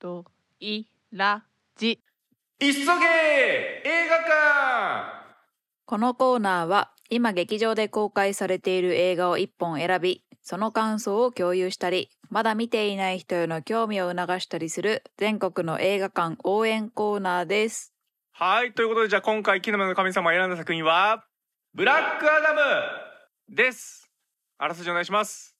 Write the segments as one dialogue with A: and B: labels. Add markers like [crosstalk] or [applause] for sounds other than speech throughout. A: といらじ
B: 急げ映画館
C: このコーナーは今劇場で公開されている映画を1本選びその感想を共有したりまだ見ていない人への興味を促したりする全国の映画館応援コーナーです
B: はい、ということでじゃあ今回、キノメの神様を選んだ作品は、ブラックアダムです。あらすじお願いします。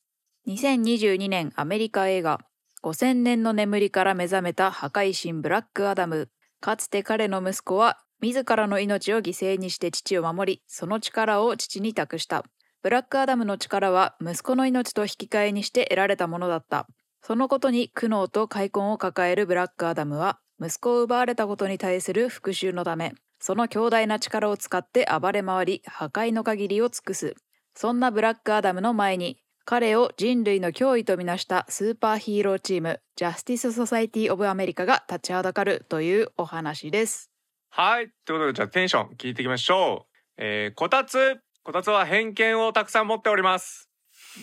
C: 2022年アメリカ映画5000年の眠りから目覚めた破壊神ブラックアダムかつて彼の息子は自らの命を犠牲にして父を守りその力を父に託したブラックアダムの力は息子の命と引き換えにして得られたものだったそのことに苦悩と悔恨を抱えるブラックアダムは息子を奪われたことに対する復讐のためその強大な力を使って暴れ回り破壊の限りを尽くすそんなブラックアダムの前に彼を人類の脅威とみなしたスーパーヒーローチームジャスティス・ソサイティ・オブ・アメリカが立ちはだかるというお話です。
B: はい、ということでじゃあテンション聞いていきましょう。えー、こたつ。こたつは偏見をたくさん持っております。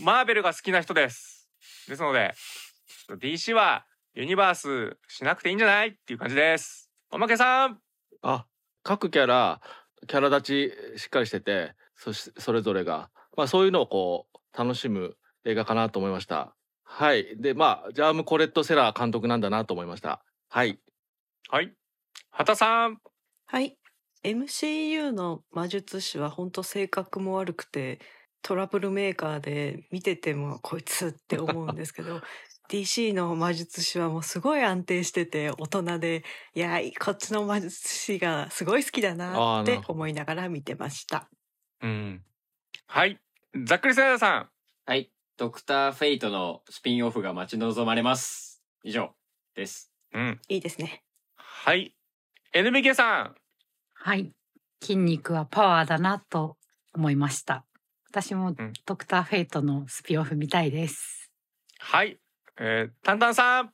B: マーベルが好きな人です。ですので、DC はユニバースしなくていいんじゃないっていう感じです。おまけさん
D: あ各キャラキャラ立ちしっかりしててそしそれぞれが、まあ、そういうのをこう楽しむ映画かなと思いましたはいでまあジャーム・コレット・セラー監督なんだなと思いましたはい
B: はい。畑さん
E: はい。MCU の魔術師は本当性格も悪くてトラブルメーカーで見ててもこいつって思うんですけど DC の魔術師はもうすごい安定してて大人でいやこっちの魔術師がすごい好きだな
D: あー
E: っ
D: なる
E: て
D: ほど
E: 思いながら見てました。
B: うん。はい。ざっくりせなやさん
F: はい。ドクターフェイトのスピンオフが待ち望まれます。以上です。
B: うん。
E: いいですね。
B: はい。NBK さん
G: はい。筋肉はパワーだなと思いました。私も
B: ん
G: ドクターフェイトのスピンオフ見たいです。
B: はい。えー、タンタンさん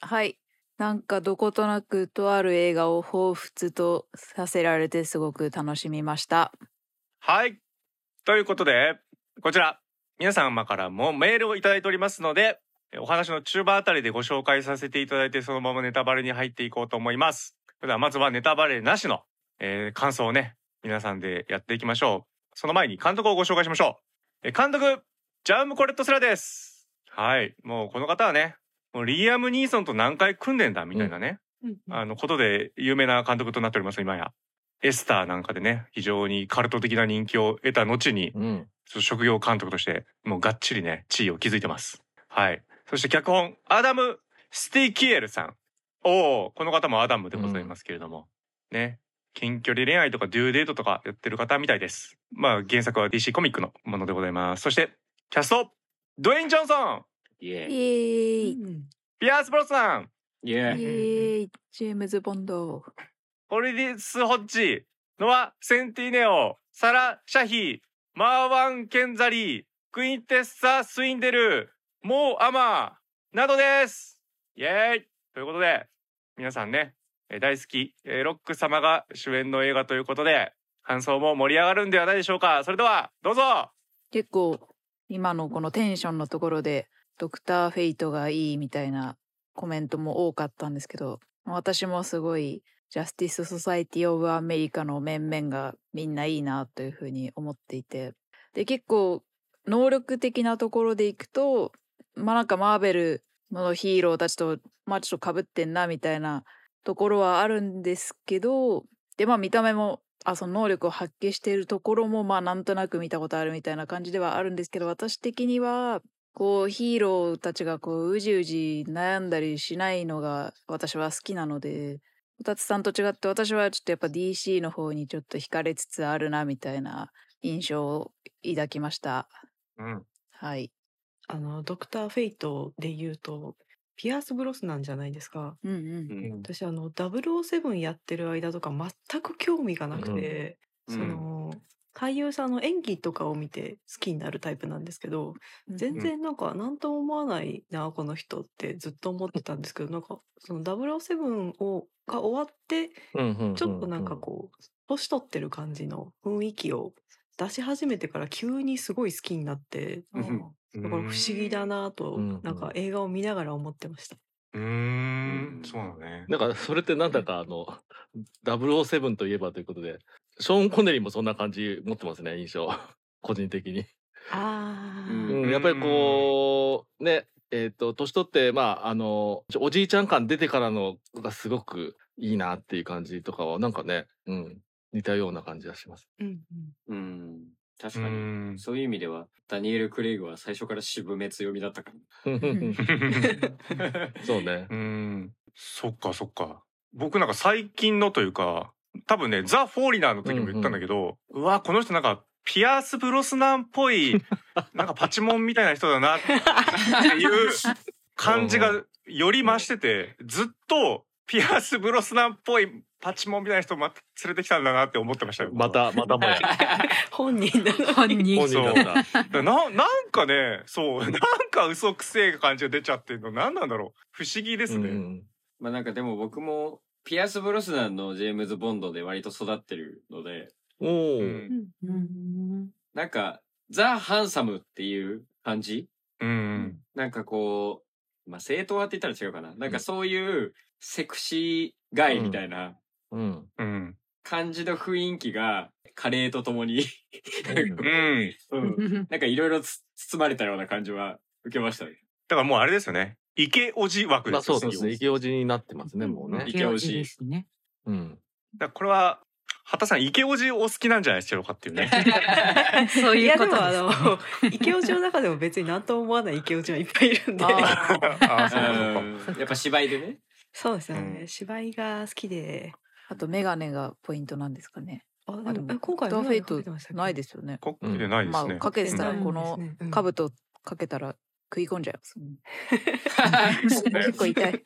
C: はい。なんかどことなくとある映画を彷彿とさせられてすごく楽しみました。
B: はい。ということで、こちら、皆様からもメールをいただいておりますので、えお話の中盤あたりでご紹介させていただいて、そのままネタバレに入っていこうと思います。それではまずはネタバレなしの、えー感想をね、皆さんでやっていきましょう。その前に監督をご紹介しましょう。え監督、ジャーム・コレット・セラです。はい。もうこの方はね、もうリアム・ニーソンと何回組んでんだみたいなね、あのことで有名な監督となっております今や。エスターなんかでね非常にカルト的な人気を得た後に
D: うん
B: 職業監督としてもうがっちりね地位を築いてます。はい。そして脚本アダム・スティキエルさん。おおこの方もアダムでございますけれども、ね近距離恋愛とかデューデートとかやってる方みたいです。まあ原作は DC コミックのものでございます。そしてキャストドウェイン・ジョンソン
F: イエ
C: イエ
F: ーイ。
C: ーイ、
B: ピアース・ブロスナン
F: イエー
C: イ
F: イ。
C: エーイジェームズ・ボンド。
B: ホリディス・ホッジ、ノア・センティネオ、サラ・シャヒ、マーワン・ケンザリー、クインテッサ・スインデル、モー・アマー、などですイエーイということで、皆さんね、えー大好き、えーロック様が主演の映画ということで、感想も盛り上がるんではないでしょうか。それでは、どうぞ
C: 結構今のこのテンションのところでドクターフェイトがいいみたいなコメントも多かったんですけど私もすごいジャスティス・ソサイティ・オブ・アメリカの面々がみんないいなというふうに思っていてで結構能力的なところでいくとまあなんかマーベルのヒーローたちとまあちょっとかぶってんなみたいなところはあるんですけどでまあ見た目もあその能力を発揮しているところもまあなんとなく見たことあるみたいな感じではあるんですけど私的にはこうヒーローたちがこううじうじ悩んだりしないのが私は好きなのでこたつさんと違って私はちょっとやっぱ DC の方にちょっと惹かれつつあるなみたいな印象を抱きました
B: うん。
C: はい、
E: あのドクターフェイトで言うとピアースブロスなんじゃないですか。
C: うんう、
F: うんん
E: 私あの007やってる間とか全く興味がなくて、
F: うん
E: その俳優さんの演技とかを見て好きになるタイプなんですけど
B: [laughs]
E: 全然なんか何とも思わないなこの人ってずっと思ってたんですけどなんかその007をが終わって
D: うんうん
E: ちょっとなんかこう年取ってる感じの雰囲気を出し始めてから急にすごい好きになって、
F: うん
E: だから不思議だなと
D: うん
E: なんか映画を見ながら思ってました。
B: うーんそうなのね
D: だからそれってなんだかあの007といえばということでショーン・コネリーもそんな感じ持ってますね印象個人的に、
E: ああ、
F: うん
D: うんやっぱりこうねえっ、と年取ってまああのおじいちゃん感出てからのがすごくいいなっていう感じとかはなんかね、うん、似たような感じがします。
E: うん
F: う
E: うん、
F: ん。確
B: う
F: かに。
B: ん
F: そういう意味では、ダニエル・クレイグは最初から渋め強みだったか
D: そうね
B: う。んそっかそっか僕なんか最近のというか多分ねザ・フォーリナーの時も言ったんだけど、うわこの人なんかピアース・ブロスナンっぽ [laughs] いなんかパチモンみたいな人だなっていう感じがより増しててずっとピアース・ブロスナンっぽいパチモンみたいな人をまた連れてきたんだなって思ってましたよ
D: またまたもや
E: 本人だ
G: [laughs]
E: な
G: 本人
D: 本人だった。
B: だななんかねそう [laughs] なんか嘘くせえ感じが出ちゃってるの何なんだろう不思議です
D: うん
B: ね。
D: うん
F: まあなんかでも僕も、ピアス・ブロスナンのジェームズ・ボンドで割と育ってるので、
D: お
B: う
D: ー
B: ん
G: うん
F: なんか、ザ・ハンサムっていう感じ
B: うん
F: なんかこう、まあ正当派って言ったら違うかな。なんかそういうセクシーガイみたいな
B: [laughs]
D: うん
B: うん
F: 感じの雰囲気が、カレーとともに、
B: うん。
F: うんなんかいろいろつ包まれたような感じは受けましたね。
B: だからもうあれですよね。池おじ枠で
D: まあ
B: すよ、
D: そう
B: [laughs]
D: ですね。イケオジになってますね、もうね
F: イ。ケ
G: 行
F: オ
G: 事
F: ジ
G: ですね。
D: うん。
B: だからこれは、畑さん、池おじお好きなんじゃないでしょうかっていうね。
G: [laughs] そう
E: い
G: いう
E: や
G: こ
E: で
G: と
E: もあ
G: です。
E: の池オジの中でも別に何とも思わない池オジはいっぱいいるんで
G: あ
B: [laughs] ああ、そうかそうか
F: うんやっぱ芝居でね。
E: そうですよね、
B: うん
E: 芝居が好きで
C: あとメガネがポイントなんですかね。
E: あ
C: あでも
E: え今回
C: ド
E: は
C: クターフェイトないですすよね。
B: コックでないで
C: ますあ
B: ね。
C: かけてたら
B: うん
C: この兜かけたら食い込んじゃいます。
B: [laughs]
C: 結構痛い。
E: メ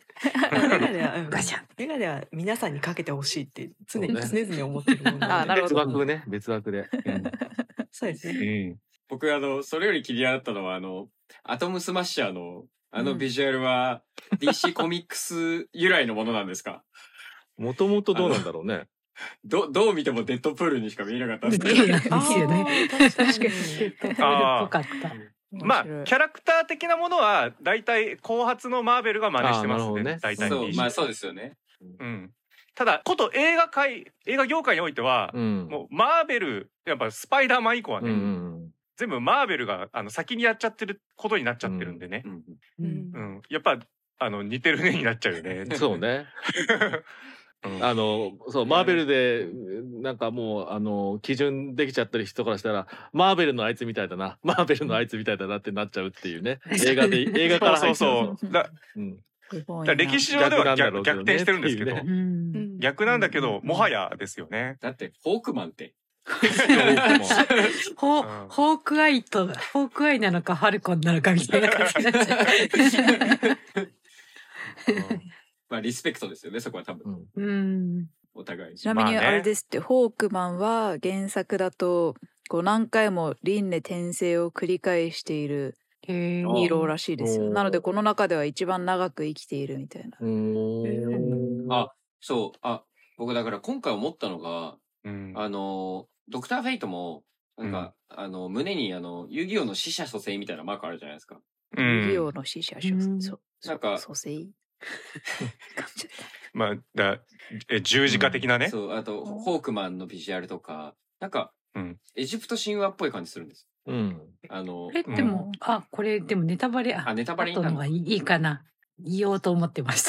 E: ガネは、うん
G: ガシャン
E: メガネは皆さんにかけてほしいって常に、
D: そう
E: 常々思ってるもの
C: あな
E: なので
C: るほ
D: 別
C: ど
D: 枠ね、別枠で。うん
E: そうです
B: う
E: ね
B: ん。
F: 僕あの、それより気になったのはあの、アトムスマッシャーのあ
C: う
F: の
C: ん
F: ビジュアルは [laughs] DC コミックス由来のものなんですか
D: もともとどうなんだろうね。
F: ど、どう見てもデッドプールにしか見えなかったんですけ
G: そ
F: ど
G: うな。んですよね。
E: あー確
G: 確
E: か
G: か
E: に。
G: にっぽかった。
B: まあ、キ
C: 面白い
B: ャラクター的なものは、大体、後発のマーベルが真似してま
D: あーなる
B: す
D: ほど
B: ね。
D: ね
B: 大体
F: そう、
B: に。
F: まあそうですよね。
B: うん。ただ、こと映画界、映画業界においては、
D: うん。
B: もうマーベル、やっぱスパイダーマン以降は
D: うん
B: ね、
D: うん
B: 全部マーベルがあの先にやっちゃってることになっちゃってるんでね
F: う。ん
G: うん
B: うん。やっぱ、あの、似てるねになっちゃうよね。
D: うんそうね。
B: うん
D: あの、そう、マーベルで、なんかもう、あの、基準できちゃってる人からしたら、マーベルのあいつみたいだな、マーベルのあいつみたいだなってなっちゃうっていうね。映画で、映画から入
B: そう
D: っちゃう。
B: そう
C: [laughs]
B: そう。だだか
D: うん
C: すごいな
B: ら歴史上では逆逆
D: 逆なんだろうけどね
B: 転してるんですけど
D: っていう、
G: うん
B: 逆なんだけど、もはやですよね。
F: だって、フォークマンって。
G: ホ
B: うん
G: ーホークアイとホークアイなのかファルコンなのかみたいな感じになっちゃう。
F: [laughs]
G: [laughs]
F: まあリスペクトですよね、そこは多分。
D: うん
G: うん。
F: お互い。
C: ちなみに
B: まあね
C: あれですって、ホークマンは原作だとこう何回も輪廻転生を繰り返している
G: へえ。
C: ヒーローらしいです
D: お
C: よ。
D: ー
C: なのでこの中では一番長く生きているみたいな。
D: うん。
F: あそう、あ、僕だから今回思ったのが、
B: うん
F: あの、ドクター・フェイトも、なんか、あの、胸にあの、遊戯王の死者蘇生みたいなマークあるじゃないですか。
B: う
C: ユギオ
B: ん
C: の死者
G: うん
C: そう
F: なんか
C: 蘇生。
B: まあだえ十字架的なね。
F: そう、あと、ホークマンのビジュアルとか、なんか、
B: うん
F: エジプト神話っぽい感じするんです。
D: うん。
F: あの
G: こ、れでも、あこれでもネタバレあ
F: あネタバレに
G: 後
F: な
G: の
F: る
G: 方がいいいいかな言おうと思ってまし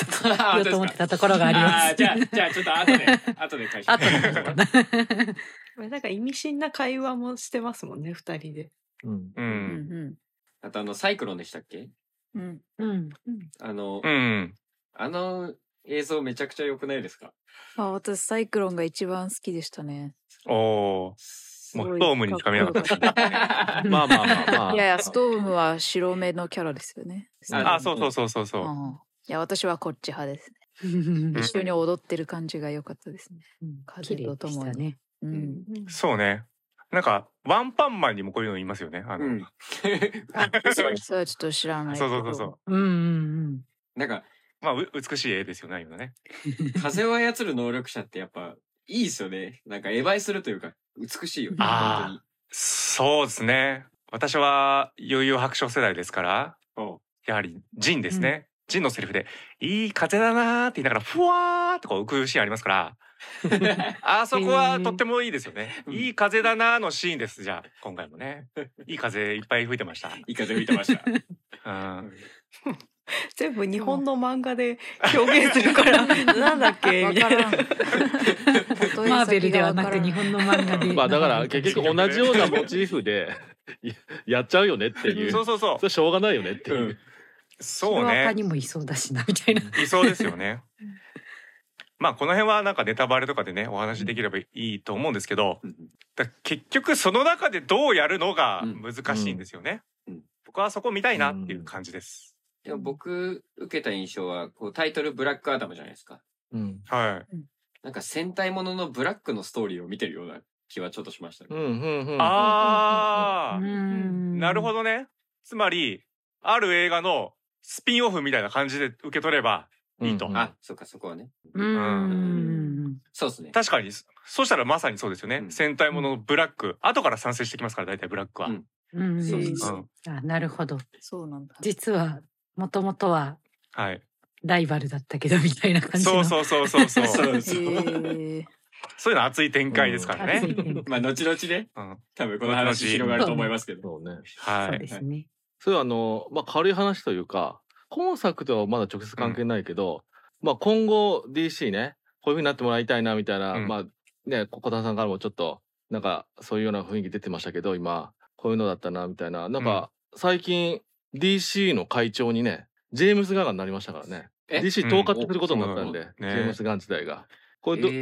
F: あ
G: た言おうと思ってたところがあります。
F: ーじゃあ、
G: [laughs]
F: じゃあ、ちょっと後で、後で会社
G: あとの方かな。
E: なんか意味深な会話もしてますもんね二人で
D: うん。
B: う。
C: うんん
F: [laughs] あと、あの、サイクロンでしたっけ
C: うんうん。
G: うん。
F: あの、
B: うん。
F: あの映像めちゃくちゃ良くないで
B: [laughs]
F: すか
C: あ私サイクロンが一番好きでしたね。
B: おおー。もうストームにしか見なかったですね。
D: まあまあまあまあ。
C: [laughs] いやいやストームは白目のキャラですよね。
B: あそうそうそうそうそう。
C: うんいや私はこっち派ですね。
G: うん
C: 一緒に踊ってる感じが良かったですね。
G: 綺
C: 風
G: 麗
C: と
G: で
C: と
G: し
C: も
G: た
C: に。
G: ね。
C: う
E: うん
C: ん。
B: そうね。なんかワンパンマンにもこういうのいますよね。あ
F: う
B: の
F: ん。 [laughs]
C: それはちょっと知らないけ
B: そうそ
C: ど。
B: うそうそう。
G: うんうん
F: なんか、
B: [laughs] まあう美しい絵ですよね今ね。
F: 風を操る能力者ってやっぱ、いいですよね。なんか、エヴァイするというか、美しいよね。
B: あそうですね。私は余裕白書世代ですから、
F: 本当に。
B: やはりジンですね。ジンのセリフで「いい風だな」って言いながらふわーってこう浮くシーンありますからあそこはとってもいいですよね。
F: うん
B: いい風だなのシーンですじゃあ今回もねいい風いっぱい吹いてました。
F: いい風吹いてました。
B: [laughs] うん
E: 全部日本の漫画で表現するから、なんだっけ
C: わ
E: みた
C: か
E: い [laughs]
C: らん。
E: な。
C: 例え
G: マーベルでは
C: 先がわ
G: な
C: から
G: く
C: ん
G: 日本の漫画で。
D: [laughs] まあだから結局同じようなモチーフでややっちゃうよねっていう。
B: そうそうそう
D: そ。れしょうがないよねっていう。
B: そう
G: ヒロアカ
B: ね。
G: にもいそうだしなみたいな。
B: 理想ですよね。まあこの辺はなんかネタバレとかでねお話できればいいと思うんですけど、だから結局その中でどうやるのが難しいんですよね。
F: うんうん
B: 僕はそこ見たいなっていう感じです。
F: でも僕、受けた印象は、こう、タイトルブラックアダムじゃないですか。
D: うん。
B: はい。
F: なんか戦隊もののブラックのストーリーを見てるような気はちょっとしましたね、
D: うんうんうん。
B: ああ、な
G: な
B: るほ
G: ど。
B: どね。つまりある映画のスピンオフみたいな感じで受け取ればいいと。
D: うんうん
F: あ、そっか、そこはね。
G: うん。
F: そうですね。
B: 確かにそそうしたらまさにそうですよね、
F: うん
B: 戦隊もののブラック後から参戦してきますから大体ブラックは、
F: う
B: うんん
G: うん
E: そう
G: う
E: そ
G: ん
E: うそう
G: あなるほど。
C: そうなんだ。
G: 実はもともとは
B: はい
G: ライバルだったけどみたいな感じ
B: そ
G: の。
B: うそうそうそうそう
F: そう
C: へー
B: そういうの熱い展開ですから
G: 熱
B: ね、
G: い展開
F: まあ、後々ね、
B: うん
F: 多分この話広がると思いますけど。
D: そうね。
B: は
G: そう
B: い
G: ですね。
D: そういうあの、まあ、軽い話というか、今作とはまだ直接関係ないけど、まあ、今後 DC ね、こういう風になってもらいたいなみたいな、
B: うん
D: まあ、ね、小田さんからもちょっと、なんか、そういうような雰囲気出てましたけど、今、こういうのだったなみたいな、なんか、最近、DC の会長にね、ジェームズ・ガンがなりましたからね。
F: え
D: DC 統括することになったんで、
B: うんおそう
D: ジ
B: なの
D: ェームズ・ガン自体が。これど、
F: え
C: へ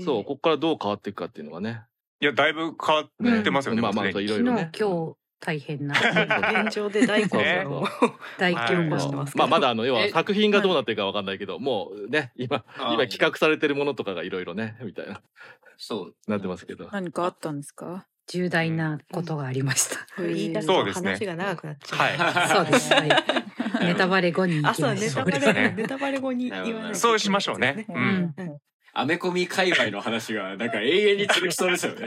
C: ー
D: そう、ここからどう変わっていくかっていうのがね。
B: いやだいぶ変わってますよね、
D: まあ
B: も
D: ま
B: う
D: あ、
B: すで
D: そう
B: に
D: い
G: 昨日
D: ろいろ
G: 今
D: ね。
G: 日大変な
E: 現状で大好評を
G: 大
E: 強
G: 規
E: 化
G: 模
E: し
G: してて
E: ま
G: ますす。
E: けど
D: まあまだあの要は
F: え
D: 作品がどうなってるかわかんないけど、もうね今
F: あー
D: [laughs] 今企画されてるものとかがいろいろねみたいな
F: そう。
D: なってますけど。
C: 何かあったんですか。
G: 重大なことがありました。
E: 言い出す
B: そう
E: と
B: ですね
E: 話が長くなっちゃう。
B: はい
G: そう
E: [laughs]
G: ですね。ネタバレ後に行き
E: 朝
G: ま
E: ネ
G: しょ
E: タ
G: う。
E: バ
B: そうです
E: レ、
B: ね
E: ネタバレ後に言わないといけないですよ
B: そうしましょうね。う、
C: うんん。
F: アメコミ界隈の話が、なんか永遠に続きそうですよ
G: [laughs]
F: ね。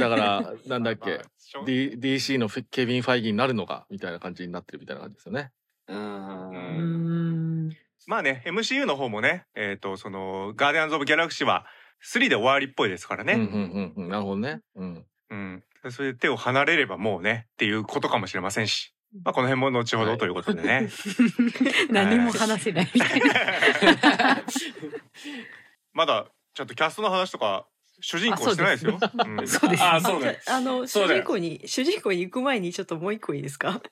D: だからなんだ
B: [laughs]
D: っけ、
B: D
D: D DC のフィケビン・ファイギーになるのかみたいな感じになってるみたいな感じですよね。
F: う。
G: うんん。
B: まあね MCU の方もねえっ、とそのガーディアンズ・オブ・ギャラクシーは3で終わりっぽいですから
D: うんう
B: ね、
D: んうんうんなるほどね。うん。
B: うんそれで手を離れればもうねっていうことかもしれませんし、まあ、この辺も後ほどということで
D: [laughs]
B: ね、
G: [laughs] 何も話せないみたいな。
B: まだちゃんとキャストの話とか主人公してないですよ。うん
G: そうです。
F: あ、そうだ [laughs] よ。
E: あの、
F: そ
E: 主
F: うだよ
E: 人公に、主人公に行く前にちょっともう一個いいですか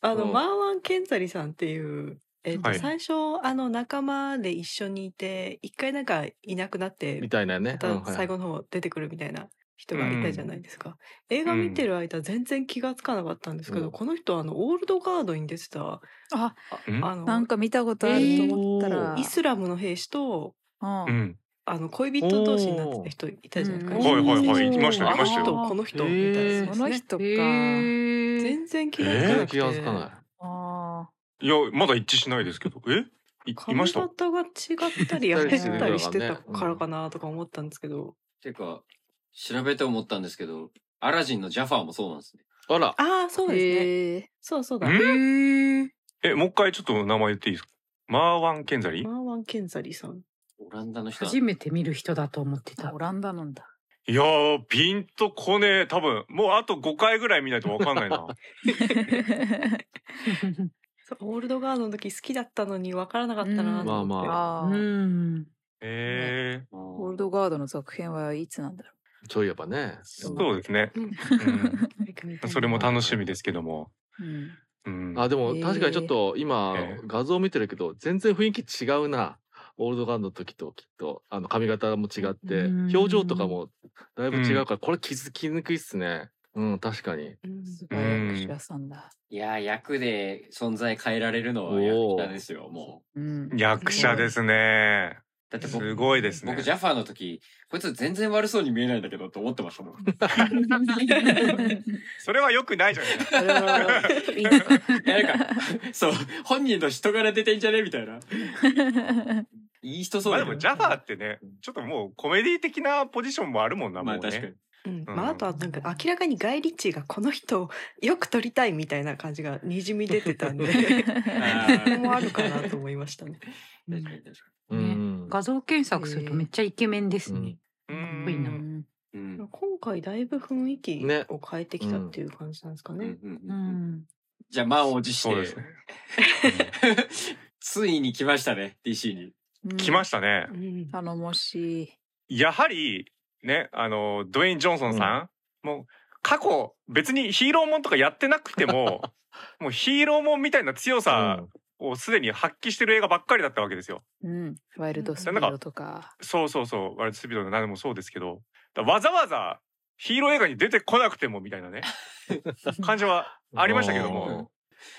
E: あの、
D: うん
E: マーワン・ケンザリさんっていう、えっと
B: はい
E: 最初、あの、仲間で一緒にいて、一回なんかいなくなって
D: み、たいなね
E: ま。
D: うん
E: た最後の方出てくるみたいな人がいたじゃないですか。映画
B: うん
E: 見てる間、全然気がつかなかったんですけど、
D: うん
E: この人、あの、オールドガードに出てた、
C: あ、
B: うん
E: あ
C: なん
E: の、
C: か見たことあると思ったら。
E: イスラムの兵士と、
C: うん
B: うん
E: あの恋人同士になってた人いたじゃないですか。
B: はいはいはい
G: うん
B: いましたいました
E: あの
B: よ。
E: 人この人みたい
D: へ
E: な。
D: ー
C: その人か。
G: へー
E: 全然気
D: はい
E: が
D: はい
E: つ
D: 全
E: かなく
D: 然
E: て。
D: 気がつかない。
C: あ
B: いやまだ一致しないですけどえいいま
E: 髪
B: した
E: 型が違ったりやってたりしてたからかなとか思ったんですけど。
F: てか、調べて思ったんですけど、アラジンのジャファーもそうなんですね。
D: あら。
E: ああ、そ
C: あ。
E: うですね。
C: へえ。
E: そうそうだ。
B: んえもう一回ちょっと名前言っていいですかマーワン・ケンザリ
E: マーワン・ケンザリさん。
F: オランダの人なん
G: 初めて見る人だと思ってた
C: オ。
G: [laughs]
C: ランダなんだ。
B: いやーピンとこねえ多分もうあと5回ぐらい見ないとわかんない
G: [laughs]
B: な
E: そうオールドガードの時好きだったのに分からなかったなと思って。
D: うんまあま
C: ああ。
G: うん。
B: え
F: だ
C: オールドガードの続編はいつなんだろ
D: そういえばね。
B: ー、そうですね、
E: うん
B: う
E: 早 [laughs] く見たい
B: ん、それも楽しみですけども、
C: う。うん。
B: うん、
D: あでも
C: へー
D: 確かにちょっと今
B: えー
D: 画像見てるけど全然雰囲気違うな。オールドガンの時ときっとあの髪型も違って
G: うん
D: 表情とかもだいぶ違うからこれ気づきにくいっすね。うん確かに。
E: うん
C: すごい役者さんだ。
F: いやー、役で存在変えられるのは役者ですよ、もう。
C: うん。
B: 役者ですね
F: だって僕
B: すごいですね
F: 僕、ジャファーの時、こいつ全然悪そうに見えないんだけどって思ってまし
B: [laughs]
F: たもん。い
B: それは良くないじゃない
C: それはいいか
F: や、なんか、そう、本人の人柄出てんじゃねみたいな。いい人そう
B: まあ
F: だ
B: で
F: けど
B: もジャファーってねちょっともうコメディ的なポジションもあるもんなも
F: まあ
B: う
F: 確かに
B: ね。
E: うん
B: うん
E: まあ、あとはなんか明らかにガイ・リッチーがこの人をよく撮りたいみたいな感じがにじみ出てたん [laughs] で
F: あ
E: それ
F: ー
E: もあるかなと思いました [laughs] ね。
G: うん
F: 確かに確か
D: う
G: ね
D: ん
G: 画像検索するとめっちゃイケメンですね。
B: う
G: かっ
B: ん
G: こいいな
C: うん
F: にうんうん
E: 今回だいぶ雰囲気
D: ね
E: を変えてきたっていう感じなんですか
F: う
E: ね。
F: んうん
G: う
F: うん
G: ん。
F: じゃあ満を持し
B: そうです
F: て [laughs]
B: ね。
F: ついに来ましたね DC に
C: うん
B: 来ましたね
E: う。ん
C: 頼もしい。
B: やはりねあのドウェイン・ジョンソンさん、もう過去別にヒーローもんとかやってなくて [laughs] ももうヒーローもんみたいな強さをすでに発揮してる映画ばっかりだったわけですよ。
C: うん。ワイルドスピードとか。
B: そうそうそうワイルドスピードの何でもそうですけどだわざわざヒーロー映画に出てこなくてもみたい [laughs] なね感じはありましたけども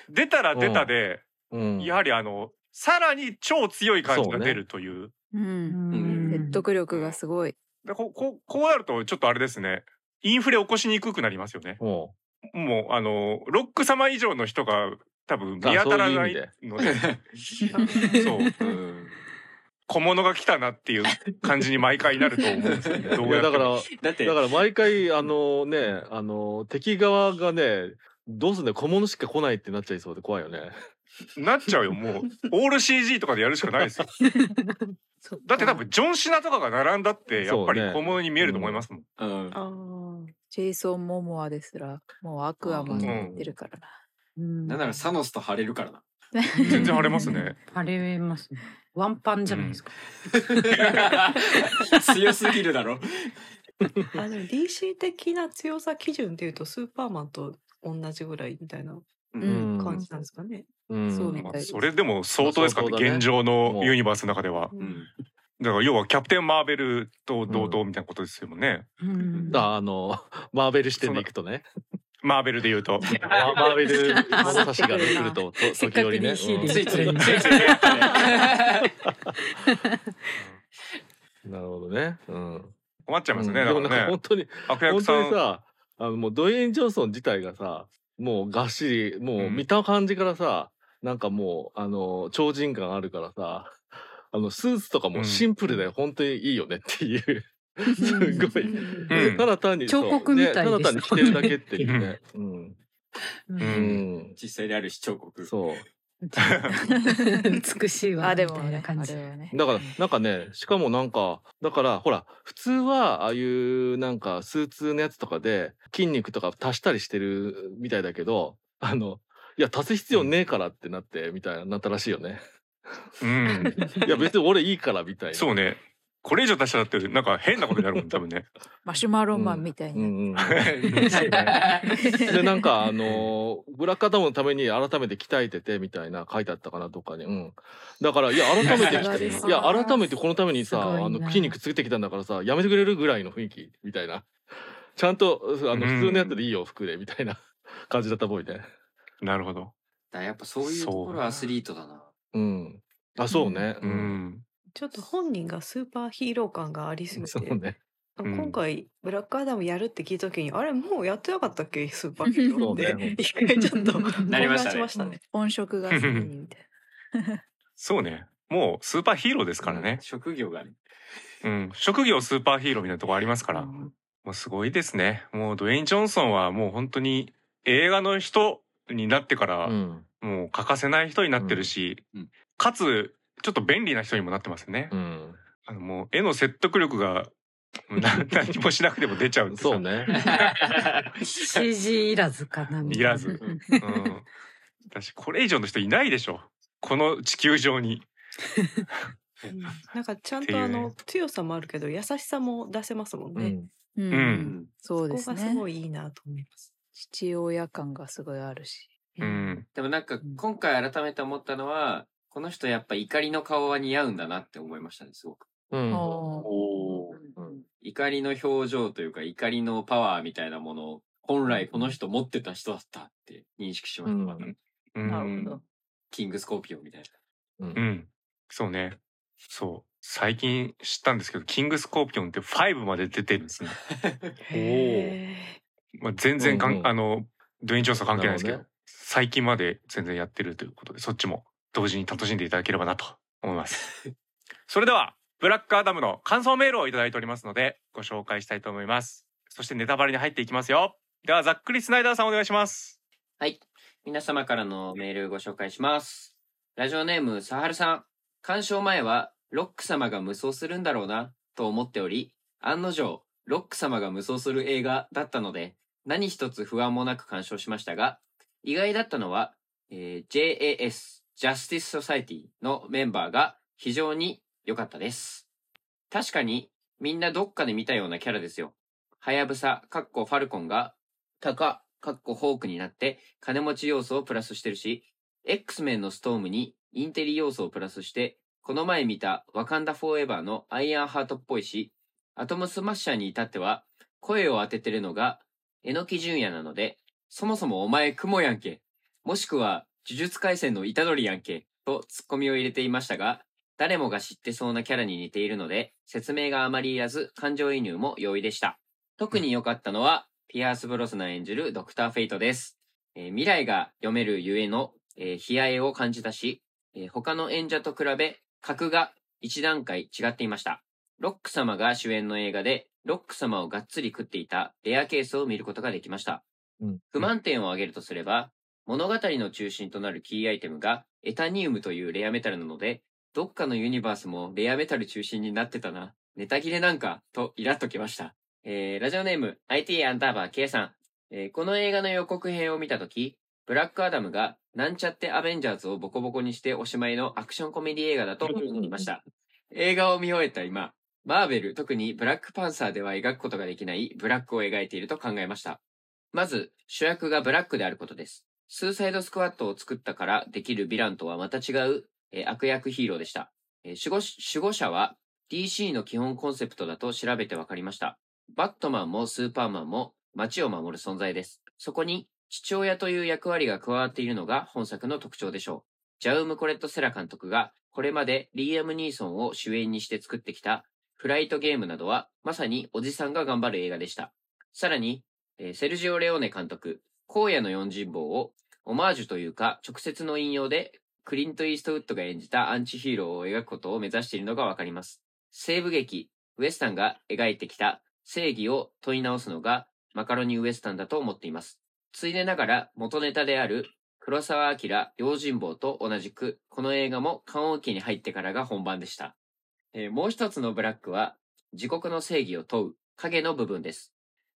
B: 出たら出たで、
D: うん、
B: やはりあのさらに超強い感じが出るという
C: う。
G: うん
F: ん
C: 説得力がすごい。
B: でこここうなるとちょっとあれですねインフレ起こしにくくなりますよね。
D: も
B: もうあのロック様以上の人が多分見当たらないのでそう
F: うん
B: 小物が来たなっていう感じに毎回なると思うんですよね。ど
D: う
B: う
D: いや
B: や
D: だ
B: っ
D: か
B: て
D: ら
B: も
F: だって
D: だから毎回あのねあの敵側がねどうすんね小物しか来ないってなっちゃいそうで怖いよね。
B: なっちゃうよもうオール CG とかでやるしかないですよ。だって多分ジョン・シナとかが並んだってやっぱり
D: そうね
B: 小物に見えると思いますもん。
F: うん
E: あー
C: ジェイソン・モモアですら、もうアクアまでやってるからな。
G: うん
F: なんならサノスと晴れるから
E: [laughs]
F: な。
B: 全然晴れますね。
G: 晴れますね。ワンパンじゃないですか。
F: 強すぎるだろ。
E: あでも DC 的な強さ基準でいうとスーパーマンと同じぐらいみたいな
C: うん
E: 感じなんですかね。
D: うん
C: そうね
B: まあそれでも相当ですからね
D: まあ相当だね
B: 現状のユニバースの中では。
F: うん
B: だから要はキャプテン・マーベルと同等みたいなことですよね。
G: うん
D: だあの [laughs] マーベル視点でいくとね
B: マーベルで言うと。
D: ママーベル物差しがね来るとと
G: せっかく
D: 時折ね。
G: DC
D: うん
G: で
F: ついつい、ついつい。
E: [laughs]
D: なるほどね。うん。
B: 困っちゃいますね。
D: うん
B: だ
D: でも
B: か
D: なんから
B: ね
D: 本。当に
B: 悪役
D: 本
B: さ
D: 当に
B: ん。
D: さあのもうドウェイン・ジョンソン自体がさもうがっしりもう見た感じからさ、なんかもうあの超人感あるからさあのスーツとか
B: う
D: も
B: ん
D: シンプルで本当にいいよねっていう、
G: ん
D: すごい、
B: ん
D: ただ単にそう
G: 彫刻みたいです
D: ね、ただ単に着てるだけっていうね、うん
G: う
D: うん
G: ん
D: ん、
F: 実際である視聴国。
D: そう
G: 美しいわ。
C: あ、でも
G: みたい
C: ね、あれ
G: な感じ。
C: はね。
D: だからなんかねしかもなんかだからほら普通はああいうなんかスーツのやつとかで筋肉とか足したりしてるみたいだけどあのいや足す必要ねえからってなってみたいななったらしいよ
B: [laughs]
D: ね。
B: うん。
D: いや別に俺いいからみたいな。
B: そうね。これ以上出したらだってなんか変なことになるもん多分ね。
C: マシュマロマンみたい
D: うん
C: に。
D: うん、でなんかあのーブラックアダムのために改めて鍛えててみたいな書いてあったかなどっかに、うん、だからいや改めて
C: さすがです
D: 鍛えいや改めてこのために
G: すごい
D: さ
G: な
D: あの筋肉つけてきたんだからさやめてくれるぐらいの雰囲気みたいなちゃんとあの
B: うん
D: 普通のやつでいいよ服でみたいな感じだったっぽいね
B: なるほど。
F: だやっぱそういうところアスリートだな。
D: うんあそうね
B: う、ん。
E: ちょっと本人がスーパーヒーロー感がありすぎ
D: そう
E: て、
D: ね
B: うん
E: 今回ブラックアダムやるって聞いた時にあれもうやってなかったっけスーパーヒーロー
D: そう
E: っ
D: ね
E: て [laughs] 一回ちょっと
F: なりましたね
E: 混乱ましたね。
C: 音色が好きにみたい
B: そうね。もうスーパーヒーローですからね。
F: 職業がね。
B: うん。職業スーパーヒーローみたいなとこありますから。もうすごいですね。もうドウェイン・ジョンソンはもう本当に映画の人になってから、
D: うん
B: もう欠かせない人になってるし、
F: うんうん
B: かつちょっと便利な人にもなってますよね。
D: うん
B: あのもう絵の説得力がな何もしなくても出ちゃうってさ
D: そう。ね
G: CG いらずかな。みたない
B: らずうん。私これ以上の人いないでしょ。この地球上に。
E: うんなんかちゃん
B: って
E: と
B: い
E: あ
B: うね
E: の強さもあるけど優しさも出せますもん
D: う
E: ね。
D: ん
C: な。う。
F: うんん
C: そうです
E: ここがすご
C: ね。
E: いいいなと思います。
C: 父親感がすごいあるし。
B: うん。
F: でもなんか今回改めて思ったのは、この人やっぱ怒りの顔は似合うんだなって思いましたね、すごく。
D: うん
C: お
F: お
D: うん
F: 怒りの表情というか怒りのパワーみたいなものを本来この人持ってた人だったって認識しました。
D: うん
B: うん。
F: キングスコーピオンみたいな。
D: うん
B: うん。そうね。そう。最近知ったんですけど、キングスコーピオンって5まで出てるんですね。
E: へ
B: まあ、全然かん、
D: うんうん
B: あの、ドゥイン・ジョンソン関係ないですけど、
D: なるほどね
B: 最近まで全然やってるということで、そっちも同時に楽しんでいただければなと思います。
D: [laughs]
B: それでは、ブラックアダムの感想メールをいただいておりますので、ご紹介したいと思います。そしてネタバレに入っていきますよではざっくりスナイダーさんお願いします
F: はい。皆様からのメールご紹介します。ラジオネーム、サハルさん。鑑賞前は、ロック様が無双するんだろうな、と思っており、案の定、ロック様が無双する映画だったので、何一つ不安もなく鑑賞しましたが、意外だったのは、えー JAS、Justice Society のメンバーが非常に良かったです。確かに、みんなどっかで見たようなキャラですよ。はやぶさ、かっこファルコンが、タカ、かっこホークになって、金持ち要素をプラスしてるし、X メンのストームにインテリ要素をプラスして、この前見たワカンダフォーエバーのアイアンハートっぽいし、アトムスマッシャーに至っては、声を当ててるのが、えのき純也なので、そもそもお前クモやんけ。もしくは、呪術廻戦の虎杖やんけ。とツッコミを入れていましたが、誰もが知ってそうなキャラに似ているので、説明があまりいらず、感情移入も容易でした。特に良かったのは、ピアース・ブロスナン演じるドクター・フェイトです。えー未来が読めるゆえの、えー悲哀を感じたし、えー他の演者と比べ、格が一段階違っていました。ロック様が主演の映画で、ロック様をがっつり食っていたレアケースを見ることができました。
D: うん
F: 不満点を挙げるとすれば、物語の中心となるキーアイテムがエタニウムというレアメタルなので、どっかのユニバースもレアメタル中心になってたな。ネタ切れなんか、とイラっときました。えーラジオネーム、IT アンダーバー K さん。えーこの映画の予告編を見たとき、ブラックアダムがなんちゃってアベンジャーズをボコボコにしておしまいのアクションコメディ映画だと思いました。映画を見終えた今、マーベル、特にブラックパンサーでは描くことができないブラックを描いていると考えました。まず、主役がブラックであることです。スーサイドスクワットを作ったからできるヴィランとはまた違う、えー悪役ヒーローでした。えー守護守護者は DC の基本コンセプトだと調べてわかりました。バットマンもスーパーマンも街を守る存在です。そこに父親という役割が加わっているのが本作の特徴でしょう。ジャウム・コレット・セラ監督がこれまでリーアム・ニーソンを主演にして作ってきたフライトゲームなどはまさにおじさんが頑張る映画でした。さらに、えーセルジオ・レオネ監督、荒野の四人坊をオマージュというか直接の引用でクリント・イーストウッドが演じたアンチヒーローを描くことを目指しているのがわかります。西部劇、ウエスタンが描いてきた正義を問い直すのがマカロニウエスタンだと思っています。ついでながら元ネタである黒沢明用心棒と同じく、この映画も関音期に入ってからが本番でした。えーもう一つのブラックは、自国の正義を問う影の部分です。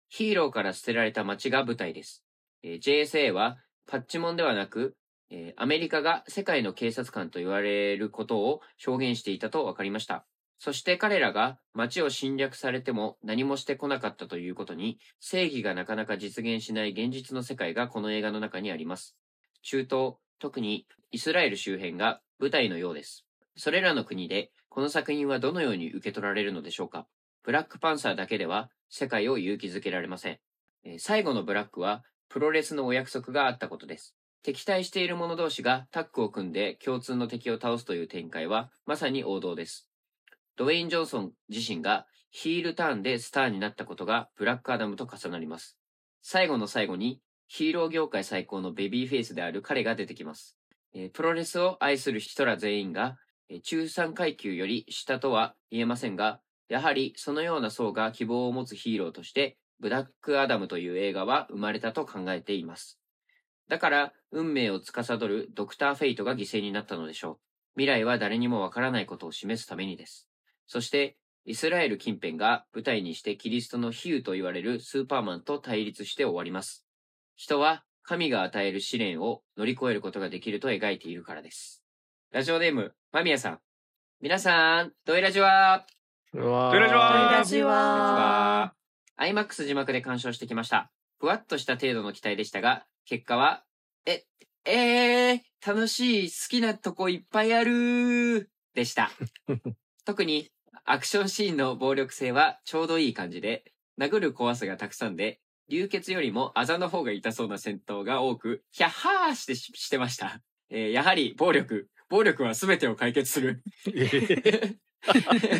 F: ヒーローから捨てられた街が舞台です。えー JSA はパッチモンではなく、えーアメリカが世界の警察官と言われることを表現していたと分かりました。そして彼らが街を侵略されても何もしてこなかったということに、正義がなかなか実現しない現実の世界がこの映画の中にあります。中東、特にイスラエル周辺が舞台のようです。それらの国で、この作品はどのように受け取られるのでしょうかブラックパンサーだけでは世界を勇気づけられません。えー最後のブラックは、プロレスのお約束があったことです。敵対している者同士がタッグを組んで共通の敵を倒すという展開はまさに王道です。ドウェイン・ジョンソン自身がヒールターンでスターになったことがブラックアダムと重なります。最後の最後にヒーロー業界最高のベビーフェイスである彼が出てきます。えープロレスを愛する人ら全員が、えー中産階級より下とは言えませんが、やはりそのような層が希望を持つヒーローとして、ブラックアダムという映画は生まれたと考えています。だから、運命を司るドクター・フェイトが犠牲になったのでしょう。未来は誰にもわからないことを示すためにです。そして、イスラエル近辺が舞台にしてキリストの比喩と言われるスーパーマンと対立して終わります。人は神が与える試練を乗り越えることができると描いているからです。ラジオネーム、間宮さん。皆さん、ドイラジは
D: うわ
B: お願いします
E: ラジは
F: IMAX 字幕で鑑賞してきました。ふわっとした程度の期待でしたが、結果は、え、えー、楽しい、好きなとこいっぱいあるーでした。特に、アクションシーンの暴力性はちょうどいい感じで、殴る怖さがたくさんで、流血よりもあざの方が痛そうな戦闘が多く、ヒャッハーしてししてました。えーやはり暴力、暴力は全てを解決する。 [laughs]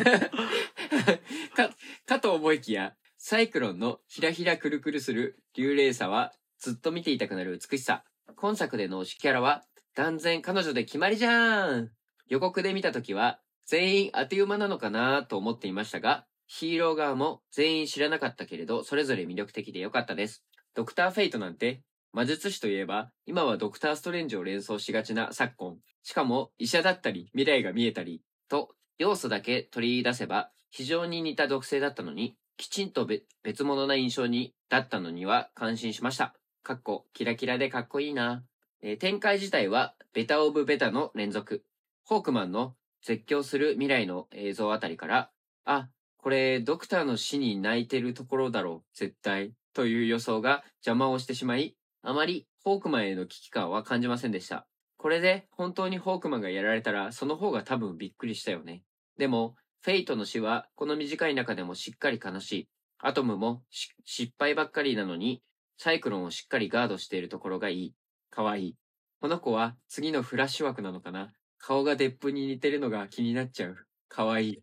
F: か、 [laughs] かと思いきや、サイクロンのひらひらくるくるする流麗さは、ずっと見ていたくなる美しさ。今作での推しキャラは、断然彼女で決まりじゃーん予告で見たときは、全員当て馬なのかなと思っていましたが、ヒーロー側も全員知らなかったけれど、それぞれ魅力的で良かったです。ドクターフェイトなんて、魔術師といえば、今はドクターストレンジを連想しがちな昨今。しかも、医者だったり、未来が見えたり、と、要素だけ取り出せば、非常に似た毒性だったのに、きちんとべ別物な印象に、だったのには感心しました。かっこ、キラキラでかっこいいな。えー展開自体は、ベタオブベタの連続。ホークマンの絶叫する未来の映像あたりから、あ、これ、ドクターの死に泣いてるところだろう、絶対。という予想が邪魔をしてしまい、あまりホークマンへの危機感は感じませんでした。これで本当にホークマンがやられたら、その方が多分びっくりしたよね。でも、フェイトの死はこの短い中でもしっかり悲しい。アトムもし失敗ばっかりなのに、サイクロンをしっかりガードしているところがいい。かわいい。この子は次のフラッシュ枠なのかな顔がデップに似てるのが気になっちゃう。かわいい。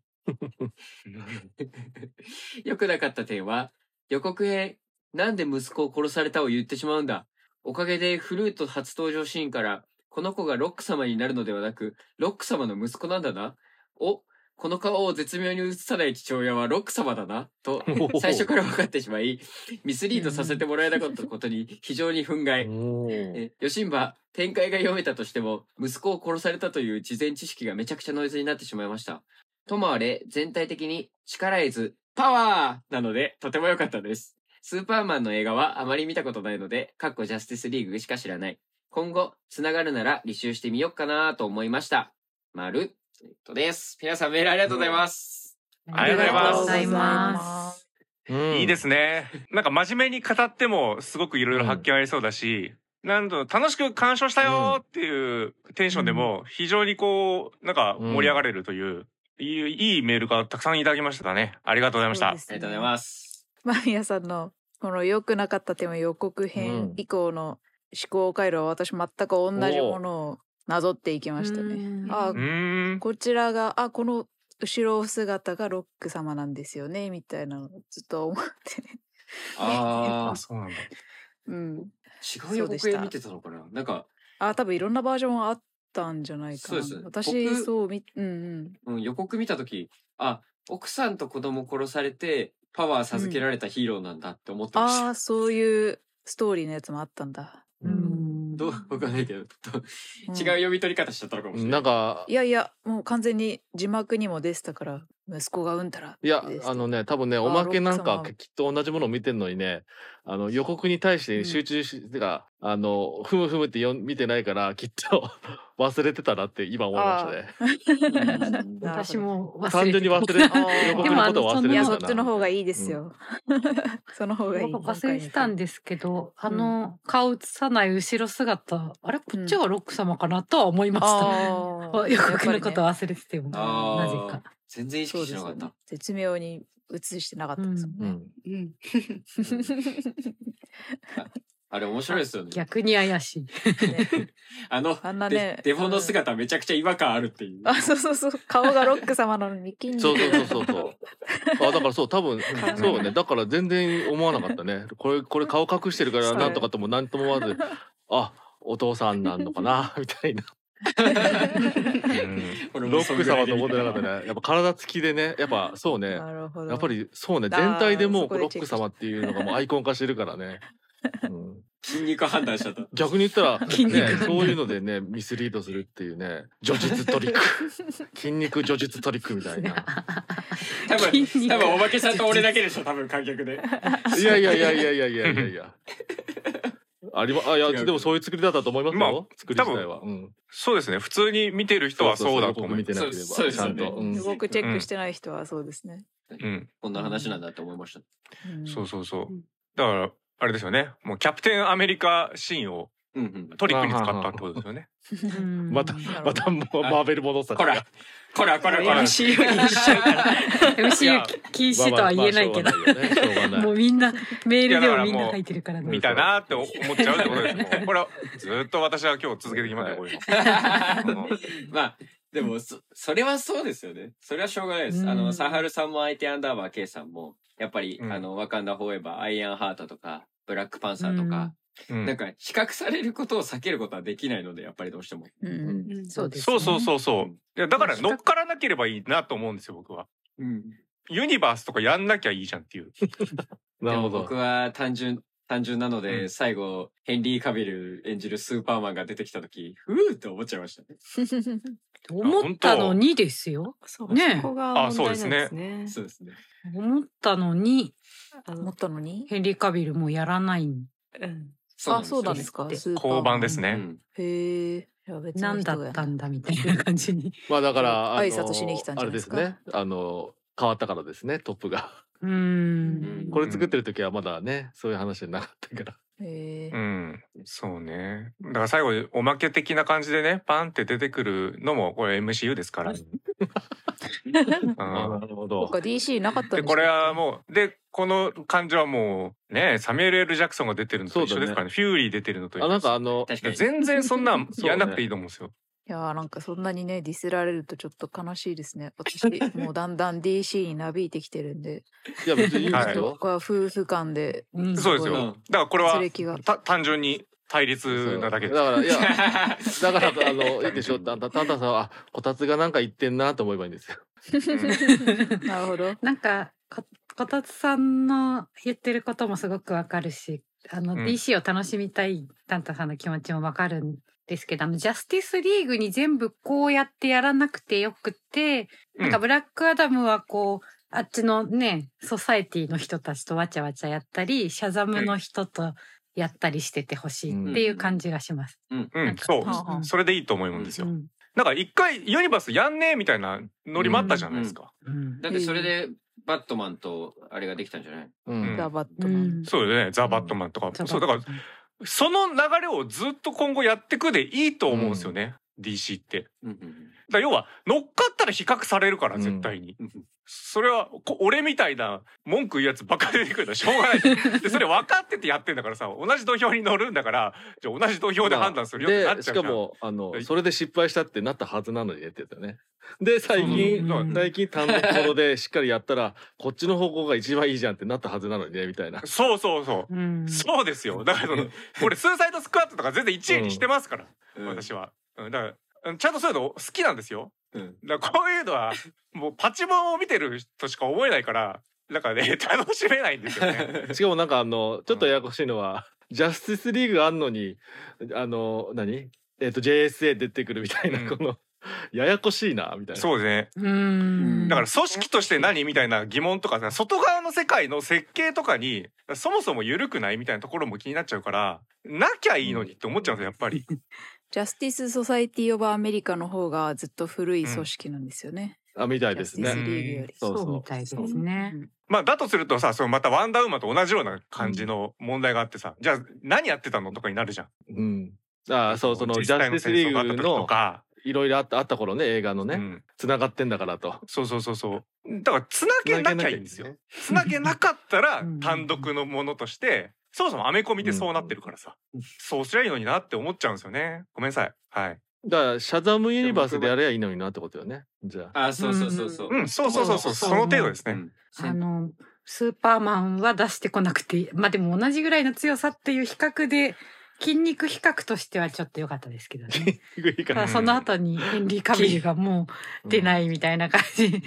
F: 良くなかった点は、予告編、なんで息子を殺されたを言ってしまうんだ。おかげでフルート初登場シーンから、この子がロック様になるのではなく、ロック様の息子なんだな。お、この顔を絶妙に映さない父親はロック様だな。と、 [laughs] 最初から分かってしまい、ミスリードさせてもらえなかったことに非常に憤慨。
D: うん。
F: えヨシンバ、展開が読めたとしても、息子を殺されたという事前知識がめちゃくちゃノイズになってしまいました。ともあれ、全体的に力えず、パワーなので、とても良かったです。スーパーマンの映画はあまり見たことないので、かっこジャスティスリーグしか知らない。今後、つながるなら履修してみようかなと思いました。まるっとです。皆さんメールありがとうございます。
B: ありがとうございます
G: ありがとうございます。
B: いいですすね。なんか真面目に語ってもすごくいろいろ発見ありそうだし、なんと楽しく鑑賞したよーっていうテンションでも非常にこう、なんか盛り上がれるという、いいいいメールがたくさんいただきましたね。ありがとうございました。
F: ありがとうございます。
C: マリアさんのこの良くなかった点は予告編以降の思考回路は私全く同じものをなぞっていきましたね。あ
B: うーん。
C: こちらがあこの後ろ姿がロック様なんですよねみたいなのをずっと思ってね。
F: あ [laughs]
B: あ、そうなんだ。
C: うん、
F: あ、違う予告編見てたのかななんか、
C: あ多分いろんなバージョンあったんじゃないかな。
F: そうですね
C: 私
F: 僕
C: そうみうんうん
F: うん、予告見たとき、あ、奥さんと子供殺されて、パワー授けられたヒーローなんだって思ってました。
C: ああそういうストーリーのやつもあったんだ。
G: う
F: [laughs]
G: ん
F: どうわかんないけど、どう
C: うん
F: 違う読み取り方しちゃったのかもしれない。
D: なんか
C: いやいやもう完全に字幕にも出てたから息子がうんたら
D: いや
C: でした
D: あのね多分ねおまけなん
C: ロッ
D: か
C: ク様
D: きっと同じものを見てるのにねあの予告に対して集中して、てかあのふむふむってよ見てないからきっと [laughs] 忘れてたなって今思いましたね。
C: なるほど
G: 私も忘れてた
D: 単純に忘れて予
C: [laughs] ー
D: 告のことを忘れ
C: い
D: て
C: や
D: た
C: そ
D: な
C: っ。ちの方がいいですよ。 [laughs] その方がいい。
G: 僕忘れてたん
C: で。
G: ですけど、あの、顔映さない後ろ姿、あれこっちがロック様かなとは思いました。
C: あ
G: [laughs]
C: あ、
G: 予告
C: や
G: のこと
C: っぱ
G: 忘れてても、
F: あ
G: なぜ
F: ー
G: か。
F: 全然意
C: りねそう
F: 識
C: で
F: し
C: す
F: なか
C: よ
F: っ
C: ね
F: た。。
C: 絶妙に映してなかったですもん
D: う
C: ね。
D: ん
E: うん。
F: あれ面白いですよね。
G: 逆に怪しい。
C: ね
F: あの、
C: あんな
F: デ
C: ね
F: デフォの姿めちゃくちゃ違和感あるっていう。
C: あ、そうそうそう。顔がロック様なのに筋肉。
D: そうそうそうそう
C: [laughs]
D: そう。あだからそう多分そうねだから全然思わなかったね。これこれ顔隠してるから
C: そう
D: なんとかともなんとも思
C: [laughs]
D: わずあお父さんなんのかなみたいな。
F: これ
D: ロ
F: も
D: ック様と思ってなかったね。やっぱ体つきでねやっぱそうね。
C: なるほど。
D: やっぱりそうね
C: あー
D: 全体でも
C: そこ
D: う
C: で
D: ロ
C: チ
D: ッ
C: ェック
D: ク様っていうのがもうアイコン化してるからね、うん
F: [laughs] 筋肉判断しちゃった。
D: 逆に言ったら、
G: 筋肉
D: ね、そういうのでねミスリードするっていうね叙述トリック筋肉叙述トリックみたいな
F: 多分、
G: 筋肉
F: 多分おばけさんと俺だけでしょ、多分観客で。
D: いやいやいやいやいやいやいやいやありまあいや
F: 違う
D: でもそういう作りだったと思いますよ、
B: まあ
D: 作り自体は、うん、
B: そうですね。普通に見てる人はそうだと思
D: 僕
B: い
D: 見
B: ま
D: て
B: す。
D: なければ
F: そうそうです
D: ちゃ
F: よ
D: ん
F: ね
D: と、うん
C: 予告チェックしてない人はそうですね。
B: うん。
F: こんな話なんだって思いました。
C: うん
B: そうそうそう
E: うん。
B: だから、あれですよね。もうキャプテンアメリカシーンを
F: うんうん。
D: [laughs]
B: トリックに使ったってことですよね。
G: [laughs]
D: また
C: なるほど
D: またマーベル戻った
F: こら、こら、こら、こら。
E: MC にしちゃうから。
B: い
G: MC
B: や
G: 禁止とは言えないけど、
D: まあまあまあしょうがないよねしょうがな
G: [laughs]
D: い
G: もうみんな、メール
B: いやだ
G: で
B: から
G: も
B: もう
G: みんな書いてるからね
B: 見。たなーって思っちゃうってことです。もうこれはずーっと私は今日続けてきますよ、こういうの
F: [laughs] まあ、でもそ、それはそうですよね。それはしょうがないです。
G: うん
F: あの、サハルさんも相手アンダーバー K さんも、やっぱり、
B: うん
F: あの、ワカンダフォーエバー、アイアンハートとか、ブラックパンサーとか、
B: うん
F: なんか、比較されることを避けることはできないので、やっぱりどうしても。 [laughs]
C: うん
G: そうです、
B: そうそう
G: う。
B: そうそう。いやだから乗っからなければいいなと思うんですよ、僕は。
F: うん。
B: ユニバースとかやんなきゃいいじゃんっていう。
D: な
F: で
D: る
F: も
D: ほ
F: 僕
D: ど。
F: は単純、単純なので、
B: うん
F: 最後、ヘンリー・カビル演じるスーパーマンが出てきたとき、ふーって思っちゃいましたね。
G: 思ったのにですよ。
E: そう
G: ねえ
E: そこが
B: あ
E: 問
B: そうで
E: 題
B: す
E: なん
B: ね
E: ですね。
F: そうですね。
G: 思ったのに、
E: あ
C: 思
E: の
C: ったのに
G: ヘンリー・カビルもやらないん
E: うん
C: あ、そうなん
F: で
C: ですすか。
G: で
C: スーパーマン
B: 交番です。
F: う
B: ね。
F: ん。
C: へえ。いや別の
G: なん
C: 人
G: だ
C: がや
G: ったんだみたいな感じに。
D: まあだから、
C: 挨拶しに来たんじゃないですか
D: あれですね。あの、変わったからですね、トップが。
G: うー
E: うん
G: ん。
D: これ作ってる時はまだね、そういう話じゃなかったから。
C: へ
B: う
C: え。
B: ん、そうね。だから最後おまけ的な感じでね、パンって出てくるのもこれ MCU ですから。うん
D: あなるほ
C: そ
D: ど
C: っか DC なかったんです
B: でこれはもうでこの感じはもうねサミュエル・ L ・ジャクソンが出てるのと一緒ですからねフューリー出てるのと一緒
D: あ、なんかあの、
F: 確か
B: [laughs]
F: に。
B: 全然そんなん
D: そうね
B: やんなくていいと思うんですよ。
C: いやーなんかそんなにねディスられるとちょっと悲しいですね。
B: [laughs]
C: 私もうだんだん DC になびいてきてるんで、
D: いや別にいいんですよ。
C: 僕は夫婦間で
G: うん
B: そうです
C: すご
B: よ
C: い。
B: だからこれ
C: 圧
B: は
C: 力が。
B: た単純に対立なだけ
D: だ
B: です。
D: から、い
B: [laughs]
D: や、だから、あの、いいでしょ。
B: うん
D: たたたださんは、あこたつがなんか言ってんなと思えばいいんですよ。
C: なるほど。
G: なんかここたつさんの言ってることもすごくわかるしあの、
B: うん
G: DC を楽しみたいタンタさんの気持ちもわかるんですけどあのジャスティスリーグに全部こうやってやらなくてよくて、
B: うん
G: なんかブラックアダムはこうあっちのねソサエティの人たちとわちゃわちゃやったりシャザムの人とやったりしててほしいっていう感じがします。
F: うん。
B: うん、
G: [laughs]
B: そう
C: はあはあ
B: それでいいと思うんです
G: う
B: よ。
G: ん
B: だから一回ユニバースやんねえみたいなノリもあったじゃないですか。
G: うん
F: だってそれで、バットマンと、あれができたんじゃない
D: うん。
C: ラバット
G: う
C: マン。
G: ん
B: そうよね、ザ・バットマンとか、そうだからその流れをずっと今後やってくでいいと思うんですよね、DC って。だか
F: うんうん
B: ら要は乗っかったら比較されるから絶対に。
F: うん。
B: それはこ俺みたいな文句言うやつばっかり出てくるのはしょうがないじゃんでそれ分かっててやってんだからさ同じ土俵に乗るんだからじゃあ同じ土俵で判断するよってなっ
D: で
B: ち
D: し
B: ゃうじゃ
D: か
B: ん
D: もあの
B: はい
D: それで失敗したってなったはずなのにねって言ったねで最
B: そう
D: 近
B: そうそう
G: うん
D: 最近単独ものでしっかりやったらこっちの方向が一番いいじゃんってなったはずなのにねみたいな
B: そうそうそうう、
G: ん
B: そうですよだからその俺スーサイドスクワットとか全然1位にしてますから、
F: うん
B: 私は、うん、だからうんちゃんとそういうの好きなんですよ
F: [laughs] うん。
B: だからこういうのはもうパチモンを見てるとしか思えないからだからね楽しめないんですよね [laughs]
F: [laughs]
D: しかもなんかあのちょっとややこしいのは、 [laughs] ジャスティスリーグあんのにあの何えっ、と JSA 出てくるみたいな、
B: うん
D: このややこしいなみたいな
B: そうですね
G: うん
B: だから組織として何みたいな疑問とかさ外側の世界の設計とかにそもそも緩くないみたいなところも気になっちゃうからなきゃいいのにって思っちゃうんですよやっぱり。
C: ジャスティス・ソサイティ・オブ・アメリカの方がずっと古い組織なんですよね。
D: あみたいです
C: ジャスティス
D: ね
C: リーグより。
D: そう
G: そ
D: そう
G: みたいですね。
B: まあだとするとさそのまた「ワンダーウーマン」と同じような感じの問題があってさじゃあ何やってたのとかになるじゃん。
D: うんあそうその
B: 実
D: ジャ
B: 際
D: スティスリ
B: 戦争があっ
D: ー
B: た
D: グ
B: 時と
D: の
B: か、
D: いろいろあったあった頃ね映画の
B: う
D: ね
B: ん、
D: つな、がってんだからと
B: そうそうそうそうだからつなげなきゃいいんですよ。つなげなかったら
G: うん
B: 単独のものとしてそもそもアメコミでそうなってるからさ、そうすりゃいいのになって思っちゃうんですよね。ごめんなさい。はい。
D: だからシャザムユニバースでやればいいのになってことよねじゃあ
F: あ、そうそうそうそう。
B: うん、そうそうそうそう、その程度です
F: う
B: ね。
F: ん。
G: あのスーパーマンは出してこなくてまあでも同じぐらいの強さっていう比較で筋肉比較としてはちょっと良かったですけどねただその後にヘンリー・カビルがもう出ないみたいな感じに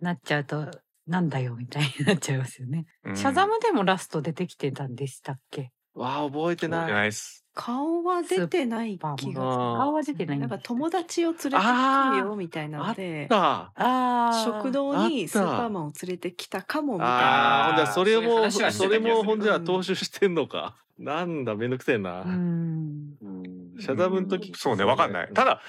G: なっちゃうとなんだよみたいになっちゃいますよね、
B: うん
G: シャザムでもラスト出てきてたんでしたっけ
D: わあ覚え
B: 覚
D: て
B: えて
D: ない
B: ないっす。
E: 顔は出てない
G: パ
E: 気
G: ー
E: が
G: マン
D: あー
G: 顔は出てない
E: なん
G: だ
E: か友達を連れてき
D: あ
E: て
D: ー
E: よみたいな
D: あ
E: の
D: っ
E: で
D: た
G: あー
E: 食堂
D: あっ
E: に
D: た
E: スーパーマンを連れてきたかもみたい
D: あ
E: な
D: あほんじゃそれ
F: そういう
D: も
F: 話はして
D: そ
F: た
D: れ
F: 気がする
D: もほんじゃ
E: うん
D: 踏襲してんのかなんだめんどくせえな、
G: うん
F: うん
D: シャザムの時
B: そうね、わかんない。ただ、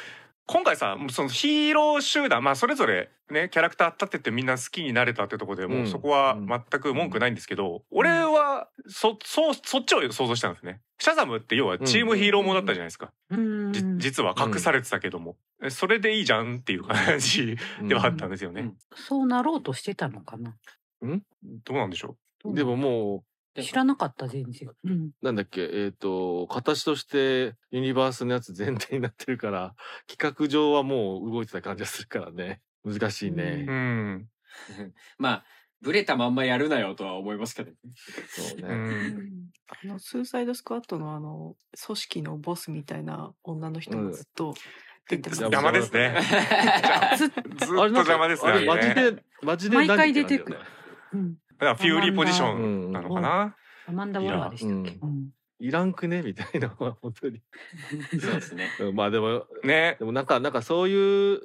B: 今回さ、もうそのヒーロー集団、まあそれぞれね、キャラクター立ててみんな好きになれたってところでも
D: う
B: うんそこは全く文句ないんですけど、俺はそ、そう、そっちを想像したんですね。シャザムって要はチームヒーローもんだったじゃないですか。
G: うん
B: じ実は隠されてたけども、えそれでいいじゃんっていう感じ
D: うん
B: ではあったんですよね。
G: そうなろうとしてたのかな
B: どうなんでしょ
D: でもも
G: 知らなかった全然、うん
D: うなんだっけえっ、と形としてユニバースのやつ前提になってるから企画上はもう動いてた感じがするからね難しいね、
B: う。うん。
F: まあ、ブレたまんまやるなよとは思います [laughs] けどね。
D: そう
B: う
D: ね、
B: ん。
E: あのスーサイドスクワットのあの組織のボスみたいな女の人
D: う
E: が
D: ん
E: ずっと出てます。
B: 邪魔ですね。
G: ず
B: ず
G: っ
B: っと邪魔ですね。
D: あれ
B: あ
D: マ
B: れ
D: ジ
B: ね
D: でマジで
G: 毎回出てく
D: る
G: るうん
B: だからフューリーポジションなのかな。
G: アマンダ・ウォラーでしたっけ、
D: う
G: うん
D: いらんくねみたいなのは本当に。
F: そうですね。
D: うんまあでも
B: ね。
D: でもなんかなんかそういう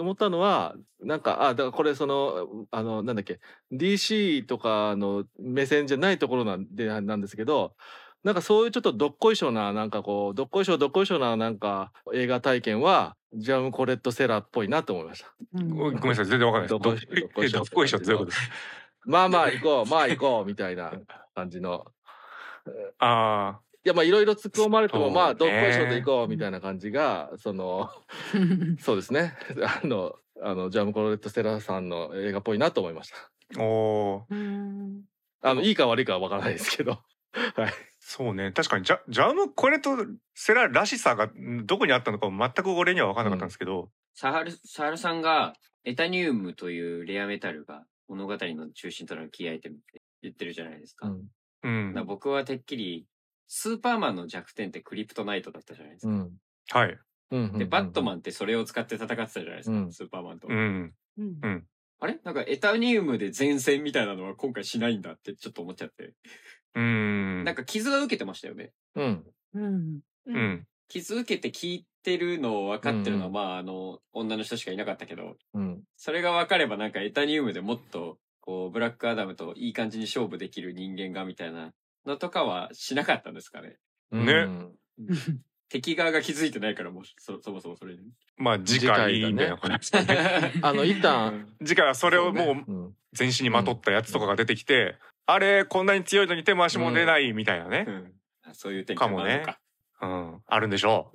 D: 思ったのはなんかあだからこれそのあのなんだっけ DC とかの目線じゃないところなんでなんですけどなんかそういうちょっとどっこいしょななんかこうどっこいしょどっこいしょななんか映画体験はジャムコレットセラーっぽいなと思いました。
G: うん
B: ごめ
G: [laughs]
B: んなさい、全然わかんないです。どっこいしょ、どっこいしょってどういうことですか
D: まあまあ行こうまあ行こうみたいな感じの
B: あ
D: いやまあいろいろ突っ込まれても、
B: そうね
D: まあどっこいしょで行こうみたいな感じがそのそうですねあのあのジャムコロレット・ステラさんの映画っぽいなと思いまし
B: あ、おー
G: うん
D: たあのいいか悪いかはわからないですけど
B: そうね確かにジャジャムこれとセラらしさがんどこにあったのかも全く俺には分からなかったんですけど、
F: サハル、サハルさんが、エタニウムというレアメタルが物語の中心となるキーアイテムって言ってるじゃないですか。だ
B: うん
F: から僕はてっきり、スーパーマンの弱点ってクリプトナイトだったじゃないです
D: う
F: か。
D: ん
B: はい、
D: うん
F: で、バットマ
D: ン
F: ンってそれを使って戦ってたじゃないですか、
D: うん
F: スーパーマンと。
B: うん、
G: うん
F: あれなんかエタニウムで前線みたいなのは今回しないんだってちょっと思っちゃって。
B: うん
F: なんか傷は受けてましたよね。
D: うん
G: うん
B: う、ん
F: 傷受けて聞いてるのを分かってるのは、
D: うん
F: まあ、あの、女の人しかいなかったけど、
D: うん
F: それが分かればなんかエタニウムでもっと、こう、ブラックアダムといい感じに勝負できる人間がみたいなのとかはしなかったんですかね。
D: うん
B: ね
D: うん
F: 敵側が気づいてないからもう、そ、そもそもそれに。
B: まあ次回みたいな感じですかね
D: あの
B: [laughs]
D: 一旦
B: 次回はそれをもう
D: うん
B: 全身にまとったやつとかが出てきて、あれこんなに強いのに手も足も出ないみたいなね
F: う、んそういう点
B: かもねうんあるんでしょ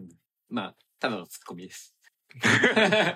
F: まあ、ただのツッコミ
B: [laughs]
F: です。 [laughs]
E: えー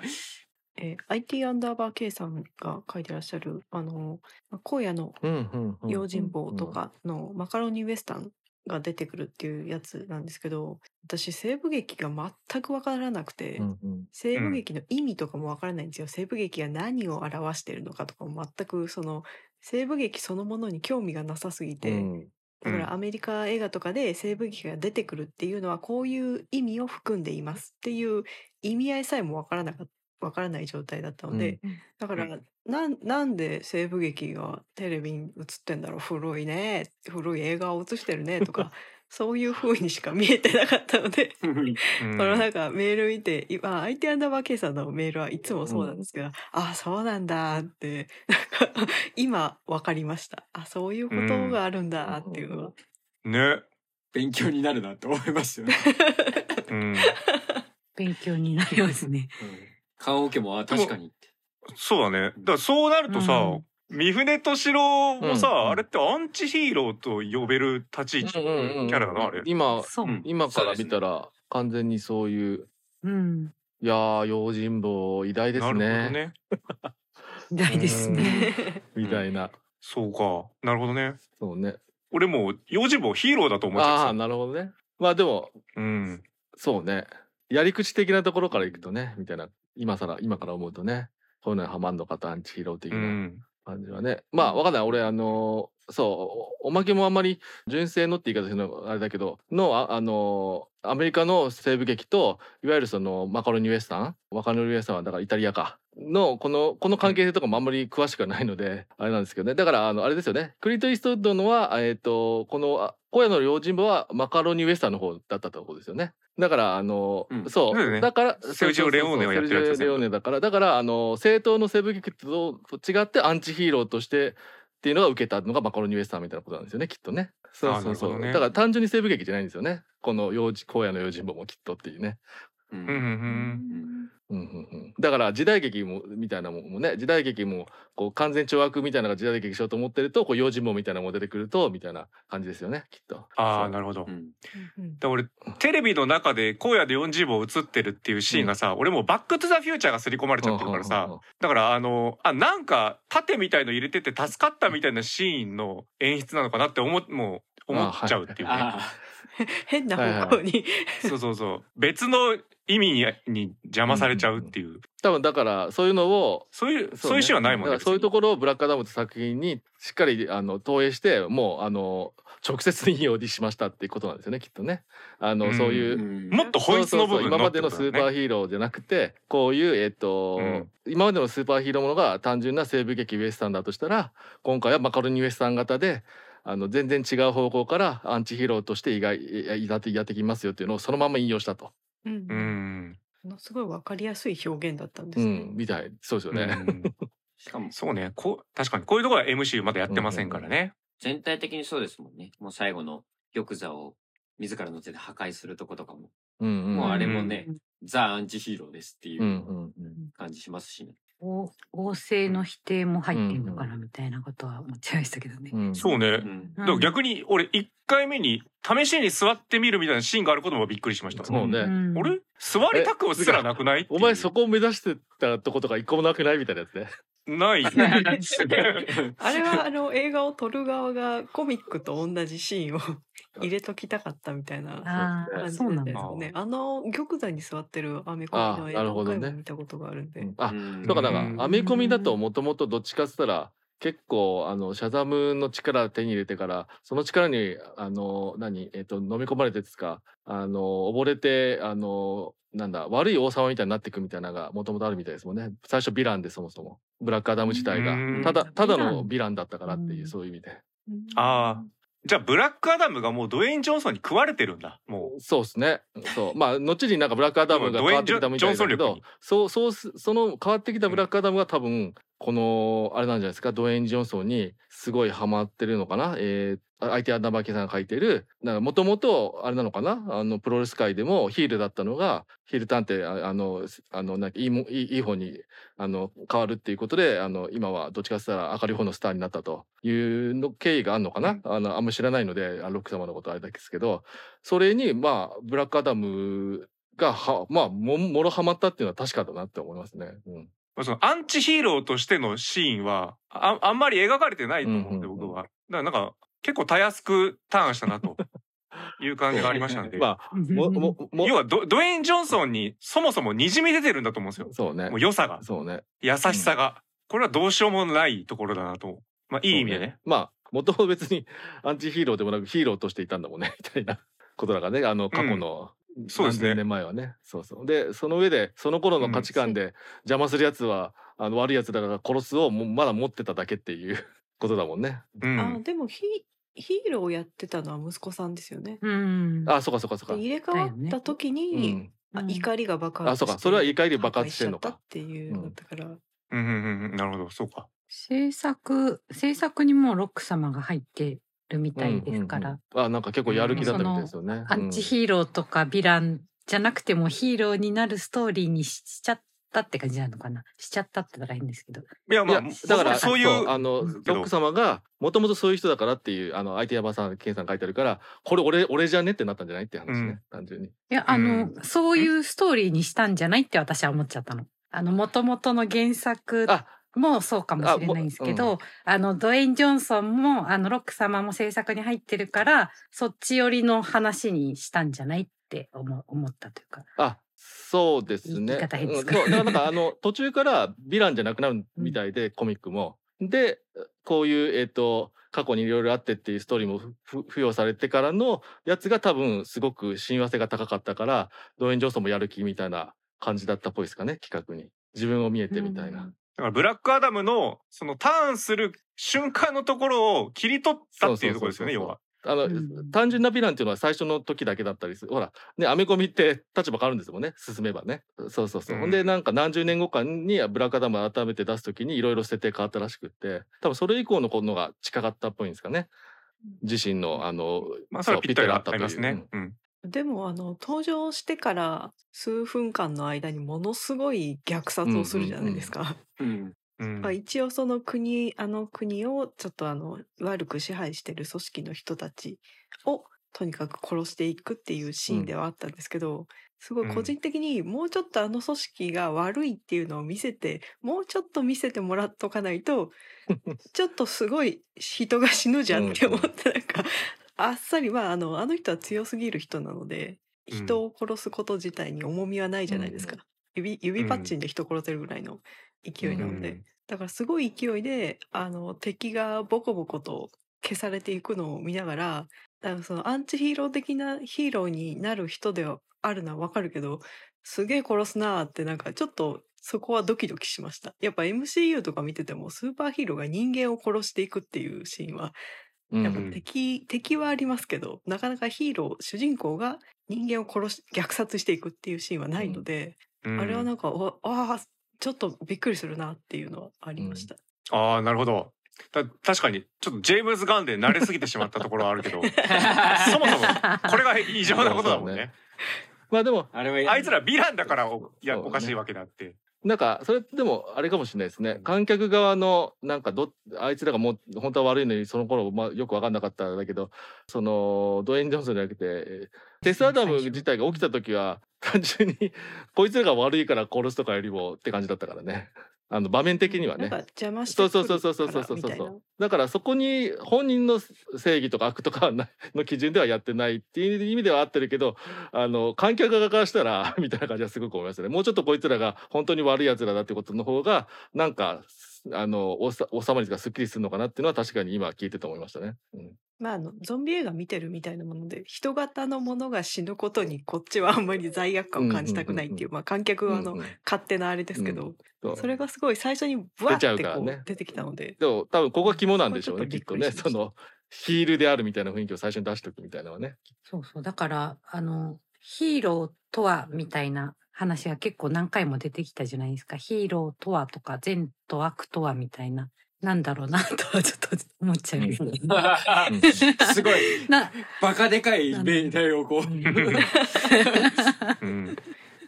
E: IT アンダーバー K さんが書いてらっしゃる、あの、荒野の
D: うんうんうん
E: 用心棒とかのマカロニウエスタンが出てくるっていうやつなんですけど、私西部劇が全くわからなくて、
D: うんうん
E: 西部劇の意味とかもわからないんですよ。西部劇が何を表しているのかとかも全くその、西部劇そのものに興味がなさすぎて、
D: うん
B: う
E: だか
B: うん
E: らアメリカ映画とかで西部劇が出てくるっていうのはこういう意味を含んでいますっていう意味合いさえもわからなかわからない状態だったので、
G: うん
E: だからなんなんで西部劇がテレビに映ってんだろう古いね古い映画を映してるねとかそういう風にしか見えてなかったので
B: うん
E: そのなんかメール見て、今、相手アンダーバー K さんのメールはいつもそうなんですけど、ああ、そうなんだ
D: [laughs]
E: って、なんか、今分かりました。あそういうことがあるんだっていうのが。
B: ね、
F: 勉強になるなって思いますよね。
B: うん、
G: 勉強になりますね。
F: 顔桶も、あ、確かにって。
B: そうだねだからそうなるとさ、
G: うん
B: 三船敏郎もさ、
D: うん
B: あれってアンチヒーローと呼べる立ち位置、
D: うんうんうん
B: キャラだなあれ
D: 今
G: そう。
F: うん
D: 今から見たら完全にそういう
G: うん。
D: いやー用心棒偉大で
B: な
D: す
B: るほど
D: ね
B: ね
G: 大ですね。
D: みたいな
B: そうかなるほどね
D: そうね
B: 俺もう用心棒ヒーローだと思っち
D: あ
B: ゃっ
D: あ
B: て
D: なるほどねまあでも
B: たうん
D: そうね。やり口的なところからいくとね、みたいな、今さら、今から思うとね、こういうのにハマんのかとアンチヒーロー的
B: う
D: なん感じはね。まあ、わかんない。俺、あのーそう、おおまけもあんまり純正のって言い方するのあれだけど、の、あ、あのーアメリカの西部劇と、いわゆるその、マカロニウエスタンマカロニウエスタンはだからイタリアか。の、この、この関係性とかもあんまり詳しくはないので、あれなんですけどね。だから、あの、あれですよね。クリート・イーストウッドのは、えっ、と、この、あ荒野の用心棒はマカロニウエスタンの方だったところですよね。だから、あの、
F: うん
D: そ
B: そうだ
D: う、
B: よね
D: だから、
B: セルジオレオーネをやってるやつですね
D: セルジオレオーネだから、だから、あの、政党の西部劇とと違ってアンチヒーローとしてっていうのが受けたのがマカロニウエスタンみたいなことなんですよね、きっとね。そうそうそ
B: あーなるほど
D: う。
B: ね
D: だから単純に西部劇じゃないんですよね。この用心、荒野の用心棒もきっとっていうね。
F: う
B: うんうん
F: ん
D: うんうんうん、だから時代劇もみたいなもんもね時代劇もこう完全懲悪みたいなのが時代劇しようと思ってるとこう用心棒みたいなのも出てくるとみたいな感じですよねきっと。
B: あ
D: そ
B: あ
D: う
B: なるほど、
F: う
B: だか
F: ん
E: うん
B: ら俺テレビの中で荒野で四十を映ってるっていうシーンがさ、俺もうバック・トゥ・ザ・フューチャーが刷り込まれちゃってるからさ、
D: うんうんうん
B: だからあのあなんか盾みたいの入れてて助かったみたいなシーンの演出なのかなって思っもう思っちゃうっていうね、
F: ああ、
E: 変な
D: はいはい
E: 方向に。
B: そうそうそう別の意味にに邪魔されちゃうっていう、
D: 多分だからそういうのを
B: そういうそう,、
D: ね
B: いうシーンはないもん
D: だ
B: ね
D: からそういうところをブラックアダムって作品にしっかりあの投影してもうあの直接引用にしましたっていうことなんですよねきっとね。あの、
B: うん
D: そういううん
B: もっと本質の部
D: そうそ
B: 分
D: うそう今
B: の
D: ま
B: って
D: で
B: こ
D: の
B: と
D: ス
B: だよ
D: ー
B: ね
D: パーヒーローじゃなくてこういうえっと、
B: うん
D: 今までのスーパーヒーローものが単純な西部劇ウエスタンだとしたら今回はマカロニウエスタン型であの全然違う方向からアンチヒーローとして意外いやってやってきますよっていうのをそのまま引用したと、
E: うん
B: うん、
E: ものすごいわかりやすい表現だったんで
D: う
E: すね。
D: ん、みたいそうですよ
B: う
D: ね。
B: ん
F: しかも
B: そうねこう確かにこういうところは MC まだやってませんからね、
F: 全体的にそうですもんね。もう最後の玉座を自らの手で破壊するとことかも、
D: うんうん
F: もうあれも
G: う
F: ね
G: ん、
F: ザ・アンチヒーローですってい
D: うん
F: う
D: うんうん
F: 感じしますしね。
G: 王王政の否定も入ってるのかなみたいなことは思っちゃいましたけどね。
D: うん
B: そうね、
F: うん
B: だから逆に俺1回目に試しに座ってみるみたいなシーンがあることもびっくりしました
D: そうね
G: うん
B: 俺座りたくもすらなくない
D: お前そ
B: こ
D: こを目指してたとことか一個もなくないみたいなやつね。 [laughs]
B: ない
E: あれはあの映画を撮る側がコミックと同じシーンを [laughs] 入れときたかったみたいな
G: あ
E: 感
G: あ、
E: じ
G: そうなん
E: です
G: だ。
E: よね。あの玉座に座ってるアメコミの映
D: あ
E: 画
D: ーなるほ
E: を
D: どね
E: 何回も見たことがあるんで。
D: あ
F: うん
D: だから
B: う
D: なんんか、アメコミだともともとどっちかっつったら、結構、あの、シャザムの力手に入れてから、その力に、あの、何、えっと、飲み込まれてですか、あの、溺れて、あの、なんだ、悪い王様みたいになっていくみたいなのがもともとあるみたいですもんね。最初、ヴィランでそもそも。ブラックアダム自体
B: うん
D: が。ただ、ただの
G: ヴ
D: ヴィランだったからっていうう、
G: ん
D: そういう意味で。
B: [laughs] ああじゃあブラックアダムがもうドウェイン・ジョンソンに食われてるんだもう
D: そうですね。そう。まあ、後になんかブラックアダムが変わってきたみ
B: ド
D: たいだけ
B: ウェインジョンジョ
D: ど
B: ンソン力に、
D: そう、そうす、その変わってきたブラックアダムが多分、この、あれなんじゃないですか、ドウェイン・ジョンソンにすごいハマってるのかな。えー、相手アンダーバーケさんが書いてる、なんか、もともと、あれなのかな、あの、プロレス界でもヒールだったのが、ヒール探偵、ああの、あの、なんかいいも、いいいい方に、あの、変わるっていうことで、あの、今はどっちかって言ったら明るい方のスターになったというの経緯があるのかな。あの、あんま知らないので、あロック様のことあれだけですけど、それに、まあ、ブラックアダムがは、まあ、も、もろはまったっていうのは確かだなって思いますね。うん。
B: そのアンチヒーローとしてのシーンはああんまり描かれてないと思うんで
D: うんうんうん
B: 僕はだからなんか結構たやすくターンしたな
D: [laughs]
B: という感じがありましたんで
D: まあ、も、も、も
B: 要、はドドウェイン・ジョンソンにそもそもにじみ出てるんだと思うんですよ
D: そうね
B: もう。良さが
D: そうね。
B: 優しさが、これはどうしようもないところだなとまあいい意味でね
D: まあ、元々別にアンチヒーローでもなくヒーローとしていたんだもんね、み [laughs] たいなことだからね、あの、過去の、
B: そうですね
D: 何千年前はね。そうそう。で、その上で、その頃の価値観で邪魔する奴は、あの、悪い奴だから殺すをもうまだ持ってただけっていうことだもんね。
B: うん
E: あでもヒヒーローをやってたのは息子さんですよね。
G: うん。
D: あ、そうかそうかそうか
E: で。入れ替わった時
D: う
E: に、
D: ん。
E: あ
G: うん
E: 怒りが爆発
D: あそうかそれは怒り爆発してんのか
E: 破壊しちゃったっていうのだったから、
B: うんうんうんうんなるほどそうか
G: 制作、制作にもロック様が入ってるみたいですから。
D: うんうんうんあ、なんか結構やる気だったみたいですよね。
G: アンチヒーローとかヴィランじゃなくてもヒーローになるストーリーにしちゃったって感じなのかなしちゃったって言ったらいいんですけど。
B: いや
D: い
B: ま
D: や
B: あ
D: だから
B: そうい
D: そう
B: う
D: あのロ
B: んけど
D: ック様がもともとそういう人だからっていうあの相手山さん健さん書いてあるからこれ俺俺じゃねってなったんじゃないって話ね、
B: うん
D: 単純に。
G: いや、あの、
B: う
G: そういうストーリーにしたんじゃないって私は思っちゃったの。あの、元々の原作
D: あ
G: もそうかもしれないんですけど、あ,、の、ドウェイン・ジョンソンも、あの、ロック様も制作に入ってるから、そっち寄りの話にしたんじゃないって思う思ったというか。 [laughs]
D: あそうですね。
G: 言い方変
D: う
G: で
D: ん
G: す
D: そう
G: か
D: だからなんかあの途中からヴィランじゃなくなるみたいで、コミックも。でこういう、えっと過去にいろいろあってっていうストーリーもふふ付与されてからのやつが多分すごく親和性が高かったから動員上層もやる気みたいな感じだったっぽいですかね企画に。自分を見えてみたいな。
B: だからブラックアダムのそのターンする瞬間のところを切り取ったっていうところですよね
D: そ
B: 要
D: うそうそう
B: は。
D: あの、
G: うん
D: 単純なヴィランっていうのは最初の時だけだったりする。ほら、ね、アメコミって立場変わるんですもんね、進めばね。そうそうそう。
B: うん
D: ほんで、なんか何十年後かにブラックアダムを改めて出す時にいろいろ設定変わったらしくって、多分それ以降のこのが近かったっぽいんですかね。自身の、あの、
B: まあそれはぴったりあります
D: そう
B: ね。。うん
E: でもあの登場してから数分間の間にものすごい虐殺をするじゃないですか、
F: うん
B: うん
E: まあ、一応その国あの国をちょっとあの悪く支配してる組織の人たちをとにかく殺していくっていうシーンではあったんですけど、すごい個人的にもうちょっとあの組織が悪いっていうのを見せてもうちょっと見せてもら
B: [laughs]
E: っとかないとちょっとすごい人が死ぬじゃんって思ってなんかあっさり、まあ、あの、あの人は強すぎる人なので、
B: うん
E: 人を殺すこと自体に重みはないじゃないですか。
C: うん
E: 指、指パッチンで人殺せるぐらいの勢いなので。
B: うん
E: だからすごい勢いで、あの、敵がボコボコと消されていくのを見ながら、あのそのアンチヒーロー的なヒーローになる人ではあるのはわかるけど、すげえ殺すなーってなんかちょっとそこはドキドキしました。やっぱ MCU とか見ててもスーパーヒーローが人間を殺していくっていうシーンは
D: うん
E: やっぱ敵、敵はありますけど、なかなかヒーロー、主人公が人間を殺し、虐殺していくっていうシーンはないので、
B: うん
E: あれはなんか、おああ、ちょっとびっくりするなっていうのはありました。
B: ああなるほどた確かにちょっとジェームズ・ガンで慣れすぎてしまったところはある
E: [laughs]
B: けどそもそもこれが異常なことだもんね
D: まあでも
F: あれは
B: あい
F: [laughs]
B: つらヴィランだからおいや、
D: そうね
B: おかしいわけだって
D: なんかそれでもあれかもしれないですね観客側のなんかどあいつらがもう本当は悪いのにその頃、まあ、よく分かんなかったんだけどそのドウェイン・ジョンソンじゃなくてえーテス・アダム自体が起きた時は単純にこいつらが悪いから殺すとかよりもって感じだったからねあの場面的には
E: なん
D: ね
E: か邪魔してくるからみたいな。
D: そうそうそうそうそうそうそうだからそこに本人の正義とか悪とかはないの基準ではやってないっていう意味では合ってるけどあの観客側からしたら [laughs] みたいな感じはすごく思いますねもうちょっとこいつらが本当に悪い奴らだってことの方がなんかあのおさ収まりがすっきりするのかなっていうのは確かに今聞いてて思いましたね。うん
E: まあ、あの、ゾンビ映画見てるみたいなもので、人型のものが死ぬことに、こっちはあんまり罪悪感を感じたくないっていう、まあ、観客側
D: う
E: の
D: んうん
E: 勝手なあれですけど、
D: そう
E: それがすごい最初にブワ
D: 出ちゃ
E: ッ
D: う
E: て
D: から
E: こ
D: ね
E: う出てきたので、
D: でも多分ここが肝なんでしょうね
E: こ
D: き
E: れ
D: っ
E: ちょっと
D: と
E: びっくり
D: ね
E: しました
D: そのヒールであるみたいな雰囲気を最初に出しておくみたいなのはね。
G: そうそう。だから、あの、ヒーローとはみたいな話が結構何回も出てきたじゃないですか。ヒーローとはとか、善と悪とはみたいな。なんだろうなとはちょっと思っちゃい [laughs] ますね。
D: うん
F: すごい
G: な、
F: バカでかい命題をこ
G: う
F: う。
G: ん
B: うん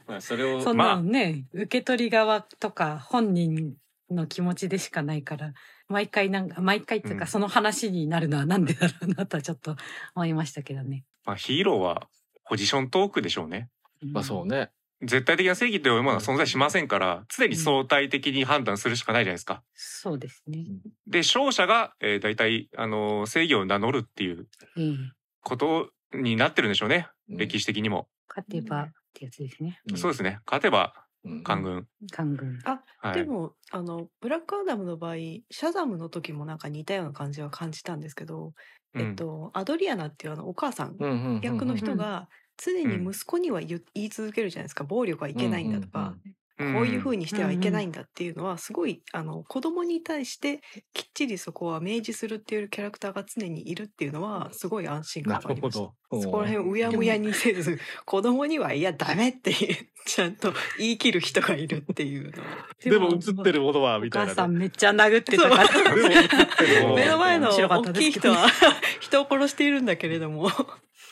F: まあそれを
G: そんなのね、受け取り側とか本人の気持ちでしかないから、毎回なんか、毎回っていう
B: うん
G: かその話になるのはなんでだろうなとはちょっと思いましたけどね。
B: まあヒーローはポジショントークでしょうね
D: まあそうね。
B: 絶対的な正義というものは存在しませんから常に相対的に判断するしかないじゃないですか
G: そうですね。
B: で勝者が、えー、大体あのー正義を名乗るっていう
G: うん。
B: ことになってるんでしょうね、
D: うん
B: 歴史的にも、
G: 勝てばってやつですね。
B: そうですね勝てば
D: うん
B: 官軍、
G: 官軍。
B: はい、
E: でも、あの、ブラックアダムの場合、シャザムの時もなんか似たような感じは感じたんですけど、
B: うん
E: えっと、アドリアナっていうあのお母さん
D: うんうんうんうん
E: 役の
G: う
E: 人
G: ん
E: が、常に息子には言,、言い続けるじゃないですか、暴力はいけないんだとか、こういうふう
B: に
E: にしてはいけないんだっていうのは、すごい、あの、子供に対してきっちりそこは明示するっていうキャラクターが常にいるっていうのは、すごい安心
D: な
E: 感があ
D: る
E: り
D: ほ
E: ました。
D: ど。
E: そこら辺をうやむやにせず、 [laughs] 子供には、いや、ダメって言う、 [laughs] ちゃんと言い切る人がいるっていうのは。
D: でも映ってるものは
G: お
D: みたい
G: 母さ
D: なね。 [laughs]
G: んめっちゃ殴ってたから。
D: でも映ってるものは
E: 目の前の
G: 面白かった
E: 大
G: です
E: きい
G: け
E: 人
G: どね
E: は、 [laughs] 人を殺しているんだけれども、
B: [laughs]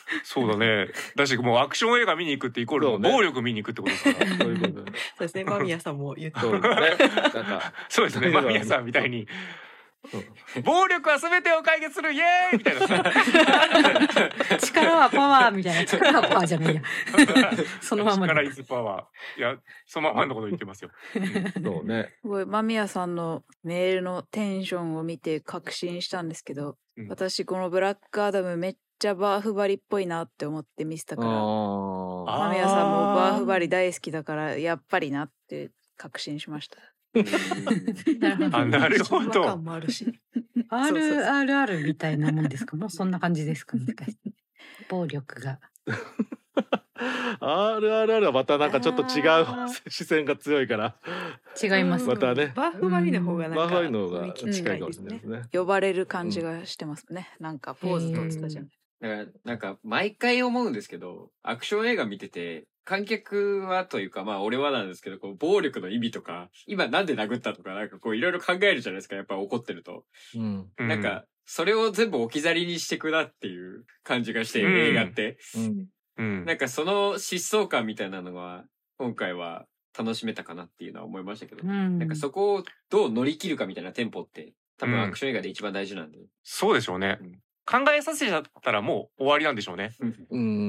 E: [laughs]
B: そうだねだしもうアクション映画見に行くってイコー
D: そ
B: ル
D: うね
B: 暴力見に行くってことですから [laughs]
D: そういうことね
E: そうですね、間宮さんも言って
D: そうね。なんか、
B: そうですねまあ皆さんみたいに暴力は全てを解決するイエーイみたいなさ
G: 力はパワーみたいな。力はパワーじゃないや。そのまま
B: 力
G: で
B: イ。ズパワーいやそのままのこと言ってますよ
D: [laughs] そうね。
C: すごい間宮さんのメールのテンションを見て確信したんですけど、
B: うん
C: 私このブラックアダムめっちゃバーフバリっぽいなって思って見せた
D: あ
C: から
D: ー
B: あー
C: 間宮さんもバーフバリ大好きだからやっぱりなって確信しました。
G: なるほど
B: あなるほ
E: 違和感
B: ど
E: もある
D: [laughs]
E: し。そうそうそう
G: RRR みたいなもんですかもうそんな感じですかもしかして暴力が。
D: RRR はまたなんかちょっと違う視線が強いから、
G: 違います。
D: またね
E: バーフバリの方がなんか、
D: バーファイの方が
E: 雰囲気
D: 近いか
E: で
D: も
E: す
D: しれない
E: ね
D: です。ね。
C: 呼ばれる感じがしてますね。なんかポーズ取ってたじゃん。
F: だから、なんか、毎回思うんですけど、アクション映画見てて、観客はというか、まあ、俺はなんですけど、こう、暴力の意味とか、今なんで殴ったとか、なんかこう、いろいろ考えるじゃないですか、やっぱ怒ってると。
D: うん
B: う
F: なんか、それを全部置き去りにしてくなっていう感じがして、
B: うん
F: 映画って。
D: うん
B: うん
F: なんか、その疾走感みたいなのは、今回は楽しめたかなっていうのは思いましたけど、
G: うん。
F: なんかそこをどう乗り切るかみたいなテンポって、多
B: うん
F: 分アクション映画で一番大事なんで。
B: そうでしょうね
F: うん
B: 考えさせちゃったらもう終わりなんでしょうね
D: うんうんうんう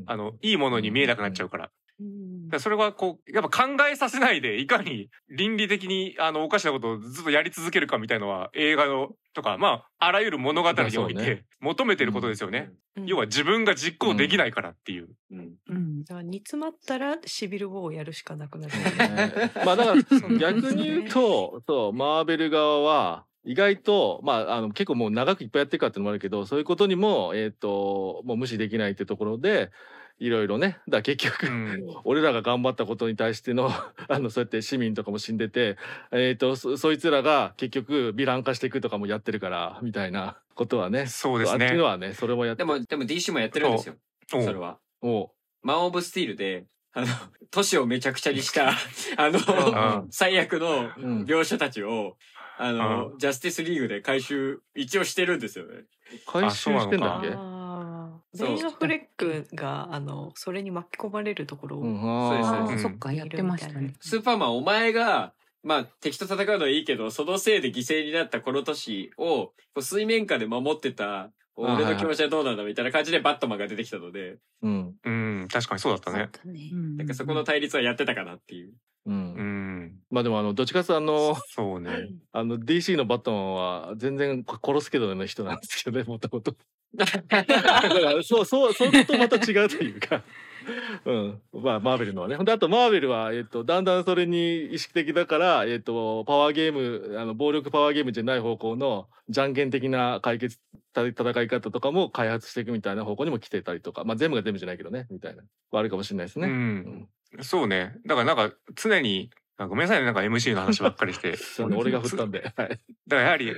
D: ん
B: あのいいものに見えなくなっちゃうから
G: うん
B: からそれはこう、やっぱ考えさせないで、いかに倫理的に、あの、おかしなことをずっとやり続けるかみたいのは、映画の、とか、まあ、あらゆる物語におい
D: まあそう
B: て、求めてることですよね。
E: うん
B: 要は自分が実行できないからっていう。
F: うん。
G: うん
E: だから煮詰まったらシビルウォーをやるしかなくなる。
D: [laughs] まあだ
E: そうな
D: から
E: んです
D: 逆
E: ね
D: に言うと、そう、マーベル側は、意外と、まあ、あの、結構もう長くいっぱいやってるからってのもあるけど、そういうことにも、えっ、と、もう無視できないってところで、いろいろね、だから結局、
B: うん
D: 俺らが頑張ったことに対しての、 [laughs] あの、そうやって市民とかも死んでて、えっ、とそ、そいつらが結局、ヴィラン化していくとかもやってるから、みたいなことはね。
B: そうです
D: あっ
B: ね
D: ていうの。はね、それもやっ
F: で
D: て、
F: も、でも DC もやってるんですよ。
B: おう
F: それは。
D: も
F: マン・オブ・スティールで、あの、 [laughs] 都市をめちゃくちゃにした、あ
B: う
F: の、最悪の
D: う、うん、
F: 描写たちを、あの、ジャスティスリーグで回収、一応してるんですよね。
D: 回収してんだ
B: あ
D: っ
E: あ
D: け
E: ー
F: そう
E: ベン・アフレックがあのそれに巻き込まれるところを、
D: ん
F: そう
G: あ
B: う
F: です
G: ー
B: ん
G: そっかやってましたね。
F: スーパーマン、お前が、まあ、敵と戦うのはいいけど、そのせいで犠牲になったこの都市を、こう水面下で守ってた、俺の気持ちはどうなんだみたいな感じでバットマンが出てきたので、
D: うん。
B: うん、確かにそうだったね。
G: うん
F: なんかそこの対立はやってたかなっていう。
D: う。
B: うんん。
D: まあでも、あの、どっちかっていうとあの、
B: そうね。
D: あの、DC のバットマンは全然殺すけどの人なんですけどね、もともと。だから、そう、そう、それとまた違うというか。うん。まあ、マーベルのはね。で、あと、マーベルは、えっと、だんだんそれに意識的だから、えっと、パワーゲーム、あの、暴力パワーゲームじゃない方向の、じゃんけん的な解決、た戦い方とかも開発していくみたいな方向にも来てたりとか、まあ、全部が全部じゃないけどね、みたいな。はあるかもしれないです
B: う
D: ね。
B: ん。そうね。だからなんか常に、あごめんなさいね、なんか MC の話ばっかりして。
D: そうね俺が振ったんで。はい。
B: だからやはり、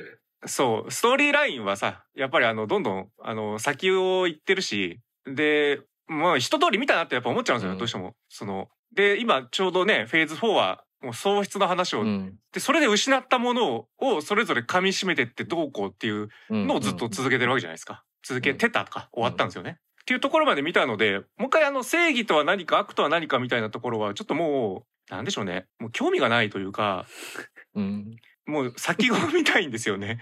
B: そう、ストーリーラインはさ、やっぱりあの、どんどん、あの、先を行ってるし、で、まあ、一通り見たなってやっぱ思っちゃうんですよ、
D: うん
B: どうしても。その、で、今、ちょうどね、フェーズ4は、もう喪失の話を、
D: うん。
B: で、それで失ったものを、をそれぞれ噛み締めてってどうこうっていうのをずっと続けてるわけじゃないですか。続けてたか、終わったんですよね。っていうところまで見たので、もう一回あの正義とは何か悪とは何かみたいなところは、ちょっともう、なんでしょうね。もう興味がないというか、
D: うん。
B: もう先を見たいんですよね。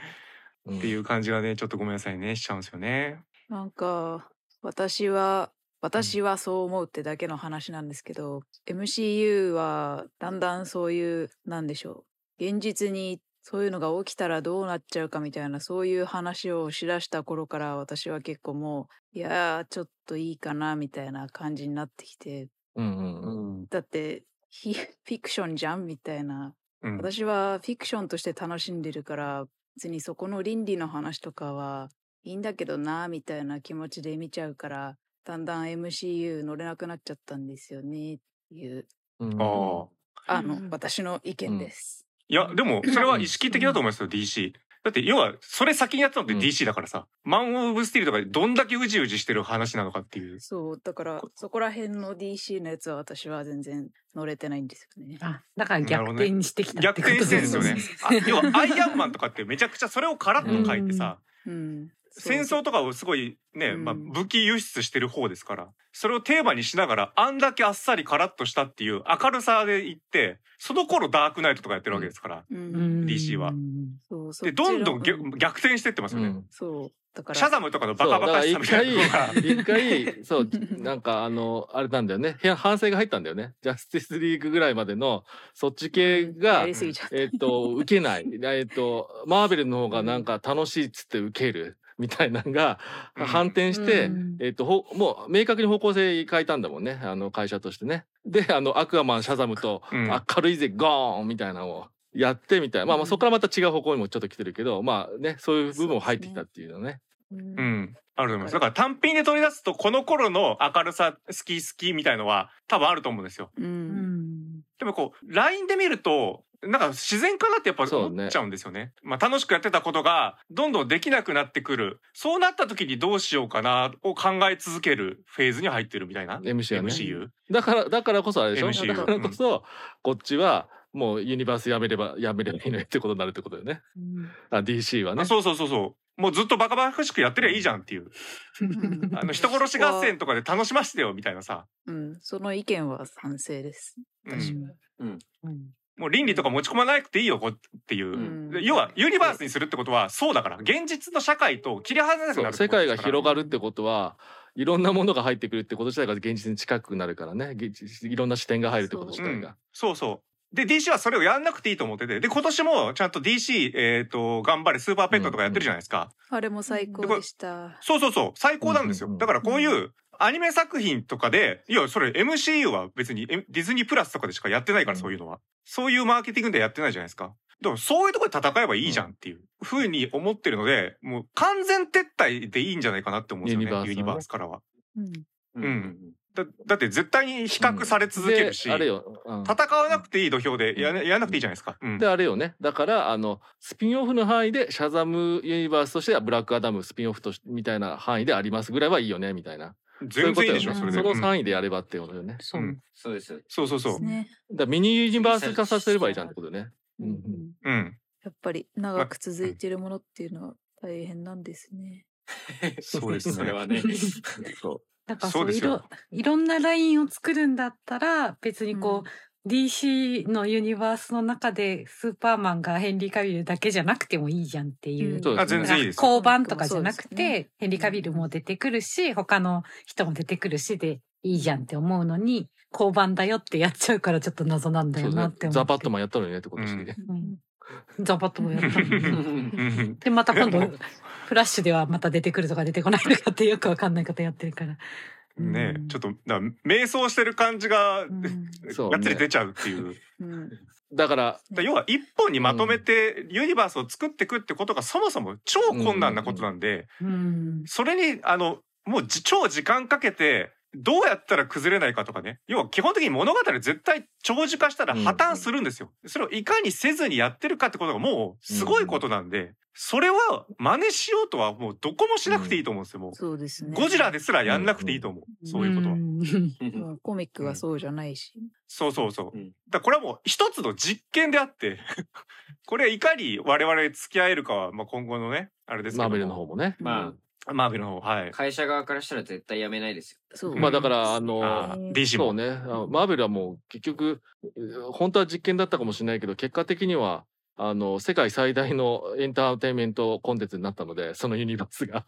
D: うん。
B: っていう感じがね、ちょっとごめんなさいね、しちゃうんですよね。
C: なんか私は私はそう思うってだけの話なんですけど、MCU はだんだんそういうなんでしょう現実にそういうのが起きたらどうなっちゃうかみたいなそういう話をしだした頃から私は結構もういやーちょっといいかなみたいな感じになってきて
D: うんうんうん。
C: だってひ [laughs] フィクションじゃんみたいな
B: うん。
C: 私はフィクションとして楽しんでるから別にそこの倫理の話とかはいいんだけどなみたいな気持ちで見ちゃうからだんだん MCU 乗れなくなっちゃったんですよねっていう
D: うん
B: ああ。
C: あ
E: う
C: の
E: んうん
C: 私の意見です。
B: いや、でも、それは意識的だと思いますよ、DC。だって、要は、それ先にやってたのって DC だからさ、マン・オブ・スティールとかでどんだけうじうじしてる話なのかっていう。
C: そうだからそこら辺の DC のやつは私は全然乗れてないんですよね。
G: あだから逆転してきたっ
B: 逆
G: てこと
B: 転してるんですよね。あ要
G: [laughs]
B: は、アイアンマンとかってめちゃくちゃそれをカラッと書いてさ、
C: うん、そう
B: 戦争とかをすごいね、
C: うん
B: まあ、武器輸出してる方ですからそれをテーマにしながらあんだけあっさりカラッとしたっていう明るさでいってその頃ダークナイトとかやってるわけですから、
C: うん
B: DC は
C: そうそ
B: で
C: っち
B: どんど
C: の
B: んぎょ
C: う
B: 逆転してってますよね。
D: うん
C: そうだから
B: シャザムとかのバカバカしさみたいなのが
D: そう
B: [laughs]
D: だから一回、一
G: [laughs]
D: 回、そう、なんかあの、あれなんだよね。部屋反省が入ったんだよね。ジャスティスリーグぐらいまでの、そっち系
C: や
D: が
C: り、すぎちゃった
D: えっ
C: [laughs]
D: と、受けない。えっと、マーベルの方がなんか楽しいっつって受ける。みたいなのが
B: うん
D: 反転して、
G: うん
D: えっと、ほもう明確に方向性変えたんだもんね。あの、会社としてね。で、あの、アクアマン、シャザムと、
B: うん
D: 明るいぜ、ゴーンみたいなのをやってみたいな。まあまあ、そこからまた違う方向にもちょっと来てるけど、まあね、そういう部分も入ってきたっていうのね。
C: うん
B: うんあると思いますだから単品で取り出すとこの頃の明るさ好き好きみたいのは多分あると思うんですよ。
C: う
G: うんん
B: でもこう、LINE で見ると、なんか自然かなってやっぱ
D: そう
B: 思
D: ね
B: っちゃうんですよね。まあ楽しくやってたことが、どんどんできなくなってくる。そうなった時にどうしようかなを考え続けるフェーズに入ってるみたいな。
D: MC はね
B: MCU。
D: だから、だからこそあれでしょ
B: MCU
D: だからこそ、こっちは、もうユニバースやめれば、やめればいいのよってことになるってことだよね。
G: [laughs]
D: あ、DC はね
B: あ。そうそうそうそう。もうずっとバカバカしくやってりゃいいじゃんっていう。
C: [laughs]
B: あの人殺し合戦とかで楽しませてよみたいなさ。
C: うん、その意見は賛成です。
B: うん
C: 私は
F: うん
G: うん
B: もう倫理とか持ち込まなくていいよこっていう、
C: うん
B: で要はユニバースにするってことはそうだから現実の社会と切り離せなく
D: そ
B: な
D: う
B: る
D: 世界が広
B: る
D: がるってことはいろんなものが入ってくるってこと自体が現実に近くなるからね現実いろんな視点が入るってこと自体が。
B: そうそうで DC はそれをやんなくていいと思っててで今年もちゃんと DC、えー、と頑張れスーパーペットとかやってるじゃないですか、
C: あれも最高でした。
B: そうそうそう最高なんですよ、
D: うんうんうん
B: だからこういうアニメ作品とかでいやそれ MCU は別にえディズニープラスとかでしかやってないから
D: うん
B: そういうのは、そういうマーケティングでやってないじゃないですかでもそういうところで戦えばいいじゃんっていうふうに思ってるのでもう完全撤退でいいんじゃないかなって思うんですよね
D: ユニバースはね
B: ユニバースからは
C: うん
F: うんうん
B: だだって絶対に比較され続けるし、
D: であれよ、うん
B: 戦わなくていい土俵でや,、やらなくていいじゃないですか、うん
D: であれよねだからあのスピンオフの範囲でシャザムユニバースとしてはブラックアダムスピンオフとしみたいな範囲でありますぐらいはいいよねみたいなそうい
B: 全
D: うこと
B: 然いいでしょ
D: よね
B: そ
D: そ
B: れで、
D: の
B: うん
D: 範囲でやればってことよね。
G: そうう。
B: ん
F: そうですよ
B: そうそうそう
C: ですね。
D: だからミニユニバース化させればいいじゃんってことね。うんうん
B: うん
C: やっぱり長く続いてるものっていうのは大変なんですね。
B: そうですね
F: [laughs] それはね。
G: だから
B: そ
G: そうう
B: で
G: い
B: すよ
G: ろいろんなラインを作るんだったら別にこう、DC のユニバースの中でスーパーマンがヘンリー・カビルだけじゃなくてもいいじゃんっていう。
C: うん
D: そう
B: あ
D: です
B: 全
D: ね
B: 然いいです
G: 交番とかじゃなく
C: そうです
G: て、ヘンリー・カビルも出てくるし、他の人も出てくるしでいいじゃんって思うのに、交番だよってやっちゃうからちょっと謎なんだ
D: そ
G: よ
D: う
G: な
D: だ
G: っ
D: ね
G: て思って。
D: ザ・バットマンやったのにねってことしてね。
G: うんザバットもやったの
F: う
G: に。
F: ん
B: うん
G: で、また
B: [laughs]
G: 今
B: で
G: 度
B: も、
G: フラッシュではまた出てくるとか出てこないとかってよくわかんないことやってるから。
B: ねえちょっ
G: っ
B: とだから迷走してる感じが、
D: そう
B: がっつり出ちゃうって [laughs] いうだか
C: うん。
D: だから
B: ら要は一本にまとめてユニバースを作っていくってことがそもそも超困難なことなんで、
G: うん。
B: それにあのもうじ超時間かけてどうやったら崩れないかとかね要は基本的に物語絶対長寿化したら破綻するんですよ、それをいかにせずにやってるかってことがもうすごいことなんで、それは真似しようとはもうどこもしなくていいと思うんですよもう、
C: そうですね。
B: ゴジラですらやんなくていいと思う、
C: うん
B: そういうことは、
G: ん
F: うん
C: うんコミックはそうじゃないし。
B: そうそうそう。
F: うん
B: だからこれはもう一つの実験であって、 [laughs] これはいかに我々付き合えるかは、まあ、今後のね、あれですけど
D: マー
B: も
D: ベルの方もね。
F: ま
B: マーベルの方、はい [laughs]
F: あ、。会社側からしたら絶対やめないですよ。
C: そう。
D: まあだからあの
B: あー DC
D: そう
B: も。
D: ねあのマーベルはもう結局う本当は実験だったかもしれないけど結果的にはあの世界最大のエンターテインメントコンテンツになったのでそのユニバースが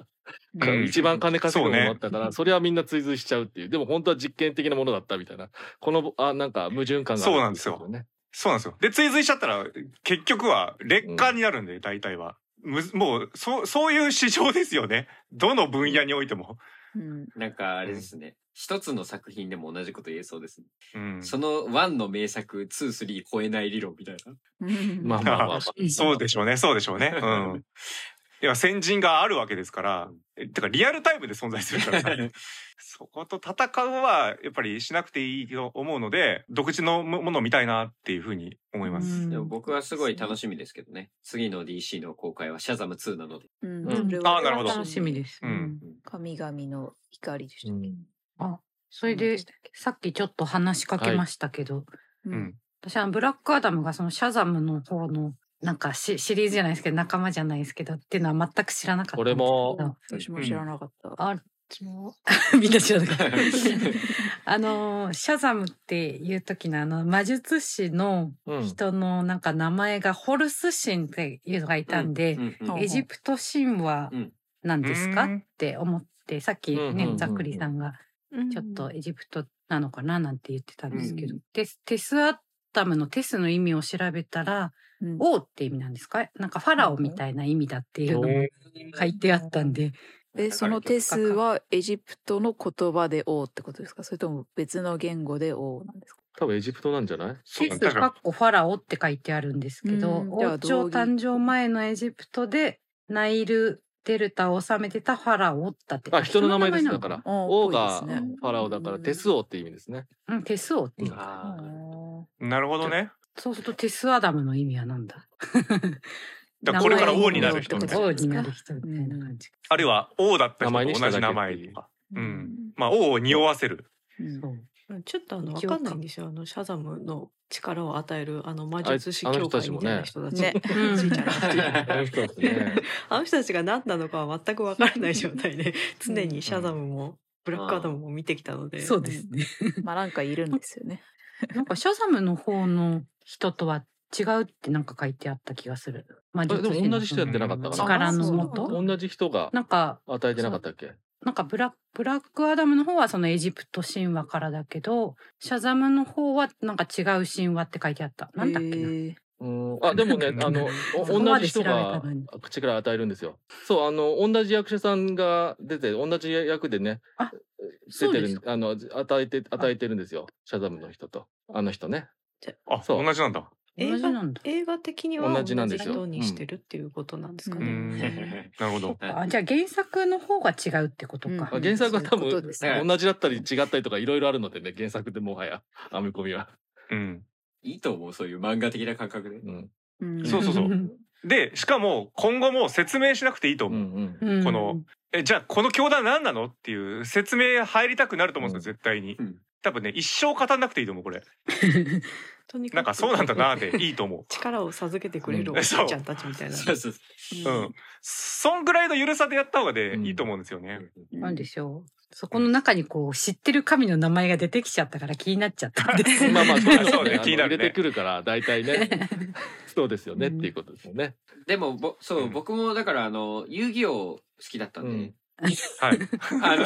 B: うん
D: [laughs] 一番金稼ぐも
B: そう
D: の
B: ね
D: だったからそ,、れはみんな追随しちゃうっていうでも本当は実験的なものだったみたいなこのあなんか矛盾感がある
B: そうなんですよ
D: ってことね
B: そうなんですよ。で、追随しちゃったら、結局は劣化になるんで、大体は。むずもう、そう、そういう市場ですよね。どの分野においても。
C: うん。
F: なんかあれですね。一つの作品でも同じこと言えそうですね。
B: うん。
F: その1の名作、2、3超えない理論みたいな。
C: うん
D: まあまあまあ、まあ、
B: そうでしょうね、そうでしょうね。うん。いや、先人があるわけですから、えてかリアルタイムで存在するからさそこと戦うはやっぱりしなくていいと思うので、独自のもものを見たいなっていうふうに思います。
F: でも僕はすごい楽しみですけどね。次の DC の公開はシャザム2なので。
C: うん
D: うん
C: それは
B: あなるほど
G: 楽しみです。
B: うん
C: 神々の光でしたっけ。
G: それで、さっきちょっと話しかけましたけど、
C: う
B: うんん。
G: 私はブラックアダムがそのシャザムの方の、なんかシシリーズじゃないですけど、仲間じゃないですけど、っていうのは全く知らなかったんですけど。
D: 俺も
C: 私も知らなかった。
G: あ、そう [laughs] みんな知ら
D: [laughs]
G: なかった。あのー、シャザムっていう時のあの、魔術師の
D: うん
G: 人のなんか名前がホルス神っていうのがいたんで、
F: うんうん
C: うん
G: エジプト神話なんですか、
B: うん
G: って思って、さっき
D: うんうんうん
G: ね
D: う、ん
G: ざっくりさんがちょっとエジプトなのかななんて言ってたんですけど、
F: う
G: テステスアダムのテスの意味を調べたら、
C: うん
G: 王って意味なんですかなんかファラオみたいな意味だっていうのも書いてあったんで、
C: え、そのテスはエジプトの言葉で王ってことですかそれとも別の言語で王なんですか
D: 多分エジプトなんじゃない
B: そうだ
G: テス
B: だか
G: からっこファラオって書いてあるんですけど、
C: うんじゃあ
G: 王朝
C: 同義
G: 誕生前のエジプトでナイルデルタを治めてたファラオだって。
D: あ人の名前です
G: 人の
D: だ
G: なの
D: から
C: あー
D: 王
C: ぽ
D: がフ
C: いですね
D: ァラオだからテス王って意味で
B: [laughs]
D: すね
G: うん、テス王って言う。
F: あー
B: なるほどね。
G: そうするとテスアダムの意味はなんだ
B: だからこれから王になる人
G: 名
B: みたい
G: 前
B: な
G: 王になる人みたいな感じ。
B: あるいは王だった人
D: 名前
B: と
D: に
B: 同じ名前
D: しただけってい
B: と
D: う
B: か。うん。まあ王を匂わせる。
C: うん [laughs]
G: そう
E: うんちょっとあのわかんないんですよ。あのシャザムの力を与えるあの魔術師
D: あいあ
E: 協
D: の人たち
E: 会
D: も
E: み
D: ね
E: たいな人たち。
C: ね
G: うん
E: じいちゃん
D: [laughs] あの人ですね
E: [laughs] あの人たちが何なのかは全くわからない状態で常 [laughs] にシャザムもブラックアダムも見てきたので。
G: そうですね。
C: まあなんかいるんですよね。
G: [laughs] なんかシャザムの方の人とは違うってなんか書いてあった気がする。まあ
D: えでも同じ人やってなかったかな
G: 力のも
E: あそう
G: と
D: 同じ人が
G: なんか、
D: 与えてなかったっけ
G: なんかブラブラックアダムの方はそのエジプト神話からだけど、シャザムの方はなんか違う神話って書いてあった。なんだっけな。
E: え
D: うんあで
B: [laughs]
D: もねあのお
G: そこま
D: 同
G: で
D: じ
G: 調
D: 人
G: べた
D: が
G: のに
D: 口から与えるんですよそうあの同じ役者さんが出て同じ役でね
G: あ
D: 出て
G: そうです
D: るあの与えて与えてるんですよシャザムの人とあの人ね
B: あ、
D: そう
B: 同じなんだ。
E: ー
G: 同じなんだ。
E: 映画的には
D: 同
E: 同
D: じ
E: じ
D: なんですよ
E: 人にしてるっていうことなんですか
B: うー
E: ね。
B: ん。なるほ
F: [laughs]
B: ど。
G: あじゃあ原作の方が違うってことか。
C: うん
D: 原作
C: そうい
D: は多
C: うこ
D: 分
C: とです
F: ね
D: 同じだったり違ったりとかいろいろあるのでね原作でもはや編み込みは、
B: うん。
F: いいと思う、そういう漫画的な感覚で。
D: うん
C: うん
B: そうそうそう。で、しかも今後も説明しなくていいと
D: うんう
B: 思う。
D: ん
G: うん
B: このえ、じゃあこの教団何なのっていう説明入りたくなると思うんですよ、絶対に
F: うん。
B: 多分ね、一生語らなくていいと思う、これ。
E: とにかく
B: なんかそうなんだなーでいいと思
E: 力を授けてくれる
D: う
E: お
D: ん
E: じいちゃんたちみたいな。
F: そうそうそう
B: う。うん。そんぐらいの緩さでやった方がね、
D: うん
B: いいと思うんですよね。
G: [laughs] なんでしょう。そこの中にこう知ってる神の名前が出てきちゃったから気になっちゃったんです。
D: [laughs] まあまあ
B: そうね
D: そうね
B: 気になるね
D: 入れてくるから大
G: [laughs]
D: 体ねそうですよねっていうことですよね、
F: でも、ぼそう、
B: うん
F: 僕もだから、あの、遊戯王好きだったんで、
D: うん
B: はい。
F: あの、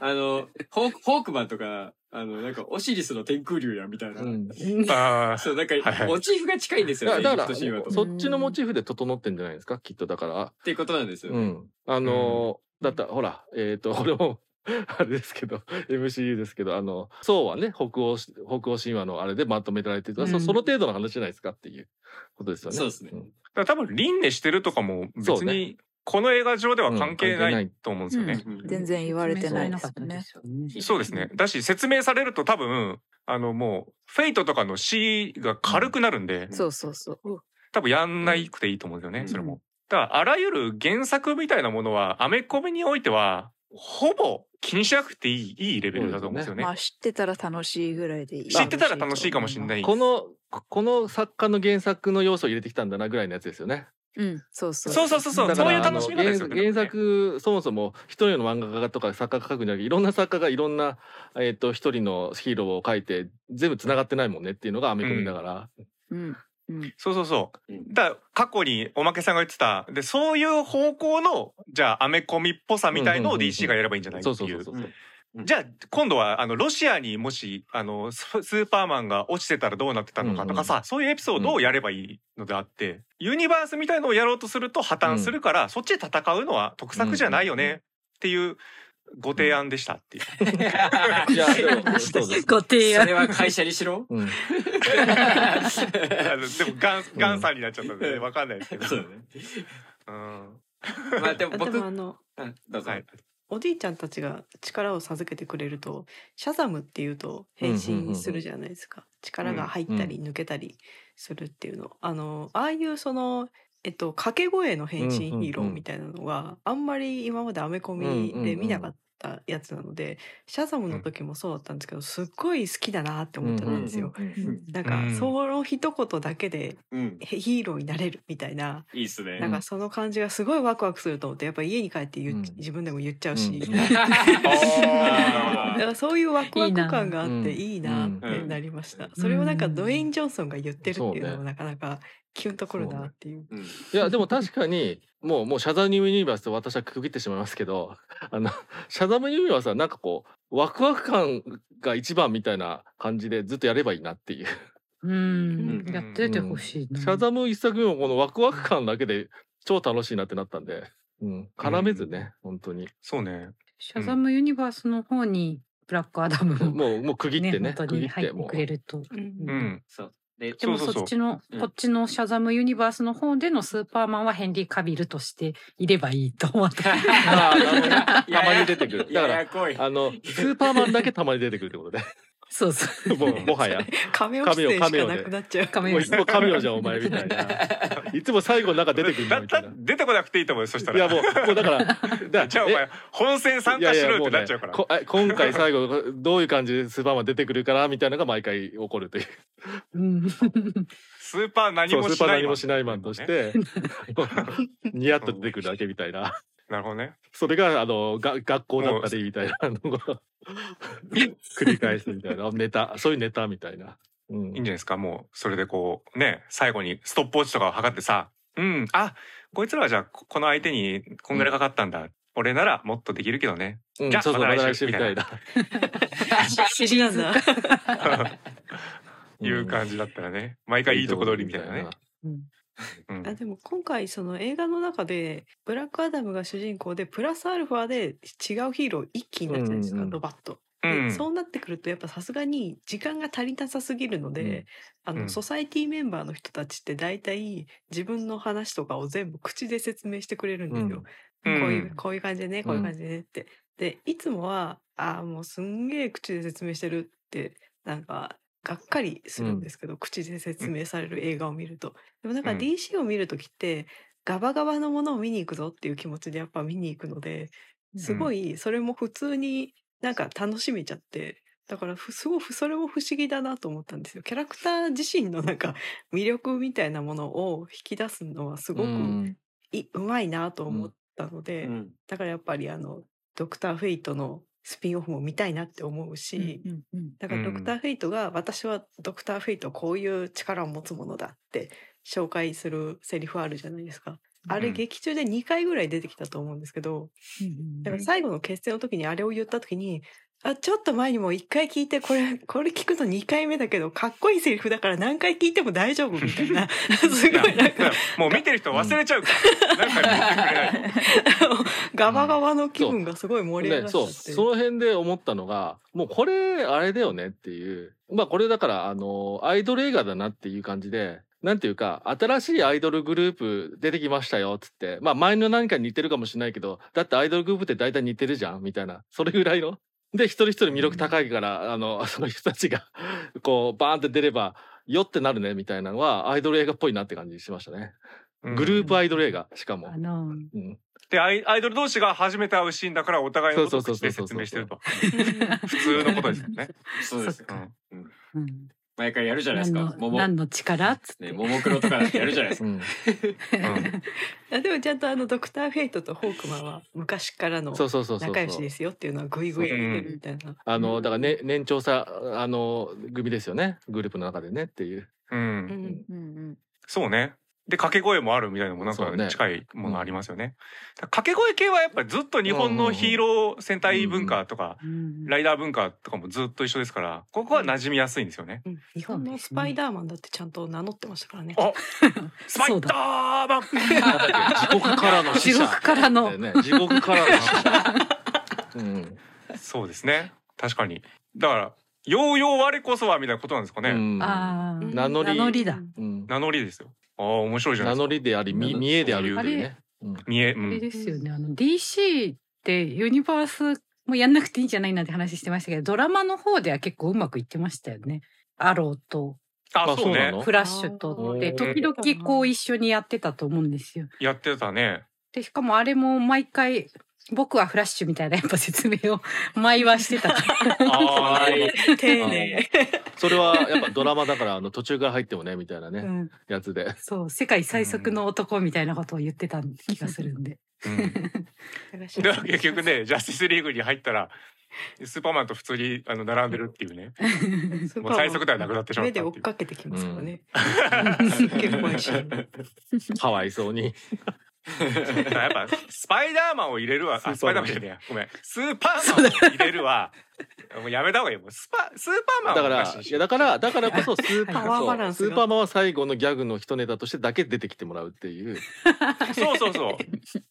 F: あの、ホーク、ホークマンとか、あの、なんか、オシリスの天空竜や、みたいな。
D: うん
B: ああ、
F: そう、なんか
B: いは、い
F: モチーフが近いんです
D: だ
F: よ
D: か
F: ね、
D: ら
F: エジプト神話と。っ
D: そっちのモチーフで整ってんじゃないですかきっとだから
F: ていうことなんですよ。
D: うん。あのーだったほら、えっ、と、 [laughs] これも、あれですけど、MCU ですけど、あの、そうはね、北欧、北欧神話のあれでまとめられてる、
G: うん
D: そその程度の話じゃないですかっていうことですよね。
F: そうですね
D: ん
B: だから多分輪廻してるとかも
D: そ
B: 別
D: うね
B: にこの映画上では関係
D: うん関
B: な
D: 係ないい
B: と思うんですよね。
F: うん
C: 全
F: [laughs]
C: 然言われてないですよね。
B: そうですね。だし説明されると多分あのもうフェイトとかの C が軽くなるんで、
C: そうそうそう。
B: 多分やんないくていいと思うんですよね、
F: うん
B: それも。だからあらゆる原作みたいなものはアメコミにおいてはほぼ気にしなくていいいいレベルだと思うんですよね。
C: まあ知ってたら楽しいぐらいでいい。。
B: 知ってたら楽しいかもしれないい。
D: この、ここの作家の原作の要素を入れてきたんだなぐらいのやつですよね。
C: うん、そうそう。
B: そうそうそうそう、
D: だか
B: そ
D: ら
B: ういう楽しみ方ですよ
D: あの
B: ね。
D: 原原作、そもそも一人の漫画家とか作家が書くんじゃなくて、いろんな作家がいろんな、えっ、と、一人のヒーローを書いて、全部繋がってないもんねっていうのがアメコミだから。
C: うん。うん。
B: そうそうそう
F: うん。
B: だから過去におまけさんが言ってた、で、そういう方向の、じゃあアメコミっぽさみたいの
D: う
B: を
D: んうんうんうん
B: DC がやればいいんじゃないって
D: そうそう
B: い
D: そう
B: う
D: そ。う。
B: じゃあ今度はあのロシアにもしあのススーパーマンが落ちてたらどうなってたのかとかさ、そういうエピソードをやればいいのであって、ユニバースみたいのをやろうとすると破綻するから、そっちで戦うのは得策じゃないよねっていうご提案でしたっていう。
D: いや、でも、そうです。
G: [laughs] ご提
F: そ
G: 案
F: れ。は会社にしろ
D: うん。
B: あのでもガンガンさんになっちゃったんでねわかんないですけど。
F: そうだね。
B: うん
F: まあ、でも
E: あで
F: 僕
E: もあ、の
F: うんどうぞ。
B: はい
E: おじいちゃんたちが力を授けてくれるとシャザムっていうと変身するじゃないですか、力が入ったり抜けたりするっていうの、あのああいうそのえっと掛け声の変身ヒーローみたいなのがあんまり今までアメコミで見なかったやつなので、シャザムの時もそうだったんですけどすっごい好きだなって思ってたんですよ。
D: うんうんうんうん
E: なんか、
B: うん
E: その一言だけで
F: うん。
E: ヒーローになれるみたいない
F: いっすね。
E: なんかその感じがすごいワクワクすると思ってやっぱ家に帰って言っ、
D: うん
E: 自分でも言っちゃうし、 [laughs]
D: うん
B: あ
E: だからそういうワクワク感があって
D: い
E: いいなってなりました、それをなんかドウェイン・ジョンソンが言ってるっていうの
D: そう
E: も
D: ね
E: なかなかキュンとくるなっていう
F: うん
D: いやでも確かにもうもうシャザムユニバースと私は区切ってしまいますけどあのシャザムユニバースはなんかこうワクワク感が一番みたいな感じでずっとやればいいなっていう、
G: うん。やっててほしい
D: シ
G: な。
D: ャザム一作目もこのワクワク感だけで超楽しいなってなったんで、うん、絡めずね、本当に
B: そうね。
G: シャザムユニバースの方にブラックアダムも
D: もうもう区切ってね
G: ね、本当
D: 区切
G: に
D: っ
G: 入ってて
D: もう
G: くれると。
B: う。
G: うん
F: そう。で、
G: で [laughs]
B: そう
G: も
B: そうそう
G: そっちの
F: うん
G: こっちのシャザムユニバースの方でのスーパーマンはヘンリー・カビルとしていればいいと思
F: [laughs]
G: って。
D: あーなるほどねたまに出てくるだ
F: や
D: か
F: や
D: ら
F: こい。
G: [laughs]
D: あのスーパーマンだけたまに出てくるってことで
G: そうそう。
D: もうもはや
E: 亀を出演しかなくなっちゃう
G: カメ
D: もういつも神オじゃんお前みたいないつも最後なんか出てくる
B: だ
D: な
B: っ
D: みた
B: た
D: いな
B: ら。出てこなくていいと思うよそした
D: い
B: ら。
D: やもうもうだからだか
B: [laughs]
D: ら
B: じゃあお
D: え
B: 前本戦参加しろよってなっちゃうから。
D: いやいやもうねこえ今回最後どういう感じでスーパーマン出てくるかなみたいなのが毎回起こるという
G: うん。
B: スーパー何
D: そう
B: も
D: スー
B: し
D: パー
B: な
G: [laughs]
D: 何
B: いマン
D: もしないマンとしてニヤッと出てくるだけみたいな
B: なるほどね。
D: それがあのが学校だったりみたいなのが [laughs] 繰り返すみた
B: [laughs]
D: いなネタそういうネタみたいな、うん
B: いいんじゃないですか。もう、それでこう、ね、最後にストップウォッチとかを測ってさ、うん、あ、こいつらはじゃあ、ここの相手にこんぐらいかかったんだ。俺ならもっとできるけどね。
D: うん
B: じゃあ
D: そうそう
B: ま
D: ま
B: た
D: た
B: 来
D: 来
B: 週
D: 週みたいな
E: シリーズだ。
B: いう感じだったらね。毎回いいとこ取りみたいなね。うん
E: [laughs] あでも今回その映画の中でブラックアダムが主人公でプラスアルファで違うヒーロー一気になっちゃうんですか、
D: うんうん
E: ドバッと。
B: う
E: で
B: ん
E: そうなってくるとやっぱさすがに時間が足りなさすぎるので、あの、
B: うん
E: ソサエティメンバーの人たちって大体自分の話とかを全部口で説明してくれるんですよ。
B: うん
E: こういうこういう感じでねこういう感じでねって。でいつもはああもうすんげえ口で説明してるってなんかがっかりするんですけど、口で説明される映画を見ると。でもなんか
B: うん
E: DC を見るときって、ガバガバのものを見に行くぞっていう気持ちでやっぱ見に行くので、すごいそれも普通になんか楽しめちゃって、だからふすごくそれも不思議だなと思ったんですよ。キャラクター自身のなんか [laughs] 魅力みたいなものを引き出すのはすごくいうまいなと思ったので、
F: うん
E: だからやっぱりあの、ドクター・フェイトのスピンオフも見たいなって思うし、
C: うんうん
E: だから
B: うん
E: ドクター・フェイトが、私はドクター・フェイトはこういう力を持つものだって紹介するセリフあるじゃないですか。あ
B: う
E: れ
B: ん
E: 劇中で2回ぐらい出てきたと思うんですけど、
C: うん
E: だから最後の決戦の時にあれを言った時に、あ、ちょっと前にも1回聞いて、これ、これ聞くの2回目だけど、かっこいいセリフだから何回聞いても大丈夫み
B: [laughs]
E: たいな。す
B: いや
E: ごいなん
B: だか、
E: か
B: らもう見てる人忘れちゃうから。なんか見てくれない。
E: ガバガバの気分がすごい盛り上
D: ね、
E: がっちゃ
D: そ
E: っ
D: う
E: て。
D: その辺で思ったのがもうこれあれだよねっていうまあこれだからあのアイドル映画だなっていう感じでなんていうか新しいアイドルグループ出てきましたよっつってまあ前の何かに似てるかもしれないけどだってアイドルグループって大体似てるじゃんみたいなそれぐらいの。で一人一人魅力高いから、あの [laughs] その人たちがこうバーンって出ればよってなるねみたいなのはアイドル映画っぽいなって感じしましたね。グループアイドル映画しかも
G: あ。の
D: うん
B: でアイアイドル同士が初めて会うシーンだからお互いのことを
D: そう
B: 口
D: そう
B: で
D: そう
B: 説
D: そう
B: 明してると普通のことですよね。
F: そうです
B: う
F: よ
G: そっか
B: ん
G: うん
F: 毎回やるじゃないで
G: 何
F: す
G: の
F: か。もも、
G: 何の力っつって、
F: ね、ももクロとかだってやるじゃない
D: [laughs]
F: です
D: う
F: か。
D: ん、
E: あでもちゃんとあの、ドクター・フェイトとホークマンは昔からの
D: そうそうそうそうそう。
E: 仲良しですよっていうのはグイグイ言えるみたいな。
D: あ
E: う
D: の
E: ん
D: だから、ね、年長さあの組ですよねグループの中でねっていう、
B: うん、う、
E: うん
C: う
E: ん
C: んうん
B: そうね。で掛け声もあるみたいなのもなん
D: そう
B: か
D: ね
B: 近いものありますよね。だから掛け声系はやっぱずっと日本のヒーロー戦隊文化とか
G: うん
B: ライダー文化とかもずっと一緒ですからここは馴染みやすいんですよね。
E: うん日本のスパイダーマンだってちゃんと名乗ってましたからね。
B: あスパ
G: そ
B: イ
G: う
B: ダ
G: だ
B: ーマン
D: 地獄からの
G: 地
D: 死者
G: 獄からの
D: だよね地獄からの死
B: [laughs]
D: 者、うん
B: そうですね。確かに。だからようよう我こそはみたいなことなんですかね。
D: うん
G: あー
D: 名乗り
G: 名乗りだ。
D: うん
B: 名乗りですよ。ああ面白いじゃな
D: 名
B: いですか。
D: 乗りであり
B: 名
D: 見
B: 乗り
D: 見えである
B: そう
D: っていう
G: いう
D: ね、うん
B: 見え、う
G: あれ
B: ん、
G: ですよね。あの DC ってユニバースもやんなくていいんじゃないなんて話してましたけど、ドラマの方では結構うまくいってましたよね。アローと
B: あ
D: あ
B: そう
D: そうな
B: ね
D: の
G: フラッシュとで
D: お
G: 時
D: ー
G: 々こう一緒にやってたと思うんですよ。
B: やってたね。
G: でしかもあれも毎回僕はフラッシュみたいなやっぱ説明を [laughs] 毎話してたから。
B: ああ、
E: 丁寧。
D: それはやっぱドラマだからあの途中から入ってもねみたいなね、
G: うん、
D: や
B: [laughs]
D: つで
G: そう世界最速の男みたいなことを言ってた気がするんで。
B: うん
D: [laughs]
B: で [laughs] 結局ねジャスティスリーグに入ったらスーパーマンと普通にあの並んでるっていう
D: [laughs]
B: ね
E: スーパーマン
B: もう最速ではなくなってしまった
E: 目
B: って
E: で
B: いう
E: 追っかけてきますからね。 [laughs] すっげえ怖いし。
D: かわいそうに
B: だからやっぱスパイダーマンを入れるはあス
D: ス
B: パ
D: ー
B: イ
D: パー
B: ダー
D: マ
B: マ
D: ン
B: ンじゃねえやごめんスーパーマンを入れる
D: [laughs]
B: はもうやめた方がいいよもうスパスーパーマン
D: だ
B: は
D: か
B: お
D: ら
B: しい
D: い
B: し
D: やだからだからこそスーパー
E: パワーバラ
D: マ
E: ン
D: ン
E: ス
D: ス
E: が
D: ーパーマンは最後のギャグの一ネタとしてだけ出てきてもらうっていう
B: そうそうそ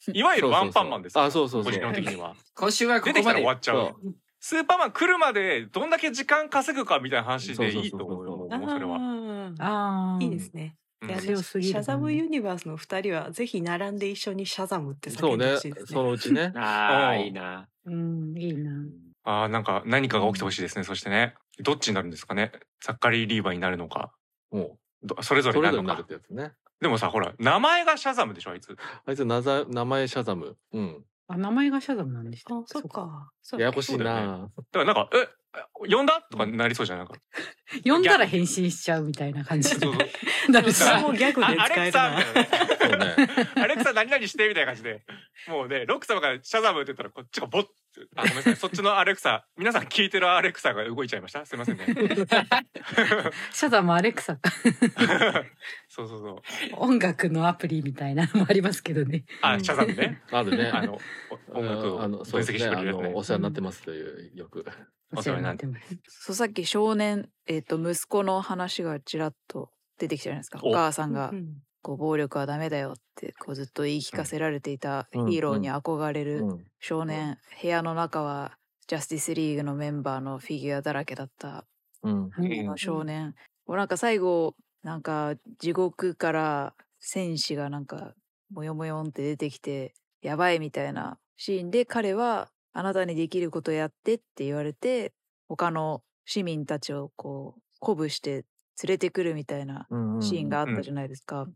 B: ういわゆるワンパンマンです
D: あそうそうそ
B: 個
D: う
B: 人的には
F: 今週はこ
B: 出て
F: こ
B: きた
F: ま
B: ら
F: で
B: 終わ。っちゃう
D: そ
B: スーパーマン来るまでどんだけ時間稼ぐかみたいな話でいいと思うよ
D: そうそうそう
B: もうそれは、
E: あー
G: あ [laughs] あ
E: いいですね。
B: うん
E: いや
G: 強すぎる
E: シャザムユニバースの二人はぜひ並んで一緒にシャザムって
D: そ
E: 叫
D: うん
E: で
D: ね
E: ほしいです
D: そ
E: ね。
D: のうちね
F: ああ、
B: うん
F: いいな。
G: うんいいな。
B: ああなんか何かが起きてほしいですね、そしてねどっちになるんですかねザッカリー・リーバーになるのか
D: もう
B: どそれぞれ
D: そ
B: に
D: れ
B: なる
D: ぞれに
B: の
D: な
B: か
D: るってやつね。
B: でもさほら名前がシャザムでしょあいつ
D: あいつ名ざ名前シャザム。うん。
G: あ名前がシャザムなんでした。
E: あ、そっ。か。
D: ややこしい
B: そうだ
D: な。
B: だからなんか「え呼んだ?」とかなりそうじゃんないか
G: 呼んだら変身しちゃうみたいな感じ [laughs]
B: そうそう
G: になるし
E: それもギャグで
B: [laughs] あアレ
E: 使え
B: ク
E: る
B: サ
E: な
B: み。たいなね
D: そうね。
B: アレクサ何々してみたいな感じでもうね、ロック様からシャザムって言ったら、こっちがボッて。あ、ごめんなさい。そっちのアレクサ、皆さん聞いてるアレクサが動いちゃいました。すいませ
D: [laughs]
B: んね。
G: [laughs] シャザムアレクサ
B: そうそうそう。
G: 音楽のアプリみたいなのもありますけどね。
B: あ、シャザムね。
D: [laughs] あるね。
B: あの、お音楽を
D: あの、そ
B: 分
D: う
B: 析
D: で
B: してくれ
D: すね。あ
B: るやつね
D: の、お世話になってますという、よく。
B: お世話になっ
G: って
B: て
G: ます。
C: そうさっき少年、えっと息子の話がちらっと出てきたじゃないですか
B: お
C: お母さんが
E: うんうん
C: こう暴力はダメだよってこうずっと言い聞かせられていたヒ
D: うん
C: ーローに憧れる
D: うん
C: 少年、部屋の中はジャスティスリーグのメンバーのフィギュアだらけだった
D: うん。
G: うん
B: うん
C: あの少年、もうなんか最後なんか地獄から戦士がなんかモヨモヨンって出てきてやばいみたいなシーンで彼はあなたにできることやってって言われて他の市民たちをこう鼓舞して連れてくるみたいな
D: うん
C: シーンがあったじゃないですか。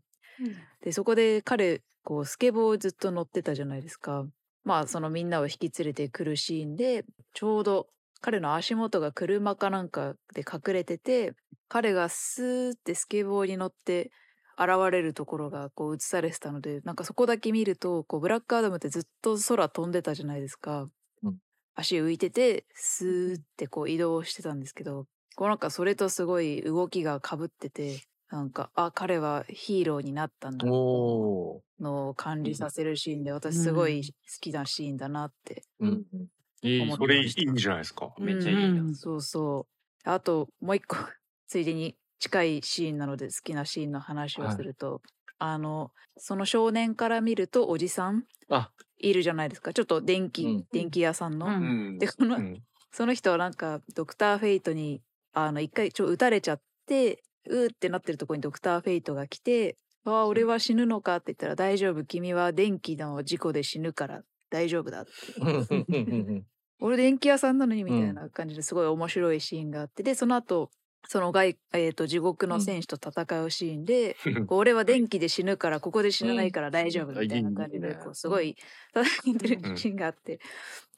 C: でそこで彼こうスケボーをずっと乗ってたじゃないですか。まあそのみんなを引き連れてくるシーンでちょうど彼の足元が車かなんかで隠れてて彼がスーってスケボーに乗って現れるところがこう映されてたのでなんかそこだけ見るとこうブラックアダムってずっと空飛んでたじゃないですか。
D: うん
C: 足浮いててスーってこう移動してたんですけどこうなんかそれとすごい動きがかぶっててなんかあ彼はヒーローになったんだ
D: おー
C: のを感じさせるシーンで私すごい好きなシーンだなって、
D: うん。いい。
B: それいいいいんじゃないですか。
F: めっちゃいいな。
G: うん
C: そうそうあともう一個 [laughs] ついでに近いシーンなので好きなシーンの話を
D: はい
C: すると、あのその少年から見るとおじさん
D: あ
C: いるじゃないですかちょっと電気、
D: うん
C: 電気屋さんの。
G: うん
F: うん
C: でこの、
B: うん
C: その人はなんかドクター・フェイトにあの一回ちょ撃たれちゃってうーってなってるとこにドクター・フェイトが来て「わあ俺は死ぬのか」って言ったら「大丈夫君は電気の事故で死ぬから大丈夫だ」
D: うんうんうんうん
C: 俺電気屋さんなのにみたいな感じですごい面白いシーンがあってでその後その外、えー、と地獄の戦士と戦うシーン [laughs] で、
B: うん
C: こう俺は電気で死ぬからここで死なないから大丈夫みたいな感じ
D: うんいい
C: で
D: ね
C: こうすごい戦ってるシーンがあって、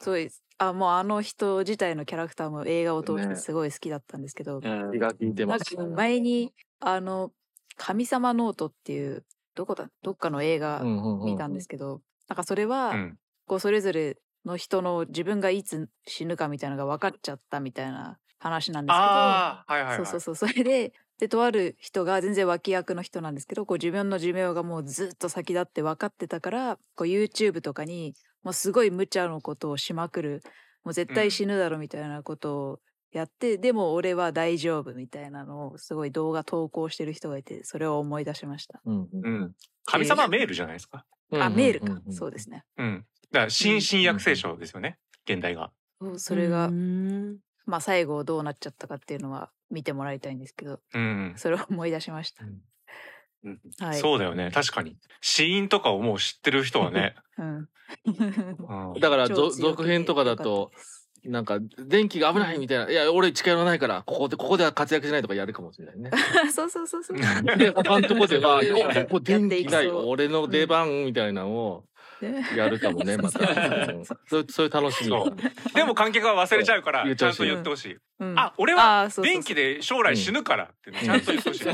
C: すごいあもうあの人自体のキャラクターも映画を通して
D: ね
C: すごい好きだったんですけど、
F: うん
D: 気が利いて
C: な
D: ま
C: ん
D: す。
C: か前にあの「神様ノート」っていうどこだどっかの映画見
D: 見
C: たんですけど、なんかそれは、
B: うん
C: こうそれぞれの人の自分がいつ死ぬかみたいなのが分かっちゃったみたいな話なんですけど、
B: ああ、はいはいはい。
C: そうそうそうそれででとある人が全然脇役の人なんですけどこう自分の寿命がもうずっと先だって分かってたからこう YouTube とかにもうすごい無茶のことをしまくるもう絶
B: う
C: 対
B: ん
C: 死ぬだろみたいなことをやって、でも俺は大丈夫みたいなのをすごい動画投稿してる人がいてそれを思い出しました。
D: うん
B: うん。神様メールじゃないですか。
D: うん
C: あメールか、
D: んんん
C: そうですね。
B: うん。だから新新約聖書ですよね。現代が。
C: そうそれが、
E: うん
C: まあ最後どうなっちゃったかっていうのは見てもらいたいんですけど、
B: うん。
C: それを思い出しました。
F: うん
C: はい。
B: そうだよね。確かに。死因とかをもう知ってる人はね。
C: うん。
B: [laughs] うん
C: [laughs]
D: だから
C: 超強
D: ぞ
C: くて
D: 続編とかだと
C: 良かったです
D: なんか電気が危ないみたいな「いや俺力ないからここでここでは活躍しない」とかやるかもしれない [laughs] ね。
C: そうそうそうそう。
D: で
C: [laughs]
D: 他のとこでは「いやここ電気ない
C: やっていきそう
D: 俺の出番」みたいなのをやるかもねまた。うんそうそういう楽しみが。
B: そうでも観客は忘れちゃうから、
D: そう
B: ちゃんと言ってほしい。
C: うん、
B: あ、俺は
C: あー、そうそうそう
B: 電気で将来死ぬからってね、ち
F: [laughs]
B: ゃんと言ってほしい。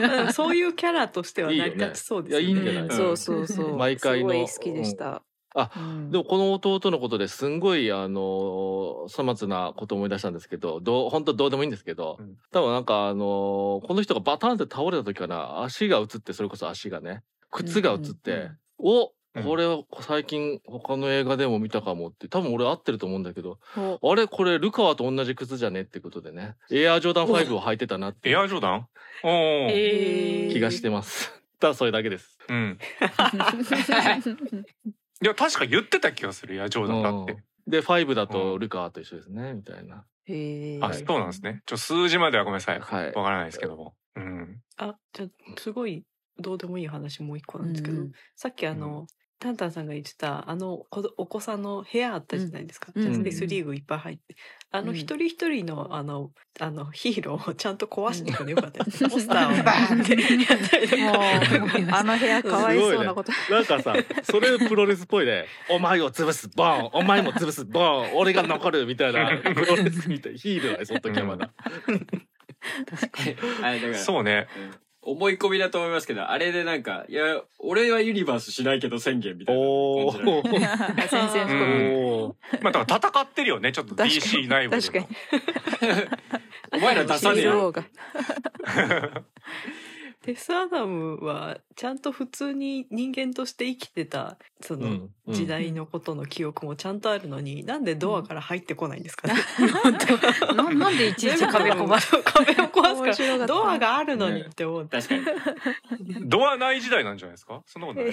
E: なんかそういうキャラとしては成り立ちそうです
D: いいよねいやいいんじゃない
C: うんそうそうそう。
D: 毎回の
C: すごい好きでした。
D: うんあ
C: うん
D: でもこの弟のことですんごいあの粗末なこと思い出したんですけどどう本当どうでもいいんですけど、
B: うん
D: 多分なんかあのこの人がバタンって倒れた時かな足が映ってそれこそ足がね靴が映って、
C: うんうんうん
D: お
B: うん
D: これを最近他の映画でも見たかもって多分俺合ってると思うんだけど
C: お
D: あれこれルカワと同じ靴じゃねってことでねエアージョーダン5を履いてたなって
B: [laughs]
D: い
B: エア
D: う
B: ジョーダンおー
G: え
D: 気がしてます。 [laughs] ただそれだけです。
B: うん。いや、確か言ってた気がする、エアジョーダンだって。
D: で5だ
B: う
D: と
B: ん
D: ルカワと一緒ですねみたいな。
C: [laughs] へえ。
B: あ、そうなんですね。ちょ、数字まではごめんなさい。わ
D: はい
B: からないですけども。うん。
E: あじゃあすごいどうでもいい話もう一個なんですけど、
C: うん
E: さっきあの、タンタンさんが言ってたあのこどお子さんの部屋あったじゃないですか、
C: うん
E: ジャスティ
D: う
E: ス
D: ん
E: リーグいっぱい入ってあの
C: うん
E: 一人一人のあのあのヒーローをちゃんと壊していくのよ
C: [laughs]
E: かったです、ポスターをバーンってやったりと
C: も
E: か
C: うあの部屋かわいそうなこと。
D: なんかさ、それプロレスっぽいね。お前を潰す、ボーンお前も潰す、ボーン俺が残るみたいな、プロレスみたいな、ヒールだよ、その時はまだ。
F: あれだから
B: そうね。
F: うん思い込みだと思いますけど、あれでなんか、いや、俺はユニバースしないけど宣言みたいな
D: お
F: 感じなの。
C: [laughs]
D: ー
C: 宣戦
B: う
C: 布告
B: ん
D: おー
B: まあだから戦ってるよねちょっと
C: 確かに
B: DC 内部で
C: 確かに
F: お前ら出さねえ
C: シール [laughs]
F: よ。
C: 王が
E: テス・アダムはちゃんと普通に人間として生きてたその
D: うん
E: 時代のことの記憶もちゃんとあるのに、なんでドアから入ってこないんで
C: [laughs]
E: すかね。
G: 当ななんでいちいち壁壊す
E: そう壁を壊
C: 面
E: すか
C: 白かった
E: らドアがあるのにって思って。
F: 確かに。
B: ドアない時代なんじゃないですかそんなことない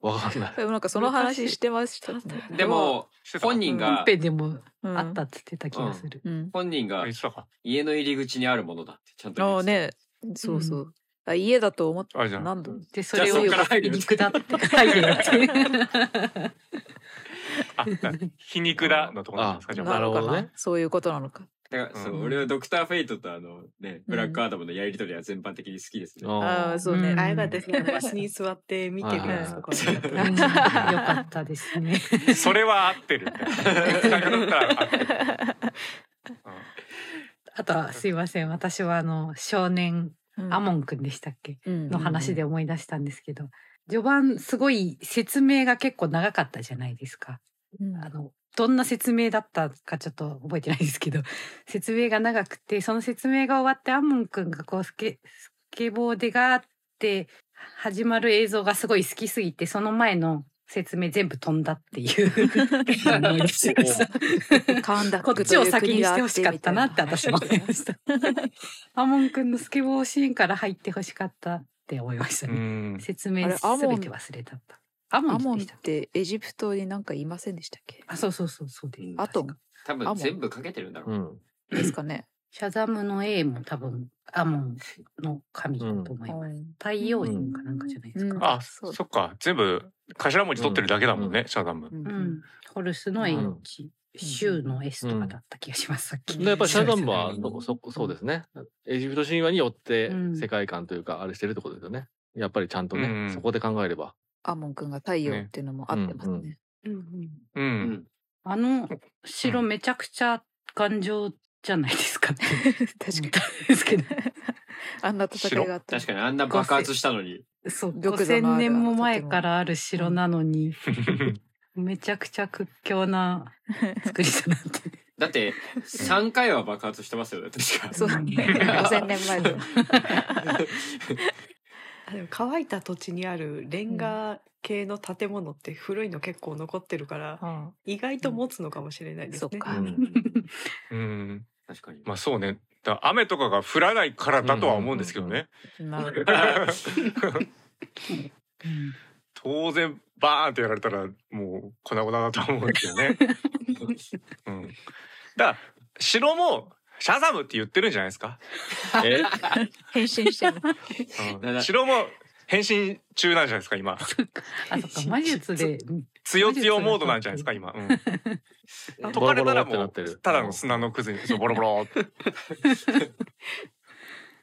D: わかんない。
C: でもなんかその話してましたね
F: でも、
B: してた
F: 本人
G: 本
F: が、
G: 編でも
C: うん
G: あったっつってた気がする。
C: うん
F: 本人が
B: いつだか
F: 家の入り口にあるものだってちゃんと
C: ああ
F: 言って
C: ねそうそう、あ家だと思っ
B: あれじゃ
C: た
B: ん
C: 何度
G: でそれを
F: じゃあそっから入る
G: 皮肉だって入るって。
B: あだ皮肉だのところなんですかじゃ
D: な
B: あ
D: るほどね
C: のかなそういうことなのか
F: た。だからそう
B: うん
F: 俺はドクター・フェイトとあの、ね、ブラック・アダムのやりとりは全般的に好きですね。
D: あ
C: ああそうね、
G: うん
E: あれがですね、椅子に座って見てるやつとか。
G: うんよかったですね。
B: それは合って [laughs] るみたいななくなったら合ってる
G: あとはすいません私はあの少年
C: うん
G: アモンくんでしたっけ
C: うん
G: の話で思い出したんですけど序盤すごい説明が結構長かったじゃないですか。
C: うん
G: あのどんな説明だったかちょっと覚えてないですけど [laughs] 説明が長くてその説明が終わってアンモンくんがこうスケスケボーでガーって始まる映像がすごい好きすぎてその前の説明全部飛んだっていう
C: [laughs]
G: 思い出しました。
C: カンダッ
G: こ
C: ク
G: っ
C: と
G: ちを
C: いう
G: 先
C: 国
G: に
C: が
G: し
C: あ
G: てほしかったなって私は思いま
C: し
G: した。アモンくんのスケボーシーンから入ってほしかったって思いました
B: う
G: ね。
B: ん
G: 説明すべて忘れたった。アモ
C: ア
G: ン
C: モン
G: で
C: っ
G: した。
C: てエジプトになんかいませんでしたっけ
G: あ、そうそうそうそうで
F: うん
G: す。
C: アトム
F: 多
C: あも
F: 分
C: う
F: 全部かけてるんだろう。
D: うん。
C: ですかね、
G: シャザムの A も多分アモンの神だと思います。
C: うん
G: 太陽神かなんかじゃないです
C: うん
G: か。
B: あ
C: そ
B: そっか全部頭文字取ってるだけだもんねシャダム
C: うん
G: うん。ホルスの H、
D: うん
G: シューの S とかだった気がします、さっき。
D: でやっぱりシャダムは
G: う
D: そ
G: ん
D: こそこそうですね。エジプト神話によって
G: うん
D: 世界観というかあれしてるってことですよね。やっぱりちゃんとね、
B: うん
D: そこで考えれば。
C: アモン君が太陽っていうのも合ってますね
D: ね
E: うんうん
B: う
F: うんん。
G: あの城めちゃくちゃ頑丈じゃないですかって。
C: [laughs]
G: [laughs]
C: 確か
G: かに。ですけど。
C: にあんな戦いがあった
F: 確かにあんな爆発したのに。
G: そう、
C: 玉座の
G: 5000
C: ある
G: 年も前からある城なのに、めちゃくちゃ屈強な作りだなって。
F: だって、3回は爆発してますよね、確か。
C: そう5000年 [laughs] 前の
E: あでも乾いた土地にあるレンガ系の建物って古いの結構残ってるから、意外と持つのかもしれないです
C: そっ
E: ね。
C: か、
B: [laughs] うん
F: 確かに。
B: まあそうねだから雨とかが降らないからだとは思うんですけどね
C: なる
G: うん
B: 当然バーンってやられたらもう粉々だと思うんですよね。うん、だから城もシャザムって言ってるんじゃないですか。
D: え
C: 変身して [laughs] る
B: うん、城も変身中なんじゃないですか今。
G: あ、そっか、 [laughs] 魔術で。うん
B: 強強モードなんじゃないですか今。うん、[laughs]
D: ボ
B: 解か
D: ロボ
B: れた
D: ロっ
B: ら
D: て
B: も
D: なって
B: う
D: る。
B: ただの砂のくずにそうボロボロって。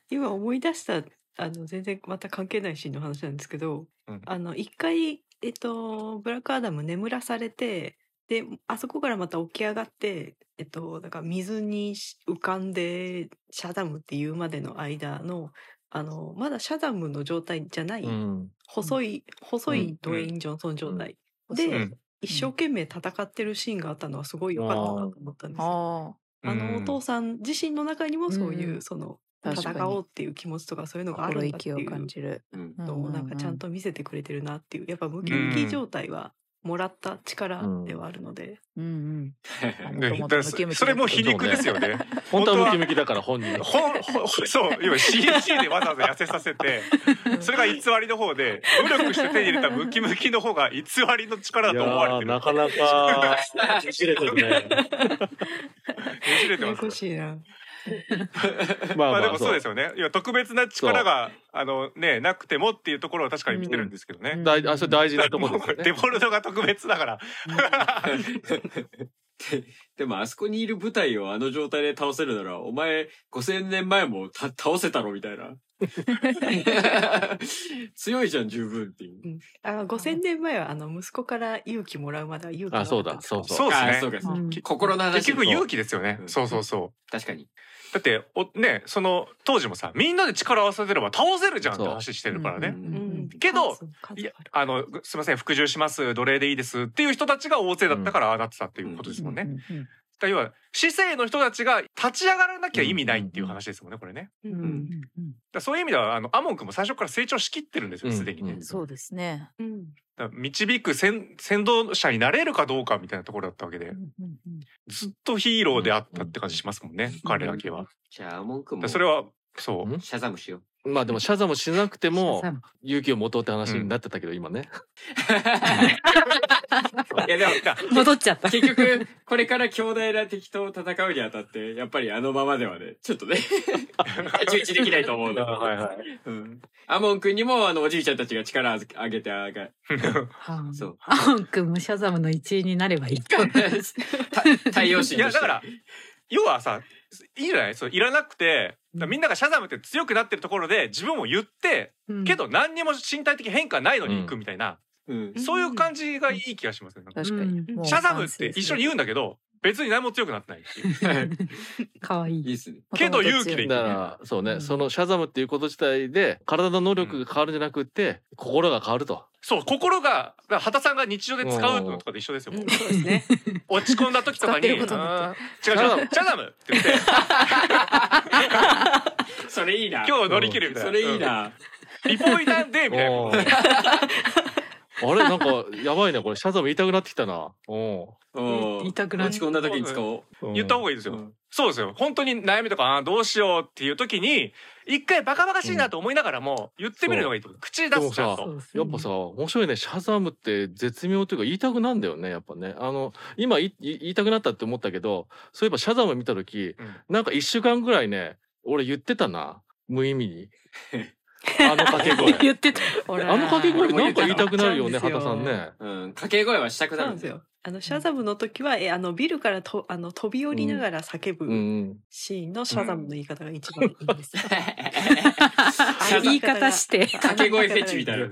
E: 今思い出したあの全然また関係ないシーンの話なんですけど、
B: うん
E: あの一回、えっと、ブラックアダム眠らされてであそこからまた起き上がって、えっと、だから水にし浮かんでシャダムっていうまでの間のあのまだシャダムの状態じゃない、
D: うん。
E: 細い細
C: う
E: い
C: ん
E: ドウェイン・ジョンソン状態、
C: うん
E: で、
B: うん
E: 一生懸命戦ってるシーンがあったのはすごい良かったなと思ったんですよ。
C: あ
E: あのお父さん自身の中にもそういう、
C: うん
E: その
C: あ
E: 戦
C: 確か
E: おう
C: に
E: っていう気持ちとかそういうのがある
C: 心
E: ん
C: 意
E: だってい
C: 気
E: う
C: を感じる、
F: うん。
C: う
E: のをなんかちゃんと見せてくれてるなっていうやっぱムキムキ状態はもらった力ではあるので、
C: うんうん
B: [laughs] でだからそそれも皮肉ですよね。
D: 本当はムキムキだから本人の。
B: ほんほんそう今 CG でわざわざ痩せさせてそれが偽りの方で努力して手に入れたムキムキの方が偽りの力だ
D: い
B: と思われ
D: や
B: てる
D: ーなかな
B: [laughs]
D: か、いじれてるね。
B: ねじれてま
E: やや
B: すよ
E: こしいな
D: ま
B: ま
D: あ
B: あで
D: まあ、
B: もそうですよねいや特別な力があのねなくてもっていうところは確かに見てるんですけどね、
D: 大あそれ大事なと
B: も
D: ころですよ
B: う
D: ね。
B: [laughs] デフォルトが特別だから
F: [laughs] ででもあそこにいる部隊をあの状態で倒せるならお前5000年前もた倒せたろみたいな [laughs] 強いじゃん、十分っていう。
E: あ5000年前はあの息子から勇気もらうまでは勇気なか
D: あ、そう
E: ったん
D: だ、
E: ですか
D: そうそ
B: そう
D: う。
B: ですね
F: あそうか、そうか
G: うん
F: 心の話。
B: 結局勇
F: 気。
B: 気ですよね
F: う。ん
B: そうそうそう。
F: 確かに。
B: だっておねその当時もさみんなで力を合わせてれば倒せるじゃんって話してるからね。
F: うん
E: うん
B: けど
E: 数数
B: いや
E: ある
B: あのすいません服従します奴隷でいいですっていう人たちが大勢だったからああなってたっていうことですもんね。だから要は市政の人たちが立ち上がらなきゃ意味ないっていう話ですもんねこれね。
E: う
G: うん
E: ん
B: だからそういう意味ではあのアモン君も最初から成長しきってるんですよ
D: うん
B: すでにね。
F: うん
C: そうですね。
E: うん
B: だから導く先先導者になれるかどうかみたいなところだったわけでずっとヒーローであったって感じしますもんね彼だけは。だか
F: じゃあ、文句も。
B: らそれはそうん
F: シャザムしよう。
D: まあでもシャザもしなくて
G: シ
D: も
G: ャザム
D: 勇気を持とうって話になってたけど、今ね。
F: いや、でも、
G: 戻っちゃった。
F: 結局、これから強大な敵と戦うにあたって、やっぱりあのままではね、ちょっ
B: [laughs]
F: とね、太刀打ちできないと思うの。
B: はいはい
F: うん。アモン君にも、あの、おじいちゃんたちが力あずあげてあげ、
G: はあ
F: そう。
G: アホン君もシャザムの一員になればいい。
F: た対応し
B: いやだから要はさいいじゃないそういらなくてだからみんながシャザムって強くなってるところで自分も言って
G: うん
B: けど何にも身体的変化ないのに行くみたいな、
F: うん。
B: そういう感じがいい気がしますね。なんか
C: 確かに。
G: うん
C: もう
B: シャザムって一緒に言うんだけど別に何も強くなってないっていう
G: 可愛
F: いい
G: い。
F: っすね。
B: けど勇気で
D: だ
B: いい
D: から、そうね、
C: うん
D: そのシャザムっていうこと自体で、体の能力が変わるんじゃなくて、心が変わると。
B: そう心がだから畑さんが日常で使うのとかで一緒ですよ
E: う。んそうですね
B: [laughs] 落ち込んだ時とかに「
C: 使ってることに
B: あー違う違うシャザム」って言って
F: それいいな。
B: 「今日乗り切る」みたいな
F: それいいな。
B: 「リポイタンデー」みたいな
G: [laughs]
D: おーあれなんか、やばいね、これ、シャザム言いたくなってきたな。お
F: うん。
G: 痛くなる
F: 落ち込んだ時に使お
D: ー
B: 言った方が
D: がい
B: いいです
F: う。
B: よ。
F: うん
B: そうですよ本当に悩みとかあーどうしようっていう時に一回バカバカしいなと思いながらも言ってみるのがいいと思う口に出すちゃん
D: で
B: と
G: もさ
D: やっぱさ、面白いね、シャザムって絶妙というか言いたくなんだよね、やっぱね。あの、今いい言いたくなったって思ったけど、そういえばシャザム見た時、
B: うん
D: なんか一週間ぐらいね、俺言ってたな。無意味に。あの掛け声。
G: 言ってた。
E: ほ
D: あ
E: ら
D: の掛け声でなんか言いたくなるよね、
E: 言っちゃうんで
D: 畑
E: す
D: さんね。
F: うん。掛け声はしたく
E: そ
F: な
E: う
F: る
E: なんですよ。あのシャザムの時は、えあのビルからとあの飛び降りながら叫
D: う
E: ぶ
D: ん。
E: シーンのシャザムの言い方が一番いい [laughs] です。
F: ザム
G: 言い方して。
F: 掛け声フェチみたいな。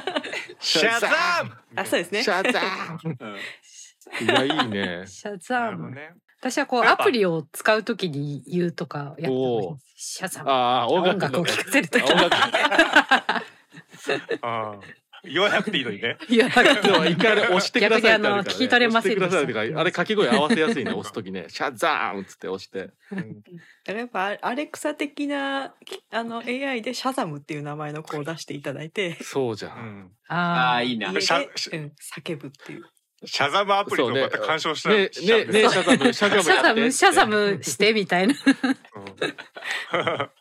B: 「シャザーム!
E: あ、そうですね
D: シ。ャザ
F: うん
D: ムいや、いいね。
G: シャ」
B: な
G: ザ
B: るほど
G: ム。
B: ね
G: 私はこう
B: やっ
G: ア
B: ぱ
G: プリを使うときに言うとかやって
D: おー
G: ます。シャザム。
D: あ
G: [laughs]
D: あ、音
G: 音
D: 楽
G: 楽
D: の
G: を
D: ね。
G: 聴かせるとき
D: 音楽。
B: あー言わなくていいのにね
G: 言わなくて
D: で
G: も
D: も一回あれ押してくださいってるから
G: 逆にあの
D: ね
G: 聞き取れませんでした
D: 押してくださいってからあれ掛け声合わせやすいね、押すときね。シャザームっつって押して。
E: だからやっぱアアレクサ的なきあの AI でシャザムっていう名前の子を出していただいて、
D: そうじゃ。
B: うんん
F: あ
G: あ
F: あ、
G: ー
F: いいな
E: 家。で、
B: シャシャ
E: うん、叫ぶっていう。
B: シャザムアプリ
D: そ
B: と
D: うね
B: また干渉した
D: ね
B: しちゃ
D: ね
B: う
D: ねシャザ
B: [laughs]
D: ム、シャザム
G: シャ
D: や
G: ザ
D: って。
G: ム、シャザムしてみたいな。
B: うん [laughs]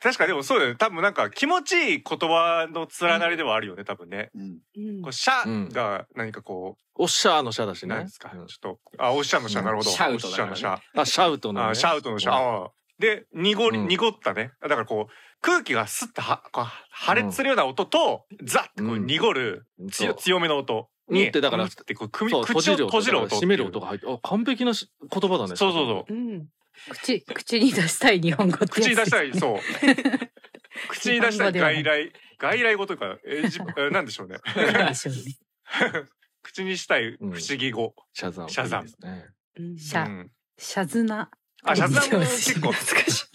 B: 確かでもそうだよね多分なんか気持ちいい言葉の連なりではあるよね多分ね
F: うん
E: うん
B: こう「シャ」が何かこ
D: おっしゃーのシャだ
B: う
D: し
B: 何
D: ね
B: ですか。
D: う
B: ちょ
D: ん
B: っとあおっしゃーの「シャ」なるほど
F: シャ
B: お
F: ウ
B: っ
F: トだ
B: しゃ
F: か
B: ーの「
F: らね
B: シャ」
D: あ、シャウトのね。
B: あシャウトのシャウ
D: うん
B: ああで濁り
D: うん
B: 濁ったねだからこう空気がスッとはこう破裂するような音と、ザッとこう
D: うん
B: 濁る、
D: そ
B: 強
D: う
B: 強めの音
D: う
B: に
D: んってだから
B: うんってこう組み
D: そう
B: 口を
D: 閉じる音。
B: 閉じる音っていう
D: 閉める音が入って。あ、完璧なし言葉だね。
B: そうそうそう
E: うん。
G: 口、口に出したい日本語ってやつ
B: 口に出したいそう
D: [laughs]
B: 口に出したい
G: 日本語ではな
B: 外
G: い
B: 来外来語というかえーじ
D: [laughs]
B: えなんでしょうね [laughs]
G: なんでしょうね
B: 口にしたい不思議語、
D: シャザム。
B: シャザム
D: いいですね。
E: うん
G: シャ
B: うん
G: シャズナ。
B: あシャザムも結構
E: 懐かしい。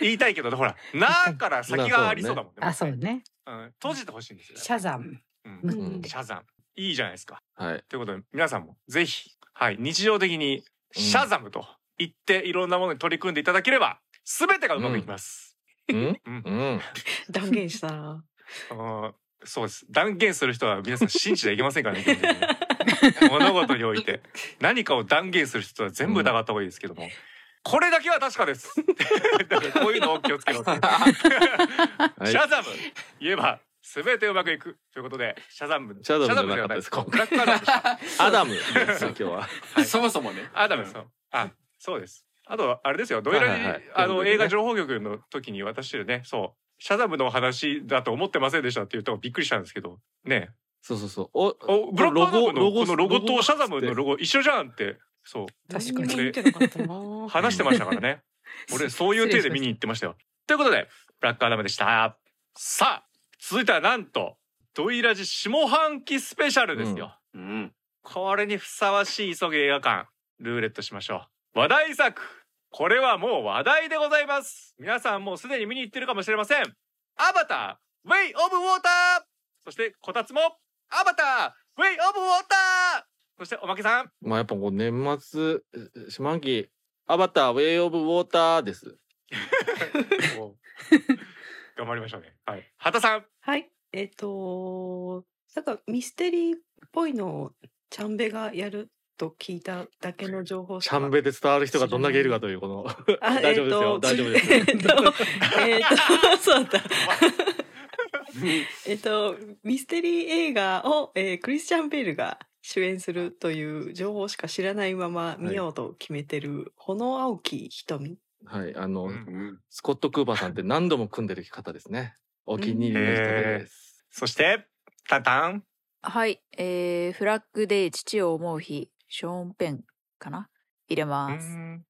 B: 言いたいけどほら「な」から先がありそうだもんね
G: [laughs] あ、そうね。
B: うん、閉じてほしいんですよ
G: シャザム。
B: うん
G: ムって。
B: シャザムいいじゃないですか
D: はい。
B: ということで皆さんもぜひ、はい、日常的に
D: うん
B: シャザムと言っていろんなものに取り組んでいただければ全てがうまくいきます。
D: うん
B: うん
D: うん。
E: [laughs] 断言したな。
B: あーそうです断言する人は皆さん信じてはいけませんからね
D: [laughs]
B: 基本的に物事において何かを断言する人は全部疑った方がいいですけども、これだけは確かです
D: [laughs]
B: だからこういうのを気をつけろって、
D: はい
B: シャザム言えば全てうまくいくということでシャザム
D: シャザムじゃなかったです
B: シャザムじゃないブラックアダムでした
D: アダム。今日は。
F: そもそもね。
B: あ、ダメです。あ、そうです。あと、あれですよ。ドイラジ、
D: はいはいはい
B: あの、
D: ドイラジね
B: 映画情報局の時に私ね、そう、シャザムのお話だと思ってませんでしたって言ったのびっくりしたんですけど、ね。
D: そうそうそう。お、
B: お、ブラックアダムの
D: ロ
B: こ
D: ゴ
B: のロゴとシャザム
D: ロ
B: の
D: ゴ
B: ロゴ一緒じゃんって、そう、
G: 確かに
E: 何も見てなかったな。
D: [laughs]
B: 話してましたからね。俺、そういう体で見に行ってましたよ。ということで、ブラックアダムでした。さあ、続いてはなんと、ドイラジ下半期スペシャルですよ。
F: うん。
B: これにふさわしい急ぎ映画館、ルーレットしましょう。話題作これはもう話題でございます皆さんもうすでに見に行ってるかもしれませんアバターウェイオブウォーターそしてこたつもアバターウェイオブウォーターそしておまけさん
D: まあやっぱこう年末四万期アバターウェイオブウォーターです。
B: 頑張りましょうね。はい。畑さん
E: はい。えっ、と、なんかミステリーっぽいのをチャンベがやると聞いただけの情報し
D: シ
E: か
D: ャンベで伝わる人がどんだけいるかというこの
E: あ
D: 大丈夫ですよ大丈夫です
E: えっ、と、えっ、と、 [laughs] そうだった。えっと、ミステリー映画を、えークリスチャン・ベールが主演するという情報しか知らないまま見ようと決めてる、炎青き瞳。
D: はいあの、
B: うん
F: うん。
D: スコット・クーパーさんって何度も組んでる方ですね。お気に入りの人です。
B: そしてタンタン
C: はい、えー、フラッグデイ父を思う日、ショーンペンかな入れ
B: う
C: ます。
B: ん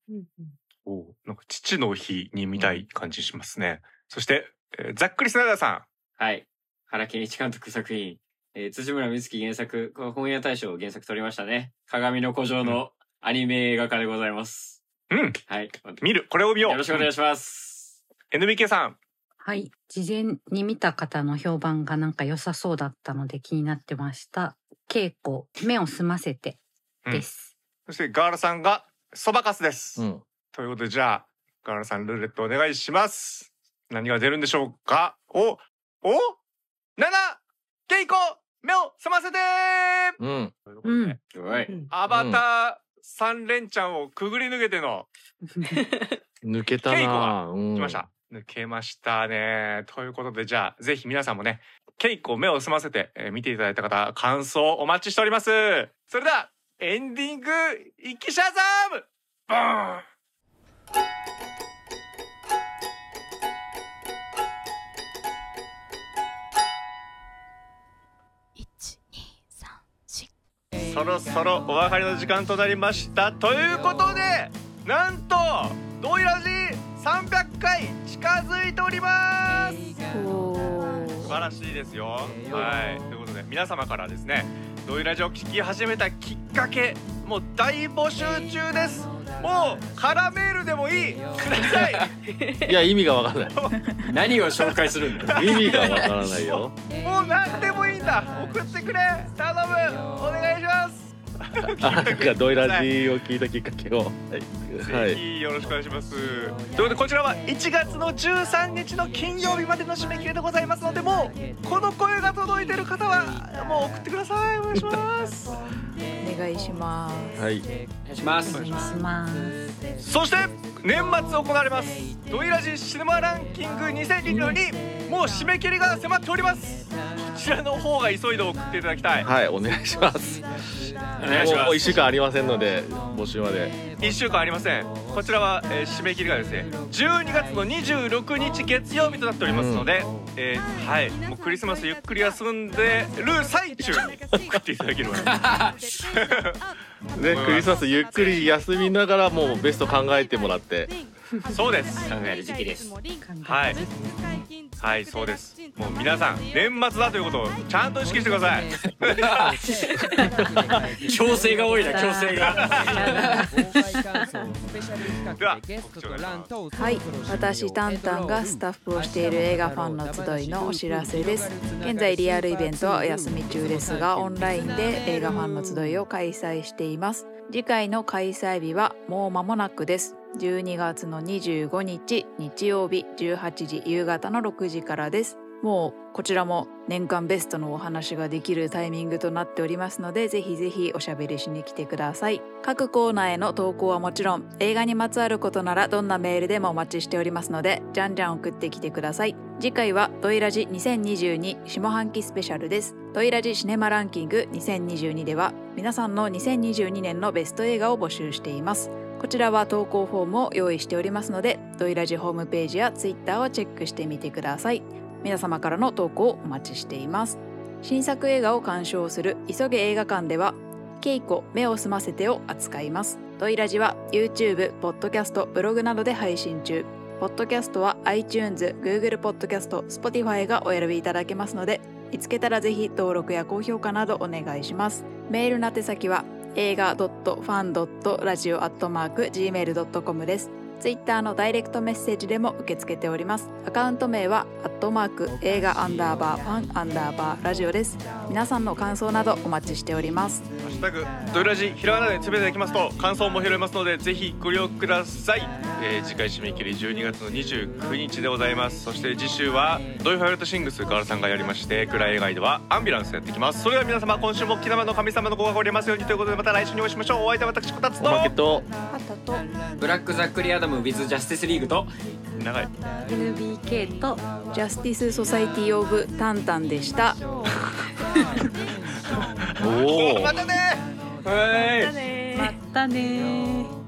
B: おうなんか父の日に見たい感じしますね。そして、えーざっくりスナイダーさ
F: はい。原健一監督作品、えー辻村瑞希原作、これ本屋大賞原作取りましたね。鏡の古城のアニメ映画化でございます。
B: んうん
F: はい。
B: 見るこれを見よう
F: よろしくお願いします。
B: うん NBK さん
G: はい。事前に見た方の評判がなんか良さそうだったので気になってました。稽古、目を澄ませて [laughs] です。
B: そしてガーラさんがそばかすです。
D: うん。
B: ということでじゃあガーラさんルーレットお願いします。何が出るんでしょうかおお七ケイコ目を覚ませて
D: うん。
B: ということで、
G: うん。
F: おい。
B: アバター三連チャンをくぐり抜けての
D: 抜けた
B: 稽古
D: な
B: が
D: ぁ。うん
B: 来ました。。抜けましたね。ということで、じゃあ、ぜひ皆さんもね、稽古目を澄ませて、えー見ていただいた方、感想お待ちしております。それでは、エンディング、一気シャザームボーンそろそろお別れの時間となりましたということでなんとドイラジ300回近づいております素
C: おー
B: 晴らしいですよはいということで皆様からですねドイラジを聞き始めたきっかけもう大募集中ですもうカラメールでもいいください
D: いや意味 [laughs] がわからな
F: 何を紹介するんだ
D: い。意味がわからない [laughs] よ。
B: もう何でもいいんだ送ってくれ頼むお願いします
D: あ [laughs] なんかドイラジを聞いたきっかけを。は
B: ぜ
D: い。
B: ひよろしくお願いします。ということでこちらは1月の13日の金曜日までの締め切りでございますのでもうこの声が届いてる方はもう送ってくださいお願いします。
C: お願いします。
D: はい。
F: お願いしま
G: お
F: す
G: 願。いします。
B: そして年末行われますドイラジシネマランキング2024にもう締め切りが迫っております。こちらの方が急いで送っていただきたい。
D: はいお願いします。
F: お願いしま
D: もう
F: す。
D: 一週間ありませんので募集まで。
B: 1週間ありませんこちらは、えー締め切りがですね12月の26日月曜日となっておりますので、えーはいもうクリスマスゆっくり休んでる最中に送っていただければ
D: ねクリスマスゆっくり休みながらもうベスト考えてもらって。
B: そうです
F: 考える時期です。
B: はいはいそうですもう皆さん年末だということをちゃんと意識してください
F: 強制が多いな、強制が。
B: では告知をお願いします
C: はい、私タンタンがスタッフをしている映画ファンの集いのお知らせです現在リアルイベントはお休み中ですがオンラインで映画ファンの集いを開催しています次回の開催日はもう間もなくです12月の25日日曜日18時夕方の6時からですもうこちらも年間ベストのお話ができるタイミングとなっておりますのでぜひぜひおしゃべりしに来てください各コーナーへの投稿はもちろん映画にまつわることならどんなメールでもお待ちしておりますのでじゃんじゃん送ってきてください次回は「ドイラジ2022下半期スペシャル」です「ドイラジシネマランキング2022」では皆さんの2022年のベスト映画を募集していますこちらは投稿フォームを用意しておりますのでドイラジホームページやツイッターをチェックしてみてください皆様からの投稿をお待ちしています新作映画を鑑賞する急げ映画館では稽古目を澄ませてを扱いますドイラジは YouTube、ポッドキャスト、ブログなどで配信中ポッドキャストは iTunes、Google ポッドキャスト、Spotify がお選びいただけますので、見つけたらぜひ登録や高評価などお願いします。メールの宛先は映画 .fan.radio.gmail.com です。ツイッターのダイレクトメッセージでも受け付けております。アカウント名は、アットマーク、映画アンダーバー、ファンアンダーバー、ラジオです。皆さんの感想などお待ちしております。
B: ハッシュタグドイラジひらがなでつぶやいていきますと感想も拾えますのでぜひご利用ください、えー次回締め切り12月の29日でございますそして次週はドイファイルトシングスガールさんがやりまして暗い映画ではアンビュランスやってきますそれでは皆様今週も木玉の神様のご加護を入れますようにということでまた来週にお会いしましょうお相手は私こたつ
D: お
B: と
D: まけと
F: ブラックざっくりアダム with ジャスティスリーグと
B: 長い
G: NBK と
C: ジャスティス・ソサイティ・オブ・タンタンで [laughs] した。
D: おお
B: またねーはい
G: またねー